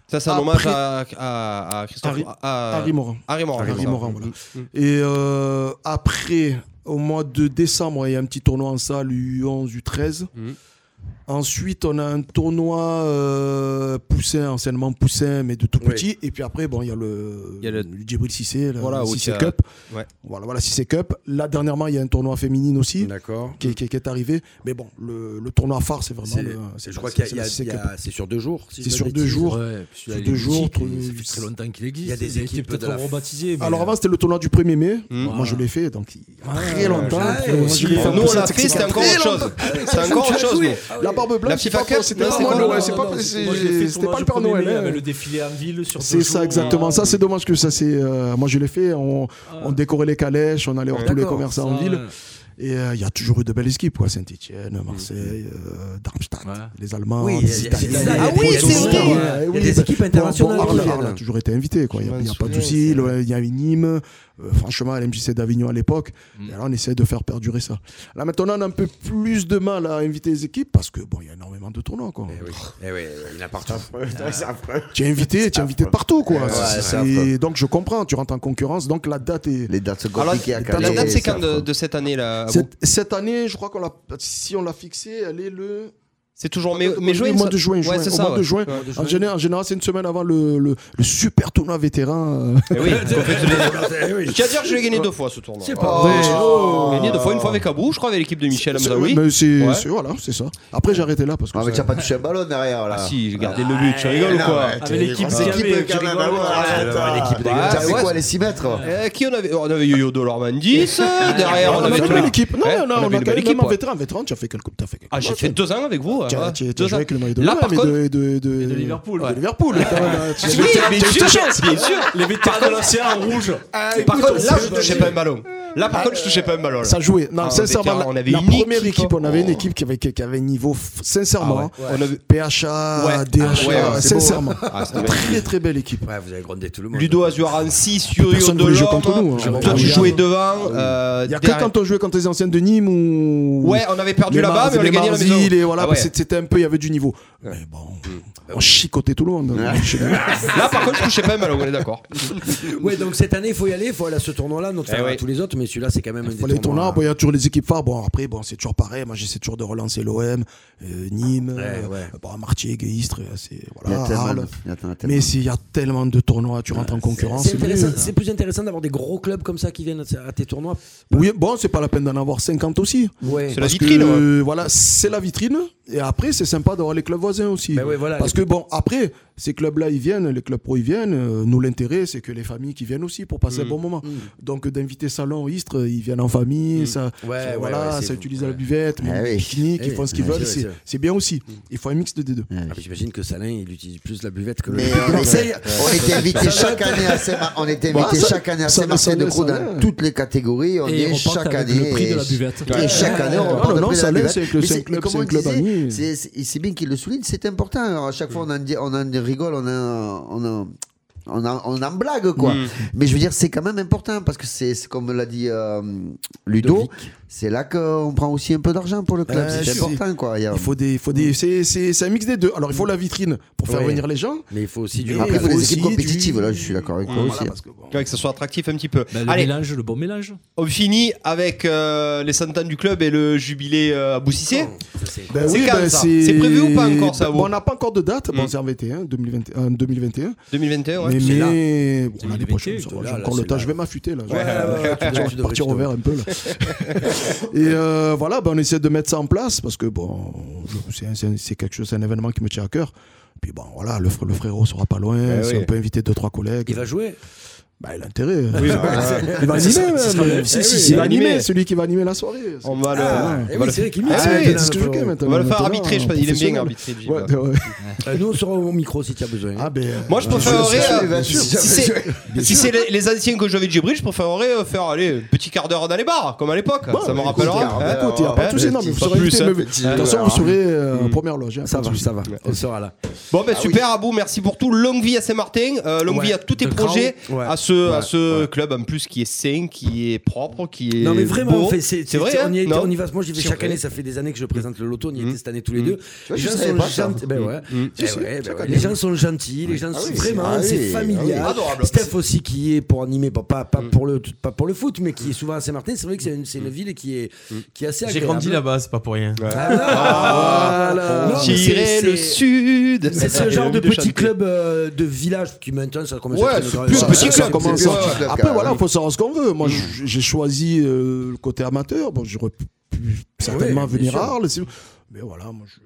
E: Ça, c'est un
H: Après-
E: hommage à, à, à Christophe.
H: Harry-
E: à,
H: Harry Morand.
E: Harry Morand.
H: Oh, Harry
E: c'est ça.
H: Morand, voilà.
E: Mm, mm.
H: Et euh, après, au mois de décembre, il y a un petit tournoi en salle U11, U13.
D: Mm.
E: Mhm.
H: Ensuite, on a un tournoi euh, poussin, anciennement poussin, mais de tout
D: Oui.
H: petit. Et puis après, bon, il y a le,
E: Il y a le-
H: Djibril Cissé, le
E: Voilà, où
H: Cissé
E: il y a-
H: Cup.
E: ouais.
H: Voilà, voilà, Cissé Cup. Là, dernièrement, il y a un tournoi féminine aussi
D: D'accord.
H: qui, qui- qui est arrivé. Mais bon, le, le tournoi phare, c'est vraiment.
D: C'est-
H: le-
D: Je crois qu'il y
H: c'est-
D: a-
H: c'est
D: il y
H: le
D: a-
H: Cissé
D: il y
H: Cup.
D: a- c'est sur deux jours.
H: C'est sur deux jours.
G: Ouais, puis celui-là,
H: Sur
G: il
H: deux
G: est
H: jours,
G: mythique,
H: tout-
G: et Ça fait très longtemps qu'il existe.
D: Il y a des
G: a été
D: équipes
G: peut-être
D: de la-
G: rebaptisé. mais-
H: Alors avant, c'était le tournoi du 1er mai.
E: Mhm.
H: Moi, je l'ai fait, donc il y a très
G: Ouais,
H: longtemps.
D: Mm. ouais,
H: Moi,
D: aussi.
H: je l'ai fait en
E: Nous, on
H: poussin,
E: l'a fait, c'était
H: etc.
E: encore autre
H: *laughs*
E: chose. C'est encore autre chose. nous.
H: La barbe blanche,
E: La
H: c'est
E: FIFA
H: pas-
E: Cup
H: c'était
E: Non,
H: pas
E: c'est
H: moi,
E: pas-
H: Noël,
E: non,
H: c'est pas-
G: non,
H: c'est-
G: moi, je l'ai fait
H: c'était
G: tournage
H: pas le Père
G: de premier
H: Noël.
G: mai,
H: hein.
G: Avec le défilé en ville sur
H: C'est
G: deux
H: ça
G: jours.
H: exactement.
E: euh,
H: Ça c'est dommage que ça c'est. euh, moi je l'ai fait. On,
E: Ah.
H: on décorait les calèches, on allait voir tous les
D: D'accord,
H: commerçants en
G: Ça,
H: ville.
G: ouais.
H: Et euh, il y a toujours eu de belles équipes quoi.
E: Mm.
H: Saint-Étienne, Marseille, euh, Darmstadt,
G: Ouais.
H: les Allemands,
D: Oui, il y a-
H: les
D: il y a- il y a-
H: Italiens.
D: il y a
E: Ah oui, c'est
D: des-
E: vrai.
D: Ouais, Il y a des équipes internationales
H: Bon,
D: qui
H: Arles- Arles a
D: viennent.
H: toujours été invité, quoi. Il n'y a,
E: Je
H: il y a
E: m'en
H: pas de
E: souviens,
H: souci.
E: c'est
H: Le- Il y avait Nîmes. euh, franchement, à l'MJC d'Avignon à l'époque.
E: Mm.
H: Et Là, on essaie de faire perdurer ça. Là, maintenant, on a un peu plus de mal à inviter les équipes parce que bon, il y a énormément de tournois, quoi.
D: Eh oui, eh oui, il a partout.
H: Tu es invité, tu es invité de partout, quoi.
F: Ouais, c'est
H: C'est- c'est-
F: affreux.
H: donc, je comprends. Tu rentres en concurrence, donc la date est.
F: Les dates sont
E: Alors,
F: compliquées à caler.
E: la date, c'est quand de,
F: affreux.
E: de cette année-là à vous
H: Cette, cette année, je crois qu'on l'a, si on l'a fixée, elle est le.
E: C'est toujours mai, mai juin
H: au mois de juin,
E: Ouais,
H: juin.
E: c'est
H: Au
E: ça,
H: mois de
E: ouais.
H: juin. En général, en général, c'est une semaine avant le, le- le super tournoi vétéran. *laughs* euh.
E: Eh oui, en fait,
D: Eh oui.
E: Je tiens à dire que je l'ai gagné deux fois ce tournoi.
D: C'est pas vrai.
F: Oh.
E: J'ai gagné deux fois, une fois avec Abou, je crois, avec l'équipe de Michel
H: C'est-
E: Amzaoui.
H: mais c'est,
E: Ouais.
H: c'est- voilà, c'est ça. Après, j'ai arrêté là parce que.
F: Ah, mais
H: ça-
F: tu as pas touché un ballon derrière là. Eh
E: Ah si, j'ai gardé le but, tu rigoles ou
F: non,
E: quoi
F: mais t'es-
G: Avec l'équipe
F: grosse
G: Gamay,
F: équipe,
G: tu
F: quand même,
G: rigoles,
F: alors,
G: ouais.
F: arrête,
D: l'équipe
F: ah.
E: dégueulasse.
F: T'as fait
E: Ouais,
F: quoi, les 6 mètres
E: Euh, qui on avait On avait Yo-Yo de Lorman
H: *laughs*
E: 10, euh, derrière hein on
H: Ah, on
E: avait
H: avait
E: tout
H: une
E: le-
H: belle équipe. Non,
E: Ouais, avait
H: non, on, a
E: une
H: quand
E: belle
H: même
E: équipe,
H: en
E: ouais.
H: vétéran, vétéran, tu as fait quelques. t'as fait quelques
E: Ah, j'ai
H: matchs,
E: fait
H: hein.
E: deux ans avec vous.
H: Tu as-
E: ouais,
H: tu as- tu as
E: deux
H: joué
E: ans.
H: avec le maillot de
E: Là,
H: l'OM
E: par
H: et
E: contre.
H: de, et de, et de-
G: de Liverpool,
H: de
G: ouais.
H: Liverpool,
E: *laughs*
H: quand même. Tu as-
E: Oui,
H: tu as- tu as-
E: mais
H: tu as-
E: bien sûr, bien sûr.
G: Les vétérans de l'ancien en rouge.
H: Ah,
E: Par contre, là, je touchais pas un ballon. Là, par contre, je touchais pas un ballon. là.
H: Ça jouait. Non,
E: Ah,
H: sincèrement,
E: Bécard,
H: la,
E: on avait
H: la
E: une
H: première
E: équipe,
H: équipe, on avait une
E: oh.
H: équipe qui avait, qui avait un niveau, f- sincèrement, hein.
E: Ah ouais. On avait-
H: PHA,
E: Ouais.
H: DHA,
E: Ouais, ouais, c'est beau,
H: sincèrement.
E: Ah, c'était bien.
H: très très belle équipe.
D: Ouais, vous avez grondé tout le monde.
E: Ludo Azuaran 6, Yo-Yo
H: Personne voulait jouer
E: Delorme.
H: contre nous, hein.
E: Toi, tu
H: Ah,
E: jouais
H: oui.
E: devant. euh,
H: Il y a que
E: derrière-
H: quand on jouait contre les anciennes de Nîmes ou.
E: Ouais, on avait perdu
H: les
E: là-bas,
H: Mars-
E: mais on a
H: les
E: gagné à la
H: Marzilles,
E: maison.
H: et voilà,
E: Ah ouais. Ah
H: c'était un peu, il y avait du niveau. Mais bon, on chicotait tout le monde. hein. Chez nous.
E: Là, par contre, je touchais pas un ballon, on est d'accord.
D: Ouais, donc cette année, il faut y aller, il faut aller à ce tournoi-là, notre
E: Eh
D: faire à
E: oui.
D: tous les autres, mais celui-là, c'est quand même un
H: Pour les
D: des
E: hein.
H: tournois,
D: tournois.
H: bon, il y a toujours les équipes phares. Bon, après, bon, c'est toujours pareil. Moi, j'essaie toujours de relancer l'OM, Nîmes, euh,
D: ouais.
H: bon, Martigues, Istres, euh, c'est
F: Il y a
H: voilà,
F: tellement
H: Arles.
F: de- il y a tellement de-
H: Mais s'il y a tellement de tournois, tu rentres en concurrence.
D: C'est
H: mieux.
D: intéressant- c'est plus intéressant d'avoir des gros clubs comme ça qui viennent à- à tes tournois.
H: Oui, bon, c'est pas la peine d'en avoir 50 aussi.
D: Ouais.
E: C'est la
H: Parce
E: vitrine,
H: que,
E: ouais.
H: euh, voilà, c'est la vitrine. Et après, c'est sympa d'avoir les clubs voisins aussi.
D: Ben ouais, voilà.
H: Parce que bon, après, ces clubs-là, ils viennent, les clubs pro, ils viennent. Euh, nous, l'intérêt, c'est que les familles qui viennent aussi pour
D: Mm,
H: passer un bon moment. Donc, d'inviter Salon, Istres, ils viennent en famille.
D: Mm.
H: Ça,
D: Ouais,
H: ça,
D: ouais,
H: voilà,
D: ouais, c'est
H: ça
D: vous,
H: utilise
D: ouais.
H: la buvette,
F: Ah
H: même
F: oui.
H: pique-nique,
D: Ah
H: ils
D: oui,
H: font ce qu'ils
D: ouais,
H: veulent.
D: c'est
H: C'est
D: vrai.
H: c'est bien aussi. Il faut un mix des deux.
D: Ah, mais J'imagine que Salin, il utilise plus la buvette *laughs* que le.
H: euh,
F: Mais on essaye- on était invité chaque année à Saint-Martin. On était invité
H: Bah, ça-
F: chaque année à
H: ça-
F: Saint-Martin de
H: ça-
F: Croix
H: ça-
F: dans
H: ouais.
F: toutes les catégories. On
G: Et
F: est
G: on part
F: chaque
G: avec
F: année.
G: le prix de la
F: et-
G: buvette.
F: Et chaque année, on
H: Ah, Non,
F: repart
H: non,
F: de prix de la
H: ça l'est,
F: buvette.
H: c'est que le
F: Mais
H: Saint- le
F: comme
H: Saint
F: on
H: Club
F: disait,
H: ami.
F: c'est- c'est- C'est bien qu'il le souligne, c'est important. Alors, à chaque fois, on en, dit- on en rigole, on en, on en- on en- on en blague, quoi.
H: Mm.
F: Mais je veux dire, c'est quand même important parce que c'est c'est comme l'a dit euh, Ludo, c'est là qu'on prend aussi un peu d'argent pour le club.
H: Euh,
F: c'est
H: si.
F: important, quoi. Il y a-
H: Il faut des, il faut des, c'est- c'est c'est un mix des deux. Alors, il faut la vitrine pour faire
D: Mm. Ouais.
H: venir les gens.
D: Mais il faut aussi du.
H: Et
F: Après, il faut
H: faut
F: des équipes
H: aussi du-
F: compétitives, là, je suis d'accord avec toi
H: Voilà,
F: aussi.
H: parce que, bon,
E: Ouais, que ça soit attractif un petit peu.
G: Bah, le
E: Allez,
G: mélange, le bon mélange.
E: on finit avec euh, les centaines du club et le jubilé euh, à Boussissé.
H: Ben
E: C'est
H: oui,
E: quand,
H: ben
E: ça C'est prévu ou pas encore, ça,
H: Ben,
E: vous
H: On hein, n'a pas encore de date. Bon,
E: Mm.
H: c'est en 21, 2021, en 2021.
E: 2021, ouais.
H: mais
D: c'est là.
H: mais bon, l'année
G: 2021,
H: prochaine, ça va,
D: là,
H: j'ai
D: là,
H: encore le
D: c'est
H: temps.
D: là.
H: Je vais m'affûter là.
D: ouais,
H: Je
D: tu
H: vais
D: devrais,
H: partir
D: tu
H: au vert un peu là. Et euh, voilà, ben, on essaie de mettre ça en place parce que bon, je- c'est- c'est c'est quelque chose, c'est un événement qui me tient à cœur. Puis bon, voilà, le, fr- le frérot sera pas loin.
E: Eh
H: si
E: oui.
H: On peut inviter deux trois collègues.
D: Il va jouer.
H: Bah, il a intérêt. *laughs*
K: Il va animer, même.
H: Eh oui, il va animer, celui qui va animer la soirée.
E: On va le.
D: Eh oui, c'est vrai qu'il
E: Ah
D: mixe
E: oui,
D: maintenant,
H: c'est ce que je
D: le
H: fais
D: frérot.
H: maintenant.
E: On va le faire
H: maintenant,
E: arbitrer, je sais pas, il aime bien
H: professionnel.
E: arbitrer. Jim.
H: Ouais, ouais.
D: Euh, Nous, on sera au micro si tu as besoin.
H: Ah, ben. euh,
E: Moi, je
F: sûr,
E: préférerais. euh,
F: bien
E: Si
F: sûr, bien sûr.
E: c'est si c'est les, les anciens que j'avais de Djibril, je préférerais euh, faire aller un petit quart d'heure dans les bars, comme à l'époque. ça
D: bah,
E: me
F: écoute,
E: rappellera.
F: regarde,
E: hein.
H: Écoute, il n'y a pas de souci, non, mais vous
E: pas
H: serez
E: plus,
H: invité.
E: hein,
H: mais-
E: petit,
H: De toute façon, vous serez euh, en première loge. hein,
D: Ça
H: pas de
D: va,
H: souci.
D: ça va. On sera là.
E: Bon, ben super, Abou, merci pour tout. Longue vie à Saint-Martin, euh, longue
D: Ah Ouais,
E: vie à tous tes
D: de
E: projets,
D: Crown, ouais.
E: à ce, à
D: Ouais,
E: ce club en plus qui est sain, qui est propre, qui est.
D: Non mais vraiment,
E: beau.
D: on fait- c'est
E: c'est vrai.
D: on, y
E: hein
D: est,
E: Non
D: on y va. Moi, j'y vais
E: C'est
D: chaque
E: vrai.
D: année. Ça fait des années que je présente le loto. On y était cette année tous les
E: Mm.
D: deux.
F: vois,
D: les
F: je
D: gens
F: savais
D: sont
F: pas ça.
D: gentils. Ben ouais. Eh
F: si,
D: ouais, ben
F: chaque
D: ouais.
F: année.
D: Les gens sont gentils. Les gens
F: Ah
D: sont
F: oui,
D: vraiment,
F: ah
D: c'est
F: oui,
D: familial.
F: ah
E: oui. Adorable.
D: Steph aussi qui est pour animer, pas, pas, pas pour le pas pour le foot, mais qui est souvent à Saint-Martin. C'est vrai que c'est une, c'est une ville qui est qui est assez.
C: J'ai grandi
D: agréable.
C: là-bas, c'est pas pour rien.
D: Ah, voilà. Non, mais
E: J'irai
D: c'est-
E: le
D: c'est-
E: sud.
D: C'est ce genre de
E: Envie
D: petit
E: chanter.
D: club euh, de village qui maintenant ça commence
E: Ouais,
D: à être
E: c'est
D: une-
E: plus
D: Ça-
E: petit
D: ça-
E: club,
D: ça
F: comme
D: commence-
F: c'est
H: ça.
F: plus petit club,
H: Après,
F: carrément.
H: voilà, il faut savoir ce qu'on veut. Moi, j- j'ai choisi euh, le côté amateur. Bon, j'aurais pu certainement
D: bien
H: venir
D: sûr.
H: à Arles. c'est- Mais voilà, moi, je.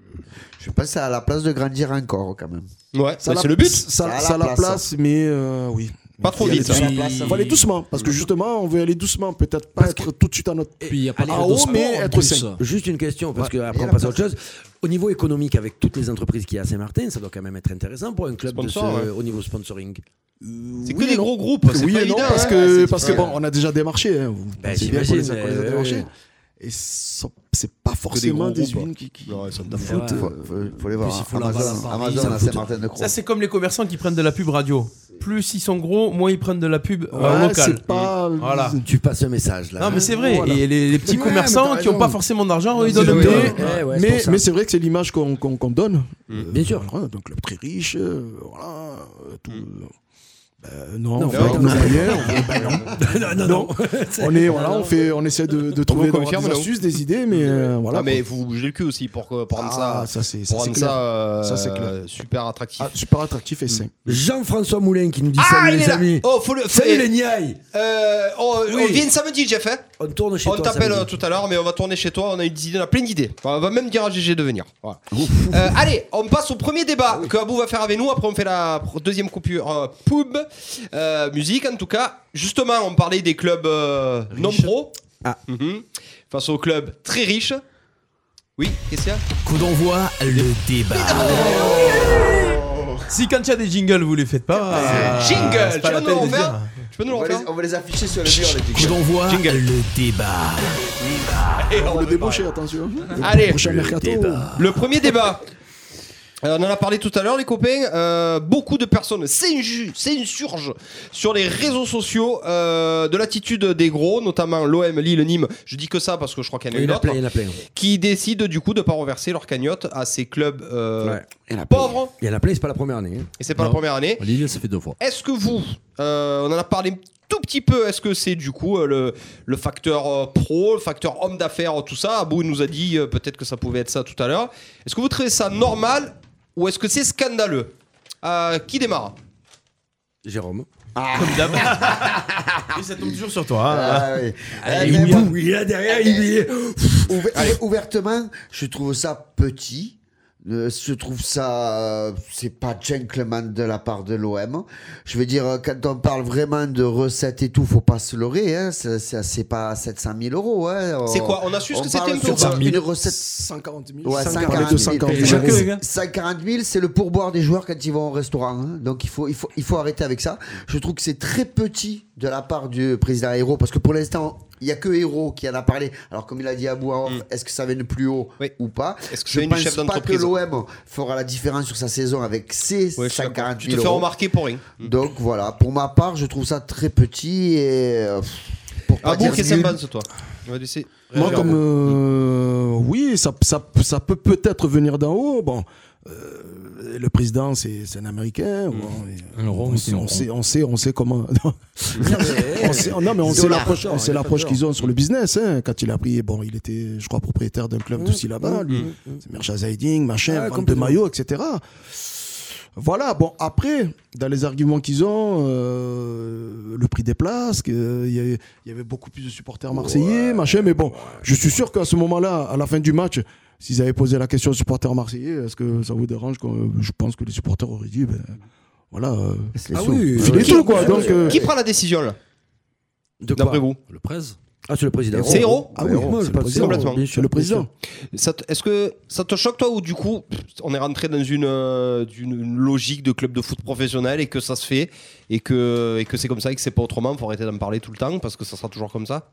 F: Je pense à la place de grandir encore, quand même.
E: Ouais,
H: Ça
E: bah,
H: la-
E: c'est le but.
H: Ça,
F: Ça
H: ça
F: a la
H: la place,
F: place,
H: mais euh, oui.
E: Pas trop
H: Il y a
E: vite.
H: des-
E: hein.
H: Il faut aller doucement, parce que justement, on veut aller doucement, peut-être pas être tout de suite à notre.
G: Puis il n'y a pas
D: Allez,
G: trop
D: en
G: de
D: haut,
G: sport,
H: mais
G: en
H: être
G: plus.
H: sain.
D: Juste une question, parce qu'après
F: Et
D: on
F: la
D: passe à
F: place
D: autre chose. Au niveau économique, avec toutes les entreprises qu'il y a à Saint-Martin, ça doit quand même être intéressant pour un club de
E: Sponsor,
D: ce-
E: ouais.
D: au niveau sponsoring.
E: C'est que
H: Oui et
E: des
H: non.
E: gros groupes. c'est
H: oui
E: pas
H: et non,
E: évident,
H: parce
E: hein.
H: que,
E: Ouais,
H: parce
E: c'est-
H: que bon, on a déjà démarché. hein, vous
D: Ben,
H: pensez bien qu'on les a-
D: j'imagine,
H: qu'on les a
D: ouais,
H: démarchés.
D: ouais.
H: Et ça- c'est pas forcément
E: gros
H: des
E: groupes,
H: unes qui. qui-
E: Ouais, ça me tape.
F: Faut, faut, faut, les voir.
G: Plus, il faut la
F: Amazon,
G: balle à Paris,
F: Amazon,
G: ça
F: à Saint-Martin-de-Croix.
C: Ça, c'est comme les commerçants qui prennent de la pub radio. Plus ils sont gros, moins ils prennent de la pub euh,
H: Ouais,
C: locale.
H: c'est pas.
C: Voilà.
D: Tu passes un message là.
C: Non, mais c'est vrai.
H: Voilà.
C: Et les, les petits
H: Ouais, mais
C: commerçants
H: t'as
C: qui n'ont
H: raison.
C: pas forcément d'argent, eux, ils
D: C'est
C: donnent
D: vrai.
C: le
D: Ouais, ouais, c'est
H: mais
D: pour ça.
H: mais c'est vrai que c'est l'image qu'on qu'on- qu'on donne.
D: Bien sûr.
H: Voilà, donc club très riche, euh, voilà, euh, tout. Euh, non,
D: Non,
H: on fait
D: non,
H: avec
D: non.
H: nos moyens, on fait- ben non.
D: non, non.
H: on est voilà, on fait, on essaie de, de trouver des-
E: confirme,
H: des
E: non.
H: astuces, des idées, mais euh, voilà.
E: Ah, mais
H: quoi.
E: vous bougez le cul aussi pour euh, prendre
H: Ah,
E: ça.
H: ça c'est ça,
E: Pour
H: c'est
E: rendre
H: clair.
E: ça, euh,
H: Ça, c'est clair.
E: super attractif.
H: Ah, super attractif et sain.
D: Jean-François Moulin qui nous dit
E: Ah,
D: salut
E: il
D: les
E: est là
D: amis.
E: Oh, faut le...
D: Salut
E: eh,
D: les niailles.
E: euh, on, on
D: Oui.
E: vient samedi, Jeff. hein
D: On tourne chez
E: on
D: toi.
E: t'appelle euh,
D: samedi.
E: tout à l'heure, mais on va tourner chez toi. On a, une idée, on a plein d'idées. Enfin, on va même dire à GG de venir. Voilà. Euh, allez, on passe au premier
C: Ah
E: débat que Abou va faire avec nous. Après, on fait la pr- deuxième coupure euh, pub. Euh, musique, en tout cas. Justement, on parlait des clubs euh, non pro.
D: Ah.
E: Mhm. Face aux clubs très riches. Oui, qu'est-ce qu'il y a
A: Coup d'envoi, le débat.
C: Si quand il y a des jingles, vous les faites pas.
D: Ah,
C: euh,
E: Jingle,
C: c'est
E: tu
C: pas la
E: vas
C: peine
E: nous
C: de
E: en faire
C: dire.
E: Tu peux nous le
F: On va,
E: refaire
F: les, on va les afficher sur le mur, les
A: Coup
F: tickets.
A: d'envoi,
E: Jingle.
A: le débat.
H: On le débauché, attention.
E: Allez.
H: prochain mercato.
E: Le premier débat. Euh, on en a parlé tout à l'heure, les copains. Euh, beaucoup de personnes s'inju- s'insurgent sur les réseaux sociaux euh, de l'attitude des gros, notamment l'OM, Lille, Nîmes. Je dis que ça parce que je crois qu'il y en a
D: Il y
E: une
D: en a plein,
E: autre
D: il y en a plein.
E: qui décident du coup de pas renverser leur cagnotte à ces clubs euh,
D: Ouais.
E: pauvres.
D: Il y en a plein, c'est pas la première année. hein.
E: Et c'est pas la
G: Non.
E: première année.
G: Lille, ça fait deux fois.
E: Est-ce que vous, euh, on en a parlé un tout petit peu, est-ce que c'est du coup euh, le, le facteur euh, pro, le facteur homme d'affaires, euh, tout ça Abou nous a dit euh, peut-être que ça pouvait être ça tout à l'heure. Est-ce que vous trouvez ça normal ou est-ce que c'est scandaleux Euh, Qui démarre
D: Jérôme.
C: Comme d'hab. Et ça tombe toujours sur toi. hein.
F: Ah, oui. Eh,
D: il,
F: mais
D: est
F: moi,
D: où il est là derrière, il est.
F: ouver- ouvertement, je trouve ça petit. Euh, je trouve ça, euh, c'est pas gentleman de la part de l'OM. Je veux dire, euh, quand on parle vraiment de recettes et tout, faut pas se leurrer. Hein. C'est- C'est c'est pas 700 000 euros. Hein. On-
E: C'est quoi On a su ce que c'était
F: parle
E: un peu
F: sur
E: ou pas
F: Une recette
H: 140 000.
F: Ouais,
H: 140
F: 140 000.
H: 140
F: Et
H: 000.
F: chacun,
G: les gars.
F: 140 000, c'est le pourboire des joueurs quand ils vont au restaurant. hein. Donc il faut, il, faut, il faut arrêter avec ça. Je trouve que c'est très petit de la part du président Hero parce que pour l'instant, il n'y a que Hero qui en a parlé. Alors comme il a dit à Bouhar, est-ce que ça vient de plus haut
E: Mm. Oui.
F: ou pas
E: Est-ce que ça
F: Je
E: vient du
F: pense
E: chef
F: pas que
E: d'entreprise
F: l'OM fera la différence sur sa saison avec ses
E: Ouais, je suis d'accord.
F: 140
E: Tu te
F: 000
E: fais
F: euros.
E: remarquer Mm. pour rien.
F: Donc voilà, pour ma part, je trouve ça très petit et euh, pff, pour pas
E: Abou,
F: dire
E: qu'est-ce que ça
F: nul.
E: pense toi On va laisser-
H: Moi,
E: Réagir.
H: comme. euh, oui, ça, ça, ça peut peut-être venir d'en haut. Bon. euh, le président, c'est c'est un Américain. bon, et-
G: Un rond, c'est
H: on, sait,
G: un
H: on,
G: rond.
H: sait, on sait, on sait comment. *laughs* non. on sait, non, mais on sait l'approche, on sait l'approche qu'ils ont sur le business. hein. Quand il a pris, bon, il était, je crois, propriétaire d'un club d'aussi là-bas. lui. C'est merchandising, machin,
D: Ah,
H: vente de
D: complètement.
H: maillots, etc. Voilà, bon, après, dans les arguments qu'ils ont, euh, le prix des places, que, euh, il y, avait- il y avait beaucoup plus de supporters marseillais, machin, mais bon, je suis sûr qu'à ce moment-là, à la fin du match, s'ils avaient posé la question aux supporters marseillais, est-ce que ça vous dérange qu'on- Je pense que les supporters auraient dit, ben, Voilà. euh,
E: les sous.
H: Filez
E: Qui-
H: tout, quoi. Donc, euh,
E: Qui prend la décision là D'après vous
G: Le presse
D: Ah, c'est le président.
E: C'est héros
D: Ah oui, moi, je pense que c'est
E: complètement.
D: bien sûr, bien sûr.
E: Ça te- Est-ce que ça te choque, toi, ou du coup, pff, on est rentré dans une, euh, d'une- une logique de club de foot professionnel et que ça se fait et que, et que c'est comme ça et que c'est pas autrement Faut arrêter d'en parler tout le temps parce que ça sera toujours comme ça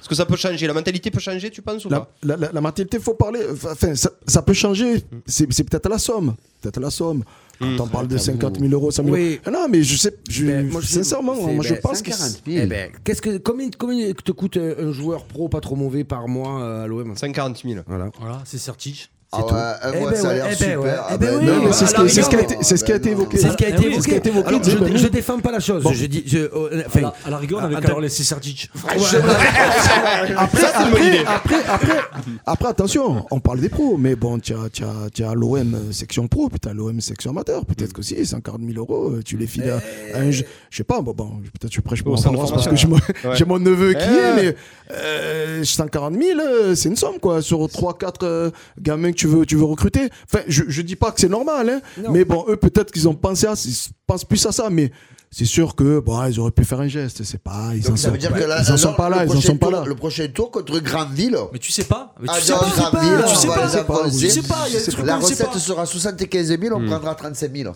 E: Est-ce que ça peut changer La mentalité peut changer, tu penses ou
H: la,
E: pas
H: la, la, la mentalité, faut parler. Enfin, ça, ça peut changer. C'est c'est peut-être la somme. Peut-être la somme. Quand on parle de 50 000 euros, 100 000
D: Mmh. Ah, Oui. Ben,
H: euros. Ah Non, mais je sais. Je,
D: moi, je-
H: sincèrement,
D: c'est-
H: moi, je
D: ben,
H: pense que.
D: 140
H: c'est-
D: 000. Eh ben, qu'est-ce que, combien, combien te coûte euh, un joueur pro pas trop mauvais par mois euh, à l'OM
E: 140 000.
D: Voilà.
G: Voilà, c'est certi.
F: Ah ouais, euh,
D: Eh
F: ouais,
D: ben
F: ça a
D: ouais,
F: l'air
D: eh ben
F: super.
D: ouais,
F: Ah ben
D: eh ben oui,
F: non,
D: bah,
F: mais
H: c'est ce
D: alors,
H: qui- c'est ce qui a
D: non,
H: été- c'est ce qui a été évoqué.
D: ben, C'est ce qui a
G: Ah
D: été
G: oui,
D: évoqué.
G: c'est ce qui a été évoqué,
D: Alors,
G: c'est
H: Ben,
D: je,
G: vrai.
D: je défends pas la chose. Je dis, je, euh, enfin,
G: À la, à la rigueur, on avait
D: en
G: qu'à
D: tant-
G: leur laisser Sertic.
H: Après,
E: Ça, c'est une bonne
H: après,
E: idée.
H: après, après, après, attention, on parle des pros, mais bon, tu as, tu as- tu as l'OM euh, section pro, puis tu as l'OM section amateur. Peut-être que si, 140 000 euros, euh, tu les files à, à un. Je je sais pas, bon, bon, peut-être je prêche pour
E: Au
H: ma
E: centre de
H: paroisse parce que j'ai
E: formation.
H: mon,
E: Ouais.
H: j'ai mon neveu qui
E: Eh
H: est,
E: ouais.
H: mais euh, 140 000, euh, c'est une somme, quoi, sur 3-4 gamins que tu veux, tu veux recruter. Enfin, je, je dis pas que c'est normal, hein, mais bon, eux, peut-être qu'ils ont pensé à, ils pensent plus à ça, mais. C'est sûr que bon, ils auraient pu faire un geste, c'est pas, ils en
F: Ça
H: sont,
F: veut dire que là,
H: ils en sont
F: là,
H: pas
F: le
H: là, ils en
F: prochain
H: sont pas
F: tour-
H: là.
F: Le prochain tour contre Granville.
G: Mais tu sais pas. Mais tu
F: Ah,
G: sais
F: dans
G: pas.
F: Granville,
G: Mais tu sais
F: on va
G: pas.
F: les avancer.
G: Tu sais pas. Il y a des trucs
F: La
G: qu'on sait
F: recette
G: pas.
F: sera 75 000, on prendra 35 000.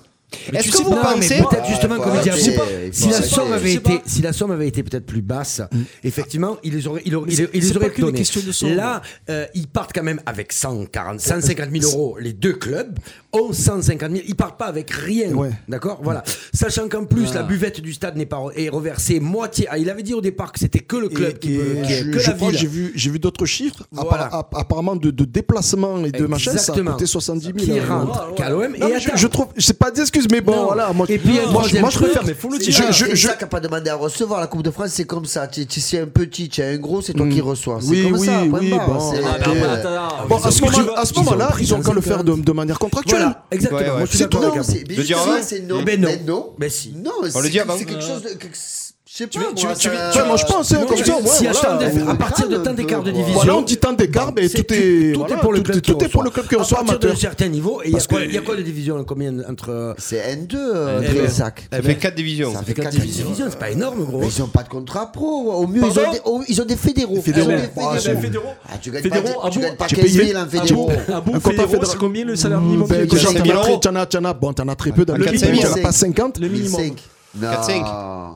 G: Mais
E: Est-ce
G: tu
E: que
G: sais
E: vous
G: pas, mais
E: pensez-
G: bon,
D: Peut-être justement,
F: Ouais,
D: comme
F: ouais,
D: il dit
G: Ah,
F: mais
D: Abou,
F: il
D: si la
F: faut
D: somme
F: arrêter.
D: avait
G: Je sais
D: été,
G: pas.
D: si la somme avait été peut-être plus basse, effectivement, ils les auraient, ils auraient,
G: Mais
D: ils
G: c'est-
D: les- ils les
G: c'est
D: auraient
G: pas qu'une
D: donnés.
G: question de somme.
D: Là, euh, ils partent quand même avec 140, 150 000 euros. Les deux clubs ont 150 000. Ils partent pas avec rien.
H: Ouais.
D: D'accord, voilà. Sachant qu'en plus, la buvette du stade n'est pas re- est reversée moitié. Ah, il avait dit au départ que c'était que le club
H: Et-
D: qui,
H: et
D: peut- qui-
H: je,
D: que
H: je
D: la
H: crois que
D: ville.
H: j'ai vu, j'ai vu d'autres chiffres.
D: Voilà.
H: Appara- app- apparemment, de, de déplacement et de machin, ça a
D: Exactement.
H: coûté 70 000.
D: Qui
H: euh,
D: rentre
G: ouais.
D: qu'à l'OM.
H: Non,
D: Et
H: mais je,
D: attends.
H: je trouve, c'est pas d'excuse, mais bon,
D: Non.
H: voilà. Moi,
D: Et puis, il y a un
H: moi, je- moi, je
D: troisième
H: préfère.
D: truc, mais
G: faut le
H: je-
G: dire.
H: je- je-
F: C'est
H: je-
F: ça qui n'a pas demandé à recevoir. La Coupe de France, c'est comme ça. Tu, tu, si un petit, tu as un gros, c'est toi qui reçois. C'est
H: Oui,
F: comme
H: oui,
F: ça. point
H: oui,
F: barre.
H: bon.
F: C'est-
H: Ah,
G: Ah,
H: bah,
G: bah,
F: euh,
G: attends,
H: Bon,
G: ils ont
H: à ce
G: pris-
H: moment- à ce moment-là,
D: pris
H: ils ont qu'à le
D: 150.
H: faire de, de manière contractuelle.
D: Voilà, exactement.
E: Ouais, ouais.
D: Moi, je suis
H: C'est
D: d'accord
H: tout,
D: avec
F: Non,
D: Abou.
F: c'est mais
E: De dire
F: justement,
E: avant
F: c'est non.
D: Ben non. Ben si.
F: si. Non,
E: On le
F: c'est
E: dit avant.
F: c'est quelque chose de. que- Je sais pas.
H: Tu- tu-
F: moi,
H: tu-
F: ça-
H: tu- moi, je pense, hein,
D: Non,
H: comme
D: mais
H: ça, ouais,
D: si à,
H: voilà.
D: temps de- à partir de
F: Voilà.
D: tant d'écart de
F: Voilà,
D: division,
H: Voilà, on dit tant d'écart, mais
D: c'est-
H: tout est.
D: tout
H: voilà,
D: est pour le
H: tout-
D: club. qui
H: Tout est pour le club qui reçoit
D: À partir
H: amateur.
D: d'un certain niveau, et il y a
H: Parce
D: quoi-
H: que-
D: il y a quoi de division hein, Combien entre euh,
F: C'est N2, euh,
D: Eh ben.
F: Trélissac.
E: Ça fait 4 divisions.
F: Ça fait
D: quatre
F: 4
D: divisions
F: divisions.
D: C'est pas énorme, gros.
F: Mais ils n'ont pas de contrat pro. Au mieux, ils ont, des, oh, ils ont des fédéraux.
H: fédéraux.
F: Ils ont des fédéraux.
H: Ah, c'est-
G: Fédéraux.
F: Ah, tu gagnes
G: Fédéraux,
F: pas,
G: ah
F: tu
G: bon,
F: gagnes pas
H: tu
F: 15
H: payes-
F: 000 en
G: Ah bon,
F: fédéraux.
G: un bon
H: Un compte à
G: fédéral,
H: fédéral.
G: c'est combien le salaire minimum
H: Ben,
G: qui est
H: déjà,
E: c'est
H: t'en
E: mille
H: as très-
E: euros.
H: t'en as- t'en as- bon, t'en as très peu dans le
E: Quatre,
H: pays,
E: cinq mille.
H: t'en as pas 50.
G: Le minimum.
F: 1005. Non.
E: 4-5.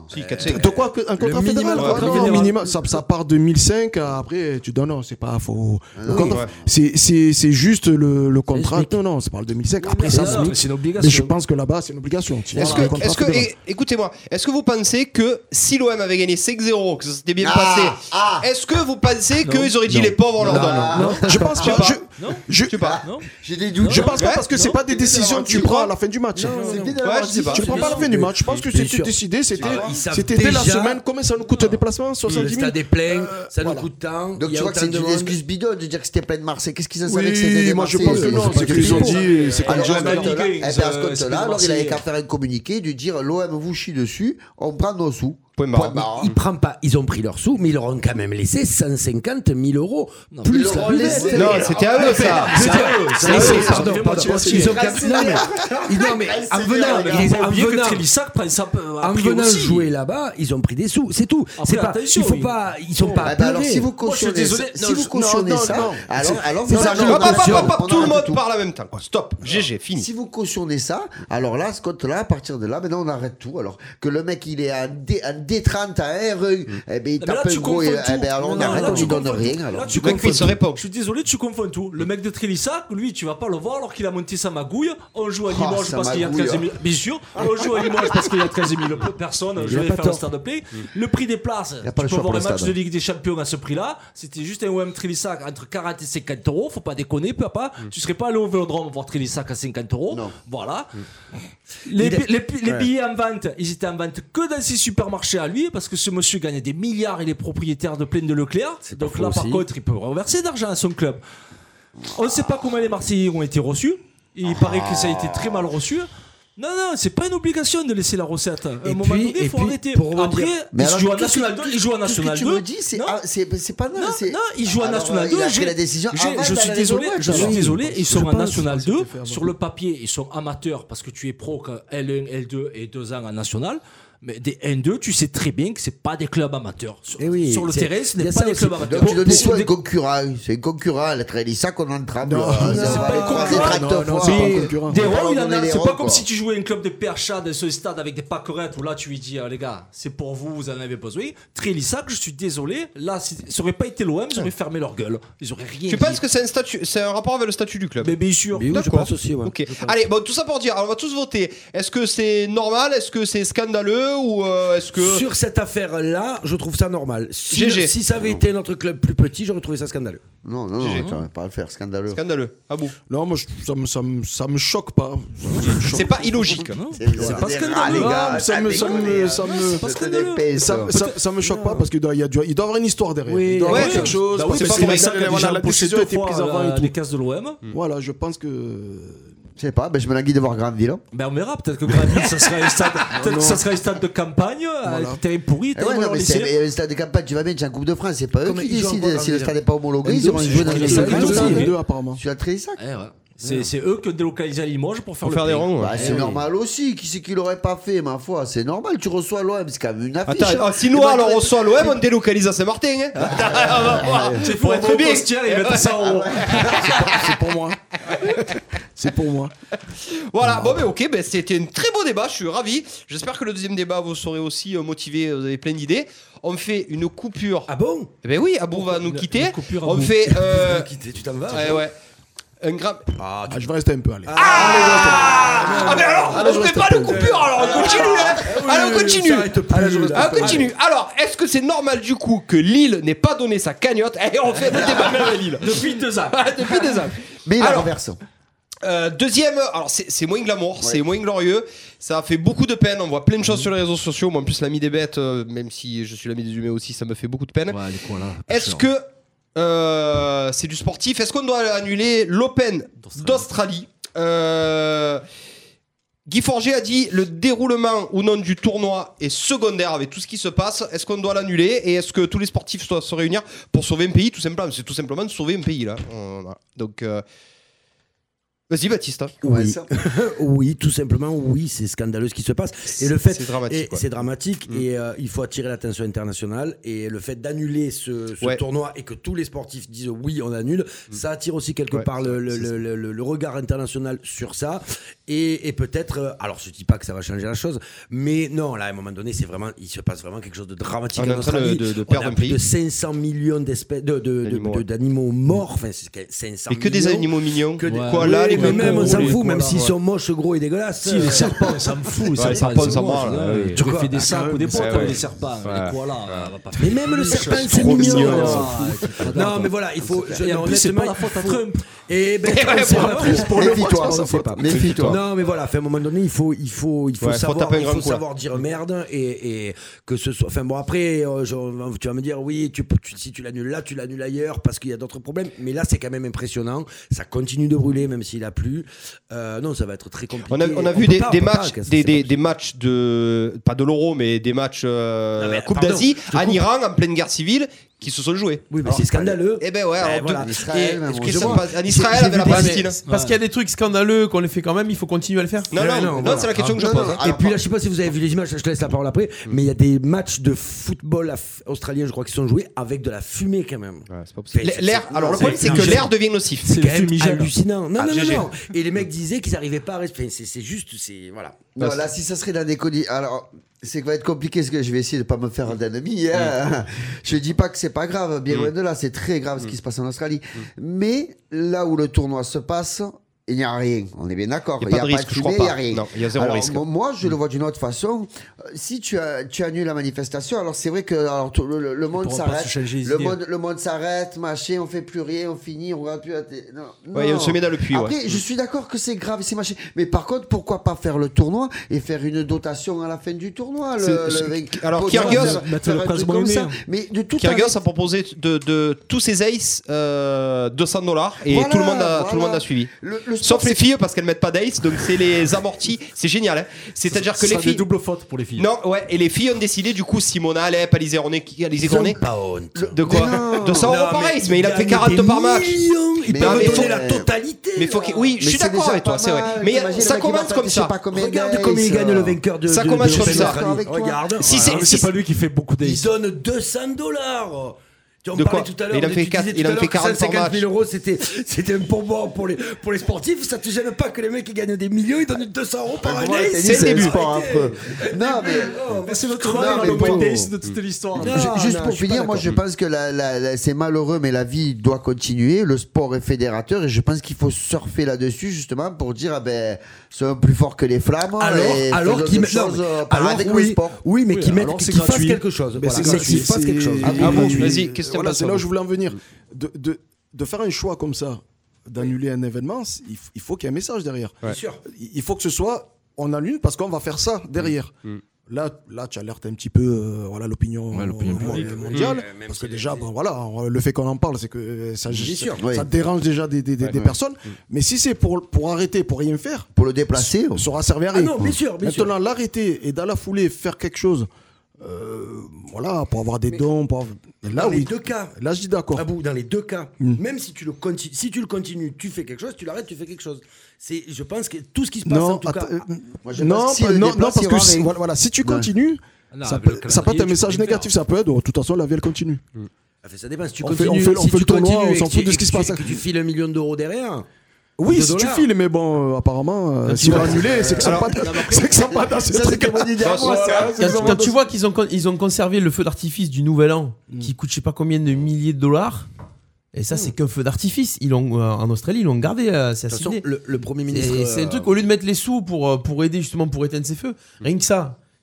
E: Si,
H: De quoi que- Un contrat
D: minimum,
H: fédéral
D: le
H: ouais,
G: contrat
H: non,
G: fédéral.
H: minimum, ça, ça part de 1005 à- après tu donnes non c'est pas faux Le contrat-
E: ouais.
H: c'est c'est c'est juste le, le contrat non non ça part de 1005 après ça
G: non, mais
H: c'est-
G: c'est une
H: mais je
G: obligation.
H: pense que là-bas c'est une obligation Tu
E: Est-ce
H: vois, le
E: que,
H: contrat
E: est-ce que-
H: fédéral.
E: é- écoutez-moi, est-ce que vous pensez que si l'OM avait gagné 5-0, que ça s'était bien
F: Ah,
E: passé,
F: ah.
E: est-ce que vous pensez qu'ils auraient dit les pauvres, on leur donne
H: je pense pas Ah, je,
G: Non.
H: je,
E: Je sais pas.
F: J'ai des doutes.
H: je pense pas
E: Ouais.
H: parce que c'est
E: Non.
H: pas des décisions que tu prends à la fin du match
F: C'est bien
E: Ouais,
F: d'avoir
E: je sais
F: dit-
E: pas.
H: tu le prends pas à la fin du match je pense que
D: Bien
H: c'était
D: sûr.
H: décidé c'était
D: ils savent
H: c'était dès la
D: déjà-
H: semaine combien ça nous coûte le déplacement
D: Le
H: 70 000
D: stade est plein, ça nous
H: Voilà.
D: coûte tant.
F: Donc
D: il y
F: tu
D: a
F: vois que
D: autant
F: c'est
D: de
F: une
D: monde.
F: excuse bidon de dire que c'était plein de Marseille. Qu'est-ce qu'ils en savaient que c'était
H: oui
F: des
H: moi je
F: Marseillais
H: pense que non c'est qu'ils ont dit c'est comme
F: Alors,
H: ça
F: à ce
G: Marseille.
F: moment-là, eh
G: Ils,
F: ben, à
G: euh,
F: ce
G: excuse
F: compte-là, alors il
G: Marseille.
F: avait qu'à faire un communiqué de dire l'OM vous chie dessus, on prend nos sous.
E: Point
H: Bah,
E: barre.
F: Point barre. hein.
D: Il prend pas, ils ont pris leurs sous, mais ils leur ont quand même laissé 150 000 euros.
F: Ils
D: plus
F: leur
D: la
F: ont
D: buvette.
F: laissé.
E: Non, c'était à eux ça.
D: Je veux dire,
G: à
D: c'est-
G: eux, ça
D: pardon,
G: fait
D: pardon,
G: moitié,
D: ils ont quand même- non, mais- ils- non, mais en venant, ils-
G: Pas
D: en
G: oublier que
D: venant-
G: Trélissac prenne ça euh, a
D: en
G: priori
D: venant
G: aussi.
D: jouer là-bas, ils ont pris des sous, c'est tout.
G: Après,
D: C'est pas,
G: attention,
D: il faut
G: oui.
D: pas, ils sont pas.
F: Ah bah alors
D: pleurés.
F: si vous
G: Moi, je suis
F: cautionnez ça,
G: désolé. Non,
F: si vous
G: je-
F: cautionnez
G: non, non,
F: ça,
G: non.
F: alors alors
D: c'est
F: vous
D: ça,
F: avez
D: je-
F: un
E: Hop, hop, hop,
F: caution.
E: hop,
F: On
E: tout le
F: arrête
E: monde
F: tout.
E: parle en même temps. Stop, GG, fini.
F: Si vous cautionnez ça, alors là, ce compte-là, à partir de là, maintenant on arrête tout. Alors que le mec il est à D, à D30 à RE, eh ben il
G: Mais là,
F: tape un
G: tu
F: gros, et,
G: confonds tout.
F: eh ben alors on
G: Non,
F: arrête,
G: là,
F: on
G: tu
F: lui donne
G: confonds tout.
F: rien.
G: Là,
F: Alors.
G: tu
E: Le mec,
G: confonds
E: il se
G: tout.
E: répond.
G: Je suis désolé, tu confonds tout. Le mec de Trélissac, lui, tu vas pas le voir alors qu'il a monté sa magouille. On joue à
F: Oh,
G: Limoges
F: sa
G: parce qu'il y a
F: magouille,
G: 13 000. Bien sûr, on joue à Limoges parce qu'il y a 13 000 personnes. Je
D: a
G: vais
D: pas
G: faire le
D: tort.
G: stade play. Le prix des places,
F: y a pas le
G: tu peux
F: choix
G: voir
F: pour
G: le
F: le
G: match de
F: stade.
G: Ligue des Champions à ce prix-là. C'était juste un OM Trélissac entre 40 et 50 euros. Faut pas déconner, papa. Tu serais pas allé au vélodrome voir Trélissac à 50 euros.
F: Non.
G: Voilà. Les,
D: Il a-
G: bi- les pi- les billets en vente, ils étaient en vente que dans ses supermarchés à lui, parce que ce monsieur gagnait des milliards, il est propriétaire de plaine de Leclerc. Donc
D: faux
G: là, par
D: aussi.
G: contre, il peut reverser d'argent à son club.
F: Ah.
G: On ne sait pas comment les Marseillais ont été reçus. Il paraît que ça a été très mal reçu. Non, non, c'est pas une obligation de laisser la recette. À un
F: Et
G: moment
F: puis-
G: donné,
F: et
G: faut
F: puis,
G: arrêter.
F: pour
G: Après,
F: rebondir- Mais
G: il
F: alors,
G: joue à
F: qu'est-ce
G: National
F: que-
G: 2, il joue à
F: qu'est-ce que
G: National
F: tu
G: 2.
F: me dis, c'est ah, c'est c'est pas mal.
G: Non,
F: c'est-
G: non, il joue à
F: Alors,
G: National
F: euh,
G: 2.
F: Il a
G: j'ai-
F: pris la décision.
G: j'ai-
F: avant
G: Je suis
F: d'aller
G: désolé,
F: au match,
G: je suis
F: alors.
G: désolé. Ils sont en
F: pense
G: National 2. Sur le papier, ils sont amateurs parce que tu es pro qu'en L1, L2 et 2 ans en National. Mais des N2, tu sais très bien que c'est pas des clubs amateurs. Sur,
F: Eh
G: sur le terrain, ce n'est pas des clubs amateurs.
F: Donc, tu donnes
G: Pour- pour
F: des
G: des-
F: concurrents. C'est une concurrent. La Trélissa qu'on entraîne.
G: Non, non, c'est pas une concurrent.
H: Non, non,
G: Mais
H: c'est pas un concurrent.
G: des ronds,
H: Alors,
G: il en
H: on
G: a-
H: est les
G: C'est
H: ronds,
G: pas comme
H: quoi.
G: si tu jouais un club de PHA dans ce stade avec des pâquerettes où là tu lui dis euh, les gars, c'est pour vous, vous en avez besoin. Trélissac, je suis désolé, là, c'est- ça aurait pas été l'OM, ils auraient fermé leur gueule. Ils auraient rien
E: Tu
G: dit.
E: penses que c'est un, statut, c'est un rapport avec le statut du club
G: Mais bien sûr.
E: D'accord.
F: pense aussi, ouais.
E: Ok. Allez, bon, tout ça pour dire, alors, on va tous voter. Est-ce que c'est normal Est-ce que c'est scandaleux Ou euh, est-ce que.
D: Sur cette affaire-là, je trouve ça normal. Si,
E: GG.
D: si ça avait été notre club plus petit, j'aurais trouvé ça scandaleux.
F: Non, non, non, tu vas pas le faire. Scandaleux.
E: Scandaleux. Ah bon
H: Non, moi, je- ça me, ça, me, ça me choque pas.
E: C'est pas illogique.
H: C'est pas scandaleux. Ah, ça me- ça me- ça me-
F: C'est pas scandaleux.
H: Ça, ça, ça me choque pas parce qu'il doit il y a du- il doit y avoir une histoire derrière.
G: Oui,
H: il doit y avoir
G: ouais.
H: quelque chose.
G: Bah oui,
H: parce
G: parce
H: que
G: que
H: la-
G: Isaac
H: la-
G: avait déjà
H: la décision a
G: empoché
H: été
G: deux
H: prise
G: fois,
H: avant
G: euh,
H: et tout.
G: les cases de l'OM.
H: Voilà, je pense que.
F: Je sais pas, ben, je me languis de voir Grandville. hein.
G: Ben on verra, peut-être que Granville, ça sera un stade, peut-être que ça sera un stade de campagne, avec terrain pourri,
F: Eh
G: terrain
F: ouais, non,
G: leur
F: mais
G: lycée.
F: c'est mais le stade de campagne, tu vas bien, c'est un Coupe de France, c'est pas eux
D: mais
F: qui
D: ils jouent
F: décident.
D: encore
F: Si le
D: dans
F: stade
D: les
F: n'est pas homologué, ils
D: deux,
F: auront
D: si je
F: joué dans
D: crois
F: les
D: qu'ils
H: Il y
D: sont
H: a
F: stades.
D: dans les
F: Tu
D: deux,
H: les
D: oui.
H: deux, apparemment.
F: as le Trélissac
G: Eh ouais. C'est c'est eux qui ont délocalisé à Limoges pour faire
E: Pour
G: le
E: faire des
G: prix.
E: ronds. ouais.
F: Bah, c'est normal aussi, qui c'est qui l'aurait pas fait, ma foi, c'est normal, tu reçois l'OM, c'est quand même une affiche.
E: Attends,
F: hein.
E: ah, si
F: Et
E: nous,
F: ben,
E: alors
F: tu-
E: on soit à l'OM, on délocalise à Saint-Martin. Hein. Attends, on va voir.
G: C'est pour être bien. et mettre ça en haut.
H: C'est pour moi. C'est pour moi.
D: Ah.
E: Voilà, bon, mais ok, ben, c'était un très beau débat, je suis ravi. J'espère que le deuxième débat vous serez aussi euh, motivé, vous avez plein d'idées. On fait une coupure.
D: Ah bon
E: Eh ben oui, Abou va nous
G: Une-
E: quitter.
G: une coupure,
E: On
G: Abou.
E: fait. euh,
D: Quitte, Tu t'en vas
E: ouais, ouais. Un gram.
H: Ah, je vais rester un peu, allez.
E: Ah, mais alors, on fait pas de coupure,
D: Ah,
E: alors on continue, hein. Allez, on continue.
D: Arrête plus, là.
E: Ah, continue. Alors, est-ce que c'est normal du coup que Lille n'ait pas donné sa cagnotte Et on fait des débats même à *laughs* Lille.
G: Depuis deux ans.
E: Depuis des années.
F: Mais il a
E: Alors,
F: renversé.
E: Euh, deuxième, alors c'est c'est moins glamour, c'est moins glorieux. Ça a fait beaucoup de peine. On voit plein de
G: Mhm.
E: choses sur les réseaux sociaux. Moi, en plus, l'ami des bêtes, euh, même si je suis l'ami des humains aussi, ça me fait beaucoup de peine.
G: Ouais, les coins là. hein.
E: Est-ce que euh, c'est du sportif Est-ce qu'on doit annuler l'Open
G: D'Australie.
E: d'Australie Euh, Guy Forger a dit le déroulement ou non du tournoi est secondaire avec tout ce qui se passe. Est-ce qu'on doit l'annuler et est-ce que tous les sportifs doivent se réunir pour sauver un pays tout simplement C'est tout simplement de sauver un pays là. On- voilà. Donc euh, vas-y Baptiste. hein.
D: Oui. *laughs* oui, tout simplement, oui, c'est scandaleux ce qui se passe. Et le fait,
E: c'est dramatique,
D: et
E: ouais.
D: c'est dramatique
E: Mm.
D: et euh, il faut attirer l'attention internationale. Et le fait d'annuler ce, ce
E: Ouais. Mm.
D: tournoi et que tous les sportifs disent oui, on annule, ça attire aussi quelque
E: Ouais,
D: part le, le- le- le- le- le regard international sur ça. Et, et peut-être, euh, alors je dis pas que ça va changer la chose, mais non, là à un moment donné, c'est vraiment, il se passe vraiment quelque chose de dramatique.
E: On est
D: en
E: en train de-
D: Australie.
E: de- de
D: On
E: perdre
D: a
E: un
D: plus
E: pays.
D: de 500 millions d'espèces de- de- de-
E: D'animaux, ouais.
D: de- d'animaux morts. Enfin, c'est 500
E: Mais que des
D: millions.
E: animaux mignons.
D: Que des-
E: Quoi là
D: Oui,
E: les
D: mais
E: gars,
D: même,
E: quoi,
D: on s'en
E: les-
D: fout,
E: quoi,
D: même
E: là,
D: s'ils
E: ouais.
D: sont moches, gros et dégueulasses.
G: Si, les serpents, on s'en fout.
E: Ouais, les serpents, on s'en branle, là, oui.
G: Tu aurais
D: Quoi
G: fait des sacs ou des potes
E: ouais,
G: avec
E: ouais.
G: des serpents. Les koalas, on va pas faire.
D: mais même le serpent, c'est
E: trop
D: mignon.
E: mignon,
D: alors.
E: on
D: Non, mais
E: Ah,
D: voilà, il faut. je-
G: Et en
D: non,
G: plus, c'est pas la
D: honnêtement,
G: faute à
D: il faut-
G: Trump.
E: *laughs*
D: Eh ben, on
E: ouais,
D: sait
E: pour
D: pas
E: le
D: trop.
F: Pour le Méfie-toi,
D: on
F: on
D: sait
F: sait
D: pas.
F: Méfie-toi.
D: Non, mais voilà, fait, à un moment donné, il faut, il faut, il faut
E: Ouais, faut
D: savoir,
E: taper un
D: il
E: grand
D: faut
E: coup, là.
D: savoir dire merde et, et que ce soit. Enfin bon, après, euh, je- tu vas me dire, oui, tu, peux- tu- si tu l'annules là, tu l'annules ailleurs parce qu'il y a d'autres problèmes. Mais là, c'est quand même impressionnant. Ça continue de brûler, même s'il a plu. Euh, non, ça va être très compliqué.
E: On a, on a vu
D: peut
E: des,
D: pas, on
E: des
D: peut pas,
E: matchs,
D: qu'est-ce que
E: des,
D: c'est
E: des,
D: pas-
E: des matchs de pas de l'Euro, mais des matchs euh,
D: Non, mais
E: Coupe
D: pardon,
E: d'Asie
D: je
E: en
D: coupe.
E: Iran en pleine guerre civile qui se sont joués.
D: Oui, mais c'est scandaleux.
E: Eh ben ouais, alors,
D: voilà.
E: de-
F: Israël,
E: et-
F: même,
E: est-ce
F: on
E: que ça
F: se voit.
E: passe en Israël
D: j'ai
E: avec
D: vu
E: la
D: des-
E: Palestine
C: Parce qu'il y a des trucs scandaleux qu'on les fait quand même, il faut continuer à le faire.
E: Non, non,
D: Ouais,
E: non,
D: non, voilà.
E: c'est la question que je
F: Non,
E: pose.
F: non,
E: hein.
D: Et
F: alors,
D: puis là, je sais pas si vous avez vu les images, je te laisse la parole après,
E: Mm.
D: mais il y a des matchs de football af- australien, je crois, qui sont joués avec de la fumée quand même.
E: L- L'air, alors le
D: C'est-
E: problème c'est que l'air devient nocif.
D: C'est
G: le
D: quand même
G: fumigène.
D: hallucinant. Non,
E: Ah,
D: non, non,
E: GG.
D: non. Et les mecs disaient qu'ils n'arrivaient pas à respirer. C'est c'est juste, c'est. Voilà.
F: Non, là, si ça serait dans des colis. Alors, c'est que va être compliqué parce que je vais essayer de pas me faire d'ennemis. Hein. *laughs* Je dis pas que c'est pas grave,
E: Mm.
F: bien loin de là, c'est très grave ce qui se passe en Australie. Mais là où le tournoi se passe, il n'y a rien. On est bien d'accord.
E: Il y a pas de risque, je
F: fumée,
E: crois
F: il n'y a
E: pas.
F: rien.
E: Non, il y a zéro
F: Alors,
E: risque. Mm.
F: mo- Moi, je le vois d'une autre façon. Euh, Si tu, as- tu annules la manifestation, alors c'est vrai que alors, tout- le, le- le monde
G: pourront pas
F: s'arrête.
G: se changer les
F: Le
G: idées.
F: monde, le monde s'arrête, machin, on fait plus rien, on finit, on regarde plus la télé. Non,
E: Ouais, il y a
F: non.
E: une semaine dans le puits, ouais.
F: Après, et je suis d'accord que c'est grave, c'est machin. Mais par contre, pourquoi pas faire le tournoi et faire une dotation à la fin du tournoi le,
E: C'est-
F: le-
E: c'est-
F: avec-
E: alors,
F: pour-
E: Kyrgios-
F: faire-
G: Mettre
F: faire
G: le
F: un
G: prince
F: truc comme
G: Mohamed,
F: ça.
G: hein.
F: Mais de tout
E: Kyrgios a proposé de, de tous ses aces euh, 200 dollars et
F: Voilà,
E: tout le monde a tout le
F: voilà.
E: monde a suivi.
F: le, le
D: le sport,
E: Sauf les filles parce qu'elles mettent pas d'ace, donc c'est les amortis, c'est génial. hein. C'est-à-dire que
G: Ça
E: les
G: fait
E: filles.
G: double faute pour les filles.
E: Non, ouais, et les filles ont décidé du coup Simona Alep, Alizé Cornet, qui- Alizé Cornet. Le- De quoi De 100 euros par race, mais il a fait 40 par match.
D: Ils
E: Mais non,
D: peuvent
E: mais
D: donner
E: faut-
D: la totalité.
E: Mais faut qu'il- oui, je suis d'accord avec toi, c'est vrai. Mais il y a- ça commence comme ça.
D: Regarde comment il
F: euh,
D: gagne le vainqueur de.
E: Ça
D: de-
E: commence
D: de-
E: comme
D: de-
E: ça.
D: l'Australie. Regarde.
E: Si c'est-
D: Voilà.
E: si c'est-
G: lui qui fait beaucoup
D: Il donne 200 dollars. Tu en
E: De
D: parlais
E: quoi
D: tout à l'heure.
E: Il en
D: tu
E: fait
D: disais
E: quatre-
D: tout
E: il en
D: à l'heure
E: fait
D: que
E: 40 par
D: 150
E: match.
D: 000 euros, c'était, c'était un pourboire pour les, pour les sportifs. Ça te gêne pas que les mecs ils gagnent des millions, ils donnent 200 euros par année.
E: c'est le début.
F: Pas un peu. Non, mais.
G: C'est notre
F: Non,
G: rêve,
F: mais
G: le point
F: bon.
G: tennis de toute l'histoire.
F: Ju- Juste pour finir, moi je pense que la- la- la- c'est malheureux, mais la vie doit continuer. Le sport est fédérateur et je pense qu'il faut surfer là-dessus justement pour dire ah ben, soyons plus forts que les flammes.
D: Alors,
F: et
D: alors
F: faisons
D: qu'ils
F: des
D: mettent, non,
F: choses,
D: mais-
F: euh, par-
D: alors
F: avec
D: oui,
F: le sport.
D: oui, mais qu'ils mettent,
H: alors c'est
D: qu'ils fassent
H: gratuit.
D: quelque chose.
H: Mais
D: Voilà,
H: c'est
D: mais qu'ils
H: gratuit,
D: fassent quelque
H: c'est-
D: chose.
H: Ah
E: bon, vas-y,
H: oui, oui.
E: qu'est-ce que t'en
H: Voilà,
E: penses,
H: c'est là
E: toi
H: où je voulais en venir. De, de, de faire un choix comme ça, d'annuler un événement, c'est- il, f- il faut qu'il y ait un message derrière.
D: sûr.
H: Il il faut que ce soit, on annule parce qu'on va faire ça derrière. Là, là, tu alertes un petit peu euh, voilà, l'opinion mondiale. mondiale, Parce que déjà, bon, voilà, on- le fait qu'on en parle, c'est que euh, ça, ça,
F: oui.
H: ça dérange déjà des, des- des- des personnes. Mais si c'est pour, pour arrêter, pour rien faire,
F: Pour le déplacer, euh,
H: ça aura servi à rien.
D: Ah non, bien sûr, bien sûr.
H: Maintenant, l'arrêter et dans la foulée faire quelque chose, euh, voilà, pour avoir des dons, pour avoir- Et là
D: Dans les
H: Ah oui. Mm.
D: deux cas.
H: Là, je dis d'accord.
D: Ah bon, dans les deux cas, même si tu le continues, si tu le continues, tu fais quelque chose, tu l'arrêtes, tu fais quelque chose. C'est, je pense que tout ce qui se passe en
H: Non,
D: tout cas.
H: atta- euh,
F: Moi, je
H: non,
F: pense que si
H: pas-
F: le
H: non,
F: déplace,
H: non, parce
F: il y aura
H: que si,
F: rien.
H: voilà, voilà, si tu continues, ça, peut, ça peut être un message négatif, ça peut être. De toute façon, la vie elle continue.
D: Ah, fait, ça dépend. Si tu
H: On fait- on
D: continues,
H: fait- on
D: si
H: fait
D: tu
H: le tournoi,
D: continues
H: on
D: et
H: s'en
D: que
H: fout
D: tu-
H: de ce
D: et
H: qui se
D: que tu-
H: passe.
D: que tu files un million d'euros derrière.
H: Oui,
D: de
H: si tu
D: dollars.
H: files, mais bon, euh, apparemment, euh, s'il a annulé, c'est que ça n'a pas, *laughs* c'est que ça a pas dans ce truc.
F: ah,
C: Quand, quand tu vois qu'ils ont, con- ils ont conservé le feu d'artifice du Nouvel An,
D: Mm.
C: qui coûte je sais pas combien de milliers de dollars, et ça c'est qu'un feu d'artifice. Ils l'ont euh, en Australie, ils l'ont gardé. euh, C'est
D: De toute façon,
C: assigné.
D: le, le premier ministre.
C: C'est c'est un
D: euh,
C: truc au lieu de mettre les sous pour euh, pour aider justement pour éteindre ces feux. Rien que ça.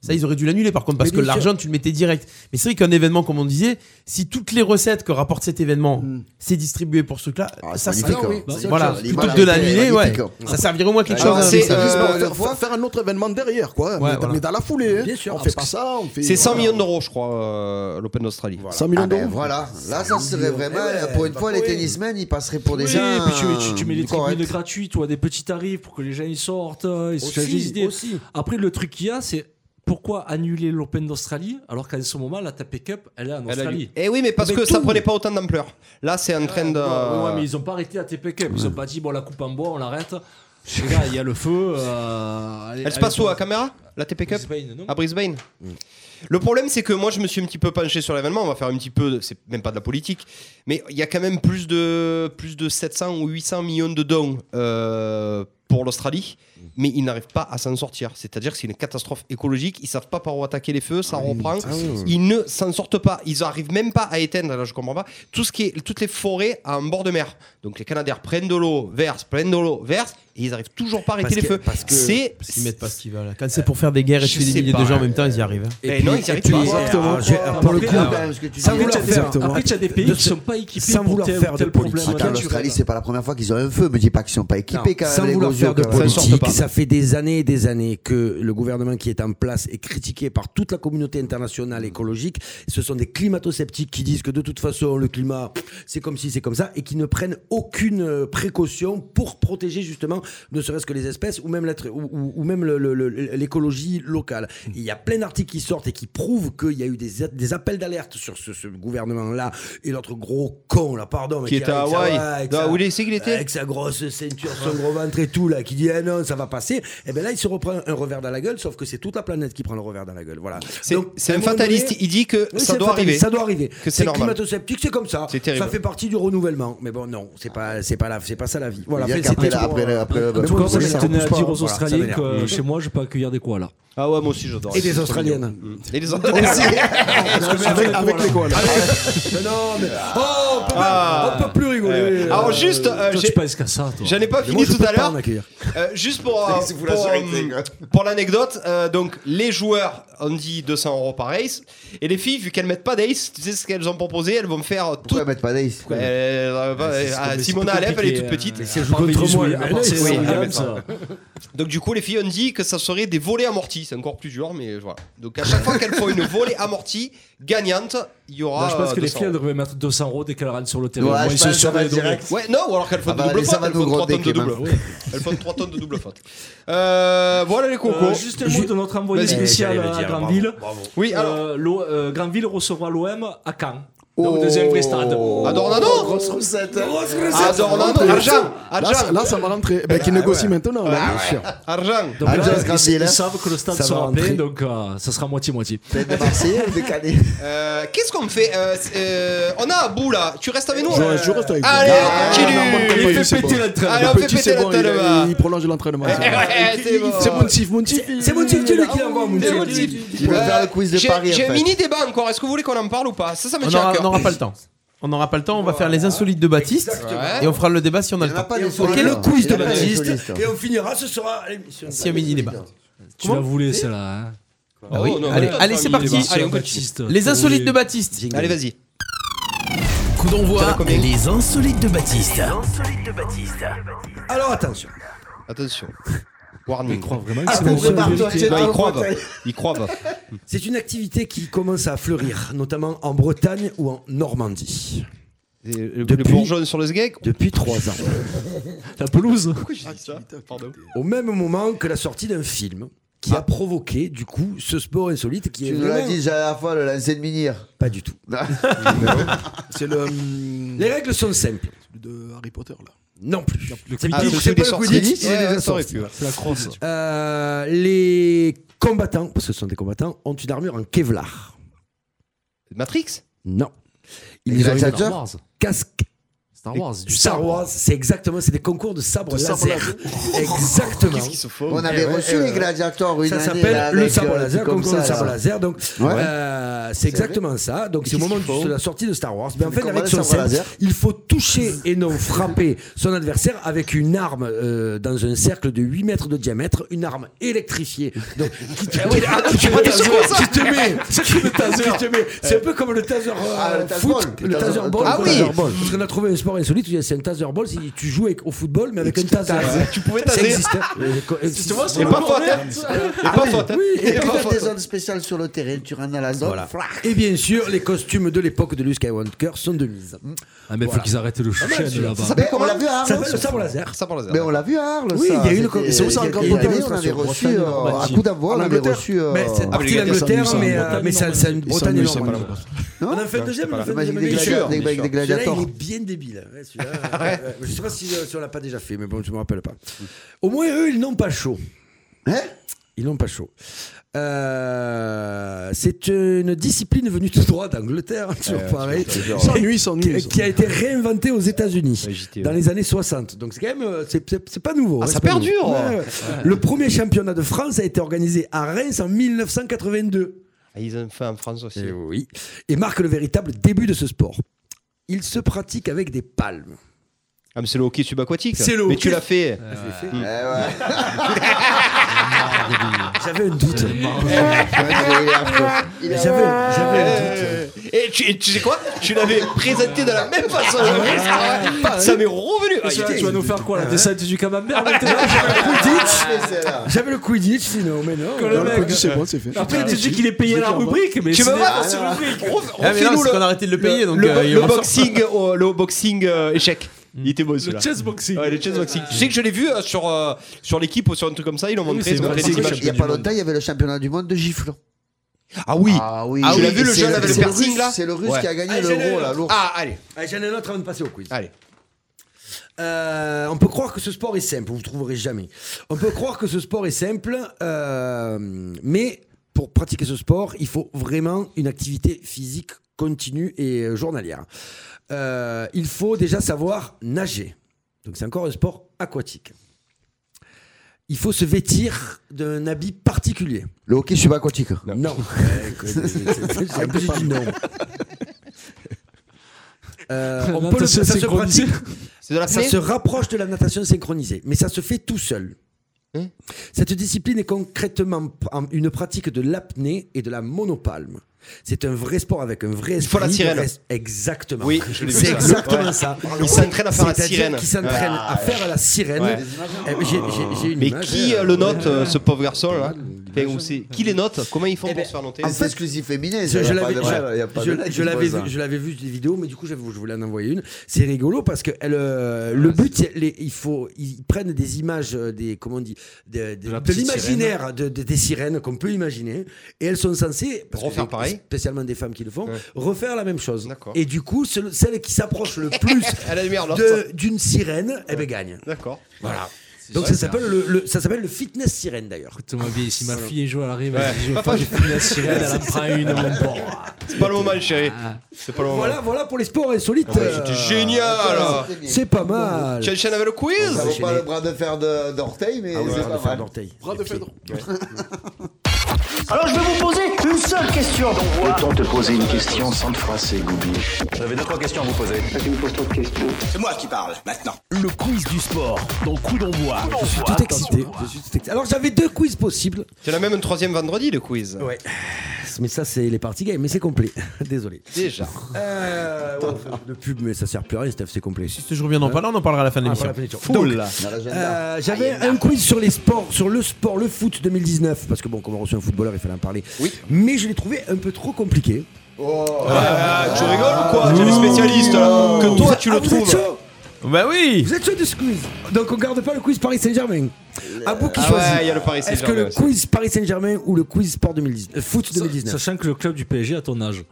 C: Ça, ils auraient dû l'annuler par contre, parce
D: Mais
C: que
D: bien sûr.
C: l'argent, tu le mettais direct. Mais c'est vrai qu'un événement, comme on disait, si toutes les recettes que rapporte cet événement, c'est distribué pour ce truc-là,
F: Ah,
C: ça,
F: c'est
C: ça,
F: magnifique,
C: ça-
F: hein. Bah, c'est
C: voilà,
F: autre chose.
C: plutôt que
F: L'image
C: de
F: est
C: l'annuler, ouais,
F: magnifique, hein.
C: ça servirait au moins à quelque
E: Alors,
C: chose. hein.
E: c'est,
H: Ça,
E: euh,
H: juste pour
E: euh,
H: faire, faire un autre événement derrière, quoi.
C: Ouais,
H: mais, dans-
C: voilà.
H: mais dans la foulée, hein.
D: Bien sûr,
H: on
D: ah,
H: fait pas
D: parce
H: ça. On fait,
E: C'est 100
H: voilà.
E: millions d'euros, je crois, euh, l'Open d'Australie.
H: 100 millions
F: Ah ben
H: d'euros.
F: voilà, là ça serait vraiment. euh, pour une fois, les tennismen ils passeraient pour des
G: Oui,
F: gens. euh,
G: puis tu, tu- tu mets les
F: corrects.
G: tribunes gratuites ou à des petits tarifs pour que les gens ils sortent, euh, ils se changent les idées.
D: aussi.
G: Après, le truc qu'il y a, c'est pourquoi annuler l'Open d'Australie alors qu'à ce moment, la TAP Cup, elle est en
E: Elle a
G: Australie
E: lieu. Eh oui, mais parce
G: Mais
E: que ça
G: tout.
E: prenait pas autant d'ampleur. Là, c'est en train de.
G: Ouais, ouais, mais ils ont pas arrêté la TP Cup. Ils ont pas dit, bon, la coupe en bois,
E: *laughs*
G: on l'arrête. Les gars, il y a le feu. euh, allez,
E: Elle se
G: allez,
E: passe où
G: on-
E: à Ah, caméra La TP Cup
G: Brisbane, non
E: À Brisbane Le problème, c'est que moi, je me suis un petit peu penché sur l'événement. On va faire un petit peu, de- c'est même pas de la politique, mais il y a quand même plus de, plus de 700 ou 800 millions de dons euh, pour l'Australie, mais ils n'arrivent pas à s'en sortir. C'est-à-dire que c'est une catastrophe écologique. Ils savent pas par où attaquer les feux, ça
D: Ah
E: reprend. Ils ne s'en sortent pas. Ils arrivent même pas à éteindre. Là, je comprends pas. Tout ce qui est, toutes les forêts en bord de mer. Donc les Canadiens prennent de l'eau, versent, prennent de l'eau, versent, et ils arrivent toujours pas à arrêter
D: Parce
E: les
D: que-
E: feux.
D: parce que-
E: c'est
C: Parce qu'ils mettent pas ce qu'ils veulent. Quand c'est pour faire des guerres et
E: Je
C: tuer des
E: sais
C: milliers de
E: pas.
C: gens en même temps, ils y arrivent. hein.
D: euh,
E: Mais non, ils y arrivent
D: puis-
E: pas.
D: alors, j'ai- pour le coup,
F: Ah ben, ce que tu
D: Sans
F: dis.
D: vouloir faire-
G: Après, tu as des pays
D: de
G: qui
D: ce-
G: sont pas équipés
D: sans
G: pour
D: vouloir
G: tel,
D: faire de
G: tel problème.
F: Attends, l'Australie, c'est pas la première fois qu'ils ont un feu. Me dis pas qu'ils sont pas équipés quand même.
D: Sans
F: les
D: vouloir
F: gros
D: faire de
F: yeux, quand même.
E: sorte
D: politique,
E: pas.
D: ça fait des années et des années que le gouvernement qui est en place est critiqué par toute la communauté internationale écologique. Ce sont des climato-sceptiques qui disent que de toute façon, le climat, pff, c'est comme si, c'est comme ça, et qui ne prennent aucune euh, précaution pour protéger justement, ne serait-ce que les espèces ou même l'être- ou, ou- ou même le- le- le- l'écologie locale. Il y a plein d'articles qui sortent et qui prouvent qu'il y a eu des, a- des appels d'alerte sur ce, ce gouvernement-là et l'autre gros con, là, pardon, mais
E: Qui était à
D: avec sa-
E: Hawaï.
D: ouais, avec
E: Non,
D: sa-
E: où il- c'est qu'il était
D: avec sa grosse ceinture,
E: Ah.
D: son gros ventre et tout, là, qui dit, ah non, ça va passer. Et bien là, il se reprend un revers dans la gueule, sauf que c'est toute la planète qui prend le revers dans la gueule. Voilà.
E: C'est-
D: Donc,
E: C'est
D: à
E: un
D: moment
E: fataliste,
D: donné-
E: il dit que
D: Oui,
E: ça
D: c'est
E: doit
D: un fataliste,
E: arriver.
D: Ça doit arriver.
E: Que c'est
D: C'est
E: normal.
D: climato-sceptique, c'est comme ça.
E: C'est terrible.
D: Ça fait partie du renouvellement. Mais bon, non, c'est pas, c'est pas, la- c'est pas ça la vie. Voilà.
F: Dire
D: Après,
F: qu'après
D: c'était
F: la-
D: pour,
F: après la-
D: euh,
F: après la-
D: mais
G: En tout
D: bon,
G: cas,
D: ça
G: moi, je
D: m'énerve,
G: tenais à
D: pousse pas.
G: dire aux
D: Voilà, ça
G: Australiens
D: m'énerve.
G: que chez moi, je peux accueillir des koalas.
E: Ah ouais, moi aussi j'adore.
D: Et des Australiennes.
F: Mm.
E: Et des Australiens.
H: Avec, avec les quoi là
D: Mais non, mais. Oh, on peut, pas- on peut plus rigoler.
E: Euh, Alors juste, euh,
G: Toi,
E: j'ai-
G: tu penses qu'à ça, toi
E: j'en ai pas
D: Mais
E: fini
D: moi, je
E: tout
D: peux
E: à
D: pas
E: l'heure.
D: en accueillir.
C: Ah,
E: Euh, juste
G: *laughs*
E: pour euh,
F: Si vous la
E: pour,
F: serez, les
E: euh,
F: gars.
E: pour l'anecdote, euh, donc les joueurs ont dit 200 euros par race et les filles vu qu'elles mettent pas d'ace, tu sais ce qu'elles ont proposé, elles vont faire tout.
F: Pourquoi mettre pas d'ace
E: Euh, euh,
G: C'est
E: ah,
G: compliqué,
E: Simona
G: c'est
E: Alep, elle est toute
G: compliqué,
E: petite.
G: euh, à part Venus Williams,
E: Oui,
G: à part
E: elle est
G: Venus Williams,
E: Donc du coup, les filles ont dit que ça serait des volets amortis. C'est encore plus dur, mais voilà. Donc à chaque fois qu'elles font une volée amortie gagnante, il y aura.
G: Non, je pense
E: euh,
G: que les
E: 200
G: filles elles devraient mettre 200 euros dès qu'elles rentrent sur le terrain.
E: Ouais,
G: Au moins,
E: je
G: ils se
E: pense que ça
G: sauvent
E: va
G: les deux.
E: direct. Ouais, non, ou alors qu'elles font
G: Ah
E: des
G: bah,
E: double
G: les
E: fautes,
G: savants
E: elles
G: nous
E: font 3 tonnes de
G: grondent dès
E: double.
G: Clément.
E: Elles font 3 tonnes de double faute. Euh, voilà les cocos.
G: Euh, juste un mot de notre envoyé
E: Vas-y.
G: spécial
E: J'allais le
G: à
E: dire, bravo,
G: Granville.
E: bravo. Oui,
G: Euh,
E: alors.
G: l'O- euh, Granville recevra l'OM à Caen. Donc, deuxième vrai stade.
E: À Dornano
G: oh,
F: Grosse recette.
E: Grosse recette. Ah, Dornano, Arjan, Arjan.
H: Là, ça- là, ça va rentrer. Ben, qui
E: Ah,
H: négocie
E: ouais.
H: maintenant, là,
E: Ah,
H: bien
E: ouais.
H: sûr.
E: Arjan.
G: Donc
H: Ah,
G: là,
H: Arjan,
G: ils-
H: Granville,
G: ils
H: là.
G: savent que le stade
H: Ça va
G: sera plein,
H: rentrer.
G: donc euh, ça sera moitié-moitié.
D: *laughs*
E: Euh, Qu'est-ce qu'on fait euh, c'est- euh, On a Abou là, tu restes avec nous
H: Je-
E: euh,
H: je reste avec
E: Allez,
H: vous.
E: Kilu.
H: Il fait péter l'entraînement.
E: Allez, on
H: Le
E: fait
H: petit,
E: péter
H: c'est bon, il-
E: l'entraînement.
H: Il prolonge l'entraînement.
E: Eh *laughs* ouais, c'est bon.
H: C'est mon chief, mon chief.
D: C'est mon type, tu le qui l'envoie, mon
E: C'est
D: type.
E: mon type.
F: Il va
E: Euh,
F: faire le quiz de
E: j'ai-
F: Paris, en
E: J'ai un
F: fait.
E: mini débat encore. Est-ce que vous voulez qu'on en parle ou pas Ça, ça me
C: On
E: tient à
C: aura,
E: cœur.
C: on aura pas le temps. On n'aura pas le temps, on va faire les insolites de Baptiste
E: Exactement.
C: et on fera le débat si on a le temps.
F: pas des
C: Ok,
F: solides.
C: le quiz
F: Il y
C: de
F: en a pas des Ah,
C: Baptiste.
F: solides.
D: Et on finira, ce sera à l'émission.
C: Si un mini débat.
D: Ah,
G: Tu la voulais celle-là. hein
C: Ah oui.
E: Oh, non,
C: allez,
E: mais-
C: allez, c'est
E: Allez,
C: parti.
E: on continue.
G: Baptiste.
C: Les insolites de Baptiste.
E: Allez, vas-y.
A: Coup d'envoi,
E: combien
A: les insolites de Baptiste.
G: Ah,
D: Alors attention.
E: Attention. Warning.
G: crois vraiment
D: Ah,
G: que c'est
D: bon,
G: mon seul
D: prépare-toi,
G: vérité.
D: tiens.
E: Non,
D: Ah,
E: il croit.
D: Bretagne.
E: Il croit.
D: C'est une activité qui commence à fleurir, notamment en Bretagne ou en Normandie.
E: Le
D: Depuis-
E: bourgeon sur le sgeg
D: Depuis trois ans.
G: La pelouse.
E: Pourquoi j'ai dit Ah, ça Pardon.
D: Au même moment que la sortie d'un film qui a provoqué, du coup, ce sport insolite qui est
F: Ah. Tu nous l'as
D: vraiment
F: dit déjà la fois, le lancer de minir.
D: pas du tout.
H: C'est le. hum,
D: Les règles sont simples.
H: de Harry Potter, là.
D: Non plus.
G: Le
D: C'est
G: Quidditch.
D: pas
E: le
D: le
E: truc des sorties.
D: Quidditch, Ah, c'est
E: Ouais,
D: les
E: ouais, ça
D: assorties.
E: aurait pu, ouais.
G: C'est la crosse.
D: Euh, les combattants, parce que ce sont des combattants, ont une armure en Kevlar.
E: Matrix
D: Non.
F: Les
D: Ils ont
F: gladiateurs.
D: un
G: Star Wars.
D: casque
G: Star Wars. du
D: du Star Wars. C'est exactement, c'est des concours de sabre
H: De sabre
D: laser. exactement.
F: On
D: Eh
F: avait reçu les gladiateurs une
D: Ça
F: année. là,
D: s'appelle le
F: avec,
D: sabre
F: euh,
D: laser,
F: tout comme
D: concours
F: ça,
D: de sabre
F: là.
D: laser. Donc,
F: Ouais.
D: euh, c'est exactement ça. Donc, c'est au moment de la sortie de Star Wars. Mais en
F: Mais
D: fait,
F: comment
D: avec
F: le
D: son
F: sabre laser
D: il faut toucher et non frapper son adversaire avec une arme euh, dans un cercle de 8 mètres de diamètre, une arme électrifiée.
F: *laughs*
D: Donc, qui
F: Ah
D: te, qui te- qui te met, qui te met- C'est un peu comme le taser, euh,
F: Ah, le
D: foot,
F: taser ball.
D: le taser ball.
E: Ah
D: le
E: oui.
D: taser ball. Parce qu'on a trouvé un sport insolite où il y a- c'est un taser ball, c'est- tu joues avec- au football mais avec un taser.
E: Tu pouvais
D: Ça
E: taser.
D: existe. hein.
F: *laughs*
D: Justement,
E: Et pas faute. hein. Et pas faute. hein.
D: Oui,
F: Et
E: Et
F: puis,
E: pas
F: faire des
E: faute.
F: zones spéciales sur le terrain, tu rentres à la zone.
D: Voilà. Et bien sûr, les costumes de l'époque de Luke Skywalker sont de mise.
G: Ah, mais faut qu'ils arrêtent le chouchen là-bas.
F: Mais Ben, on l'a vu à
D: Ça s'appelle
F: Arles.
D: le sabre laser.
F: Ah.
E: Ça pour le zèle.
F: Mais on l'a vu à Arles.
D: Oui,
F: ça.
D: il y a eu le-
F: C'était-
D: c'est où ça,
F: il y a
D: encore
F: quelques
D: Bretagne,
F: années, On avait
D: France,
F: reçu euh, à coup d'envoi, on avait reçu. euh,
D: Mais c'est
E: Ah, mais les
D: parti
E: gars,
D: d'Angleterre,
H: ça,
D: mais,
H: ça,
D: euh, mais ça, c'est une Bretagne
H: Ils sont
D: normale.
H: nuls,
D: On en fait un deuxième, on en fait
F: Le
D: un
F: Magic
D: deuxième.
F: des
D: Bien sûr.
F: gladiateurs. des- avec des
D: Celui-là,
F: gladiateurs.
D: il est bien débile. Ouais, celui-là,
F: *laughs*
D: euh, je sais pas si, euh, si on l'a pas déjà fait, mais bon, je me rappelle pas. Au moins, eux, ils n'ont pas chaud.
F: Hein
D: Ils n'ont pas chaud. Euh, c'est une discipline venue tout droit d'Angleterre, hein, toujours pareil,
H: S'ennuie, s'ennuie.
D: qui, qui a été réinventée aux États-Unis dans les années 60. Donc c'est quand même, euh, c'est- c'est c'est pas nouveau. hein,
E: ça
D: c'est pas
E: perdure.
D: nouveau. Ouais, ouais. Le premier championnat de France a été organisé à Reims en 1982.
E: Ah, Ils ont fait en France aussi.
D: Et Eh oui. Et marque le véritable début de ce sport. Il se pratique avec des palmes.
E: Ah, mais c'est le hockey subaquatique.
D: C'est le
E: Mais
D: hockey.
E: tu l'as fait.
C: Ah,
E: Hmm.
F: Eh ouais.
D: J'avais un doute.
F: Il est affreux. Il est affreux.
D: J'avais j'avais un doute.
E: Euh, Et tu, et tu sais quoi Tu l'avais présenté de la même façon. Ah ça m'est revenu. Ah, il était-
G: Tu vas nous faire quoi La descente Hein du camembert
D: J'avais le Quidditch sinon, mais non.
G: Que le
D: Alors,
G: mec-
H: Le petit, c'est bon, c'est fait.
G: Après, tu dis qu'il est payé à la rubrique, mais
E: Tu
G: c'est
E: veux voir Ah,
G: Ah,
E: ref-
C: Ah, mais non,
E: refais-nous
C: c'est qu'on a
E: le,
C: arrêté de le payer, donc
E: le,
C: euh, il
E: le
C: va sortir.
E: boxing, oh, le boxing euh, échec. Il était beau celui-là.
G: Le chessboxing.
E: Ouais, le chess boxing. Tu sais que je l'ai vu euh, sur, euh, sur l'équipe ou sur un truc comme ça, ils l'ont montré,
G: c'est
E: ils ont
G: vrai,
E: montré
G: c'est
E: des
G: vrai,
E: images.
F: Il n'y a pas longtemps, il y avait le championnat du monde de giflon.
E: Ah oui
F: Ah oui.
E: Ah oui,
F: Et
E: vu le
F: c'est
E: jeune avec le
F: c'est
E: piercing,
F: Russe,
E: là
F: C'est le russe
E: Ouais.
F: qui a gagné
D: Ah, j'ai
F: l'euro
D: le-
F: là, l'ours.
E: Ah, allez,
D: Ah, J'en ai un autre avant de passer au quiz.
E: allez.
D: Euh, on peut croire que ce sport est simple, vous ne trouverez jamais. On peut croire que ce sport est simple, euh, mais pour pratiquer ce sport, il faut vraiment une activité physique continue et euh, journalière. Euh, il faut déjà savoir nager. Donc c'est encore un sport aquatique. Il faut se vêtir d'un habit particulier.
F: Le hockey subaquatique.
D: Non. *laughs* Euh, écoute, c'est- c'est- c'est un peu du non. Euh, on peut le, ça se pratique
E: C'est de la
D: ça
E: plaie
D: se rapproche de la natation synchronisée, mais ça se fait tout seul.
E: Hein
D: Cette discipline est concrètement p- en- une pratique de l'apnée et de la monopalme. C'est un vrai sport avec un vrai esprit.
E: faut la
D: de
E: sirène.
D: reste- Exactement.
E: Oui, je l'ai vu
D: C'est
E: ça.
D: exactement
E: Ouais.
D: ça.
E: Il s'entraîne à faire la
D: C'est-à-dire
E: sirène.
D: qu'il s'entraîne
E: Ah,
D: à faire la sirène.
E: Ouais.
D: Eh ben, j'ai- j'ai- j'ai une
E: Mais
D: image,
E: qui
D: euh, Ah,
E: euh, le note, euh, ce pauvre garçon là Enfin, où c'est- Qui les note Comment
D: Eh
E: ils font
D: ben,
E: pour se faire noter
F: En fait, exclusif féminin.
D: Je
F: ça, y a pas
D: l'avais-
F: de- ouais, y a pas
D: je-
F: de-
D: je- je l'avais vu,
F: ça.
D: je l'avais vu des vidéos, mais du coup, j'avais- je voulais en envoyer une. C'est rigolo parce que elle, euh, le but, c'est- les- il faut, ils prennent des images euh, des, comment on dit, de, de-
E: la
D: de
E: petite
D: l'imaginaire de, de- des sirènes qu'on peut imaginer, et elles sont censées, parce que
E: Refaire
D: c'est
E: pareil.
D: spécialement des femmes qui le font,
E: Ouais.
D: refaire la même chose.
E: D'accord.
D: Et du coup, ce- celle qui s'approche le plus
E: Elle a les meilleures notes.
D: de- d'une sirène, eh ben gagne.
E: D'accord.
D: Voilà. Donc
E: vrai,
D: ça
E: ça.
D: s'appelle le, le- ça s'appelle le fitness sirène d'ailleurs.
G: Thomas Bier, si ma fille un jour elle arrive,
E: Ouais.
G: elle dit Je veux
E: Papa,
G: pas que
E: je-
G: je finisse la sirène, elle en prend une, mon pauvre.
E: C'est pas le moment, chérie. C'est pas le moment.
D: ah. Voilà, voilà pour les sports insolites.
E: C'était
D: euh,
E: génial
D: C'est pas mal.
E: Tu enchaînes avec le quiz
F: Ça vaut pas le bras de fer de- d'orteil, mais c'est pas mal.
H: Bras de fer droit.
L: Alors je vais vous poser une seule question.
J: Autant te poser une question sans te froisser, Goubi.
B: J'avais deux, trois questions à vous poser. Tu me poses trop de questions. C'est moi qui parle, maintenant.
A: Le quiz du sport dans Coup d'envoi.
D: Je suis tout excité. Je suis tout excité. Alors j'avais deux quiz possibles.
E: Tu as même une troisième vendredi, le quiz.
D: Ouais. Mais ça c'est les parties games, mais c'est complet. *laughs* Désolé.
E: Déjà.
D: Euh, ouais, de pub, mais ça sert plus à rien, Steph, c'est complet.
C: Si je reviens dans pas là, on en parlera à la fin de
D: Ah, pas
C: l'émission.
D: la pénétration.
C: Full.
D: Donc,
F: Dans l'agenda.
D: euh, J'avais un quiz sur les sports, sur le sport, le foot 2019, parce que bon, comme on a reçu un footballeur, il fallait en parler.
E: Oui.
D: Mais je l'ai trouvé un peu trop compliqué.
E: Ah, tu rigoles ou quoi Tu es le spécialiste là. Que toi tu
D: Ah,
E: le
D: vous êtes
E: trouves.
D: chaud
C: Bah oui
D: Vous êtes chaud de ce quiz Donc on garde pas le quiz Paris Saint-Germain. À vous qui
E: Ah
D: choisit.
E: ouais, il y a le Paris
D: Est-ce que
E: Saint-Germain
D: le
E: aussi.
D: quiz Paris Saint-Germain ou le quiz sport 2019 euh, Foot 2019
G: Sachant que le club du PSG a ton âge.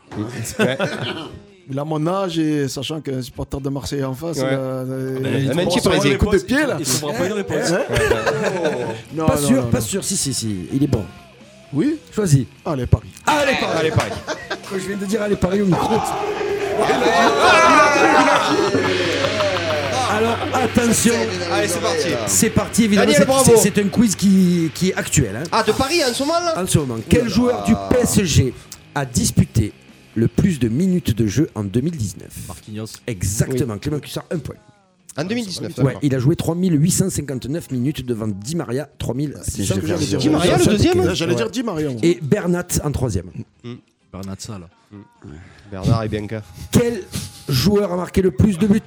H: Il a mon âge et sachant qu'un supporter de Marseille en face.
E: Ouais.
H: euh,
E: Ouais,
H: il
E: Ah, un
H: commence
E: petit
H: à avoir
E: parisien.
H: les coups de pied là.
G: Il trouvera pas une réponse.
H: Non,
D: Pas
H: non,
D: sûr,
H: non,
D: pas
H: non.
D: sûr. Si, si, si. Il est bon.
H: Oui
D: Choisis.
H: Allez, Paris.
D: Allez, Paris.
E: Allez, pareil.
D: Je viens de dire allez, Paris au micro. *laughs* Alors, attention.
E: Allez, c'est parti.
D: C'est parti, évidemment.
E: Daniel,
D: c'est-
E: bravo.
D: c'est- C'est un quiz qui, qui est actuel. hein.
E: Ah, de Paris en ce moment là
D: En ce moment, quel joueur du PSG a disputé le plus de minutes de jeu en 2019
G: Marquinhos.
D: Exactement. Clément Cussard, un point.
E: En 2019.
D: Ouais,
E: d'accord.
D: il a joué 3859 minutes devant Di Maria,
H: C'est ça que j'allais
D: 3600.
H: dire.
E: Di Maria, le deuxième
H: J'allais dire Di Maria. moi.
D: Et Bernat en troisième.
G: Bernat Sala.
E: Bernard et Bianca.
D: Quel joueur a marqué le plus de buts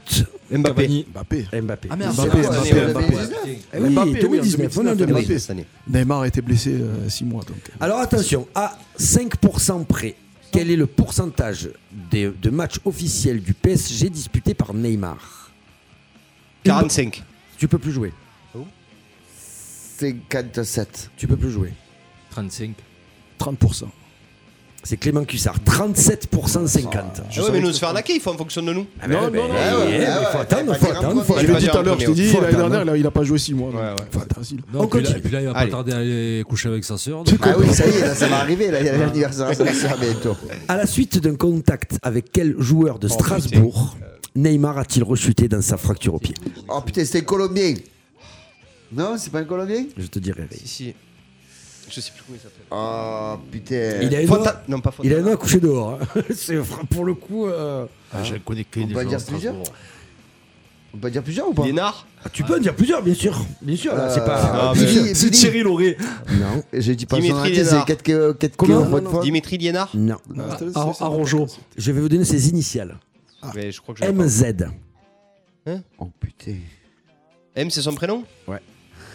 E: Mbappé.
H: Mbappé.
D: Mbappé.
G: Ah merde,
H: Mbappé,
G: Mbappé,
H: Mbappé,
G: Mbappé,
F: Mbappé.
D: Eh oui,
H: Mbappé, oui, en
D: 2019, on est en
H: 2019.
D: 2019.
E: Mbappé cette année.
H: Neymar a été blessé 6 mois donc. euh,
D: Alors attention, à 5% près, quel est le pourcentage des- de matchs officiels du PSG disputés par Neymar
E: 45.
D: Tu peux plus jouer.
F: C'est 47.
D: Tu peux plus jouer.
G: 35.
H: 30%.
D: C'est Clément Cussard, 37% 50.
E: Ah ouais, mais nous se faire naquer, il faut en fonction de nous.
D: Ah ben,
H: Non,
D: ben,
H: non,
D: eh,
H: non,
F: ouais,
D: eh,
F: ouais,
D: mais faut
F: ouais,
D: attendre,
F: ouais,
D: faut
F: ouais,
D: attendre, faut
F: ouais,
H: Je
D: attendre.
H: l'ai dit tout à l'heure, je t'ai dit,
D: Faut
H: l'année
D: attendre.
H: dernière, il a- il a pas joué 6 mois. donc,
E: Ouais, ouais.
H: enfin, facile.
G: Non,
D: On
G: puis là-
D: continue.
G: puis là, il va
E: Allez.
G: pas tarder à aller coucher avec sa sœur.
F: Ah oui, ça y est, là, ça *laughs* va arriver. Là, il y a l'anniversaire ça sera bientôt.
D: À la suite d'un contact avec quel joueur de Strasbourg Neymar a-t-il rechuté dans sa fracture au pied
F: Oh putain, c'était un Colombien. Non, c'est pas un Colombien
D: Je te dirai.
E: Si, si. Je sais plus comment il s'appelle.
F: Oh putain.
D: Il a une
E: Fonta- Non, pas
D: Il a
E: Fontana.
D: un couché dehors. hein. *laughs* C'est fra- pour le coup. euh,
G: Ah, je connais que
F: On
G: des
F: peut
G: gens
F: dire
G: à Strasbourg.
F: On peut dire plusieurs ou pas
E: Lénard
D: Ah, Tu peux en dire plusieurs, bien sûr. Bien sûr. là, Euh, c'est pas.
E: Ah,
F: Billy,
E: mais-
F: Billy.
G: Lauré.
D: Non.
F: Je dis pas
E: Dimitri
F: son entier,
E: Lénard.
F: c'est euh, 4
D: Comment
F: kilomètres de fois.
E: Dimitri Liénard
D: Non.
H: Ah, c'est- c'est- c'est-
G: Aronjo.
D: Je vais vous donner ses initiales.
E: Mais je crois que je l'ai pas.
D: MZ.
F: Oh putain.
E: M, c'est son prénom
D: Ouais.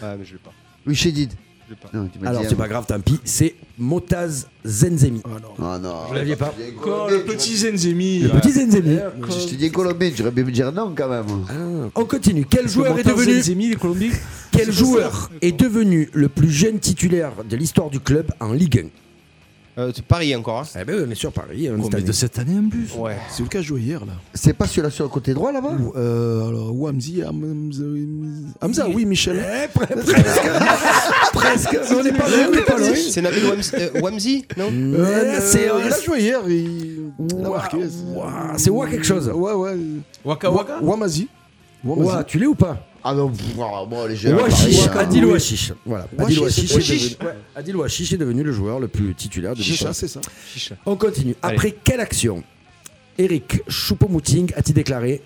E: Ouais, mais je l'ai pas.
F: Louis Chédid.
E: Je l'ai pas.
F: Non, tu m'as
D: Alors
F: dit
D: c'est
F: un.
D: pas grave, tant pis. C'est Motaz Zenzemi.
F: Ah non.
D: Vous l'aviez pas
F: Le
G: Le petit Zenzemi.
D: Le petit Zenzemi.
F: Je te dis Colombien, j'aurais bien me dire non quand même.
D: Ah, On continue. Quel joueur est devenu
G: Zenzemi, les Colombiens.
D: Quel joueur est devenu le plus jeune titulaire de l'histoire du club en Ligue
E: Euh, c'est Paris encore. Hein.
D: 1 Eh bien, bien sûr, Paris. hein, cette
G: Combien
D: année.
G: de cette année en plus
E: Ouais.
H: C'est le cas joué hier là.
F: C'est pas celui-là sur le côté droit là-bas
H: Ou, euh, alors, ou Hamzi, Hamza, Hamza, oui, Michel.
D: Eh, pre- presque. Presque. mais On n'est pas loin. on n'est pas *laughs* loin.
E: C'est Nabil Wamsi, euh, Wamsi, non
D: Euh, C'est
H: il a joué hier, il, il a marqué.
D: Ouah, c'est Ouah quelque chose.
H: Ouais, ouais.
C: Waka Waka
H: Wamazi.
D: Ouah, tu l'es ou pas
F: Ah non, pff, ah, bon, les gens.
D: Ouachiche,
F: Paris, hein.
D: Adil Ouachiche. Voilà, Adil
H: Ouachiche,
D: Ouachiche
H: c'est
D: est devenu- ouais, Adil Ouachiche est devenu le joueur le plus titulaire de
H: Chicha,
D: l'histoire.
H: c'est ça.
D: On continue. Après quelle action Eric Choupo-Moting a-t-il déclaré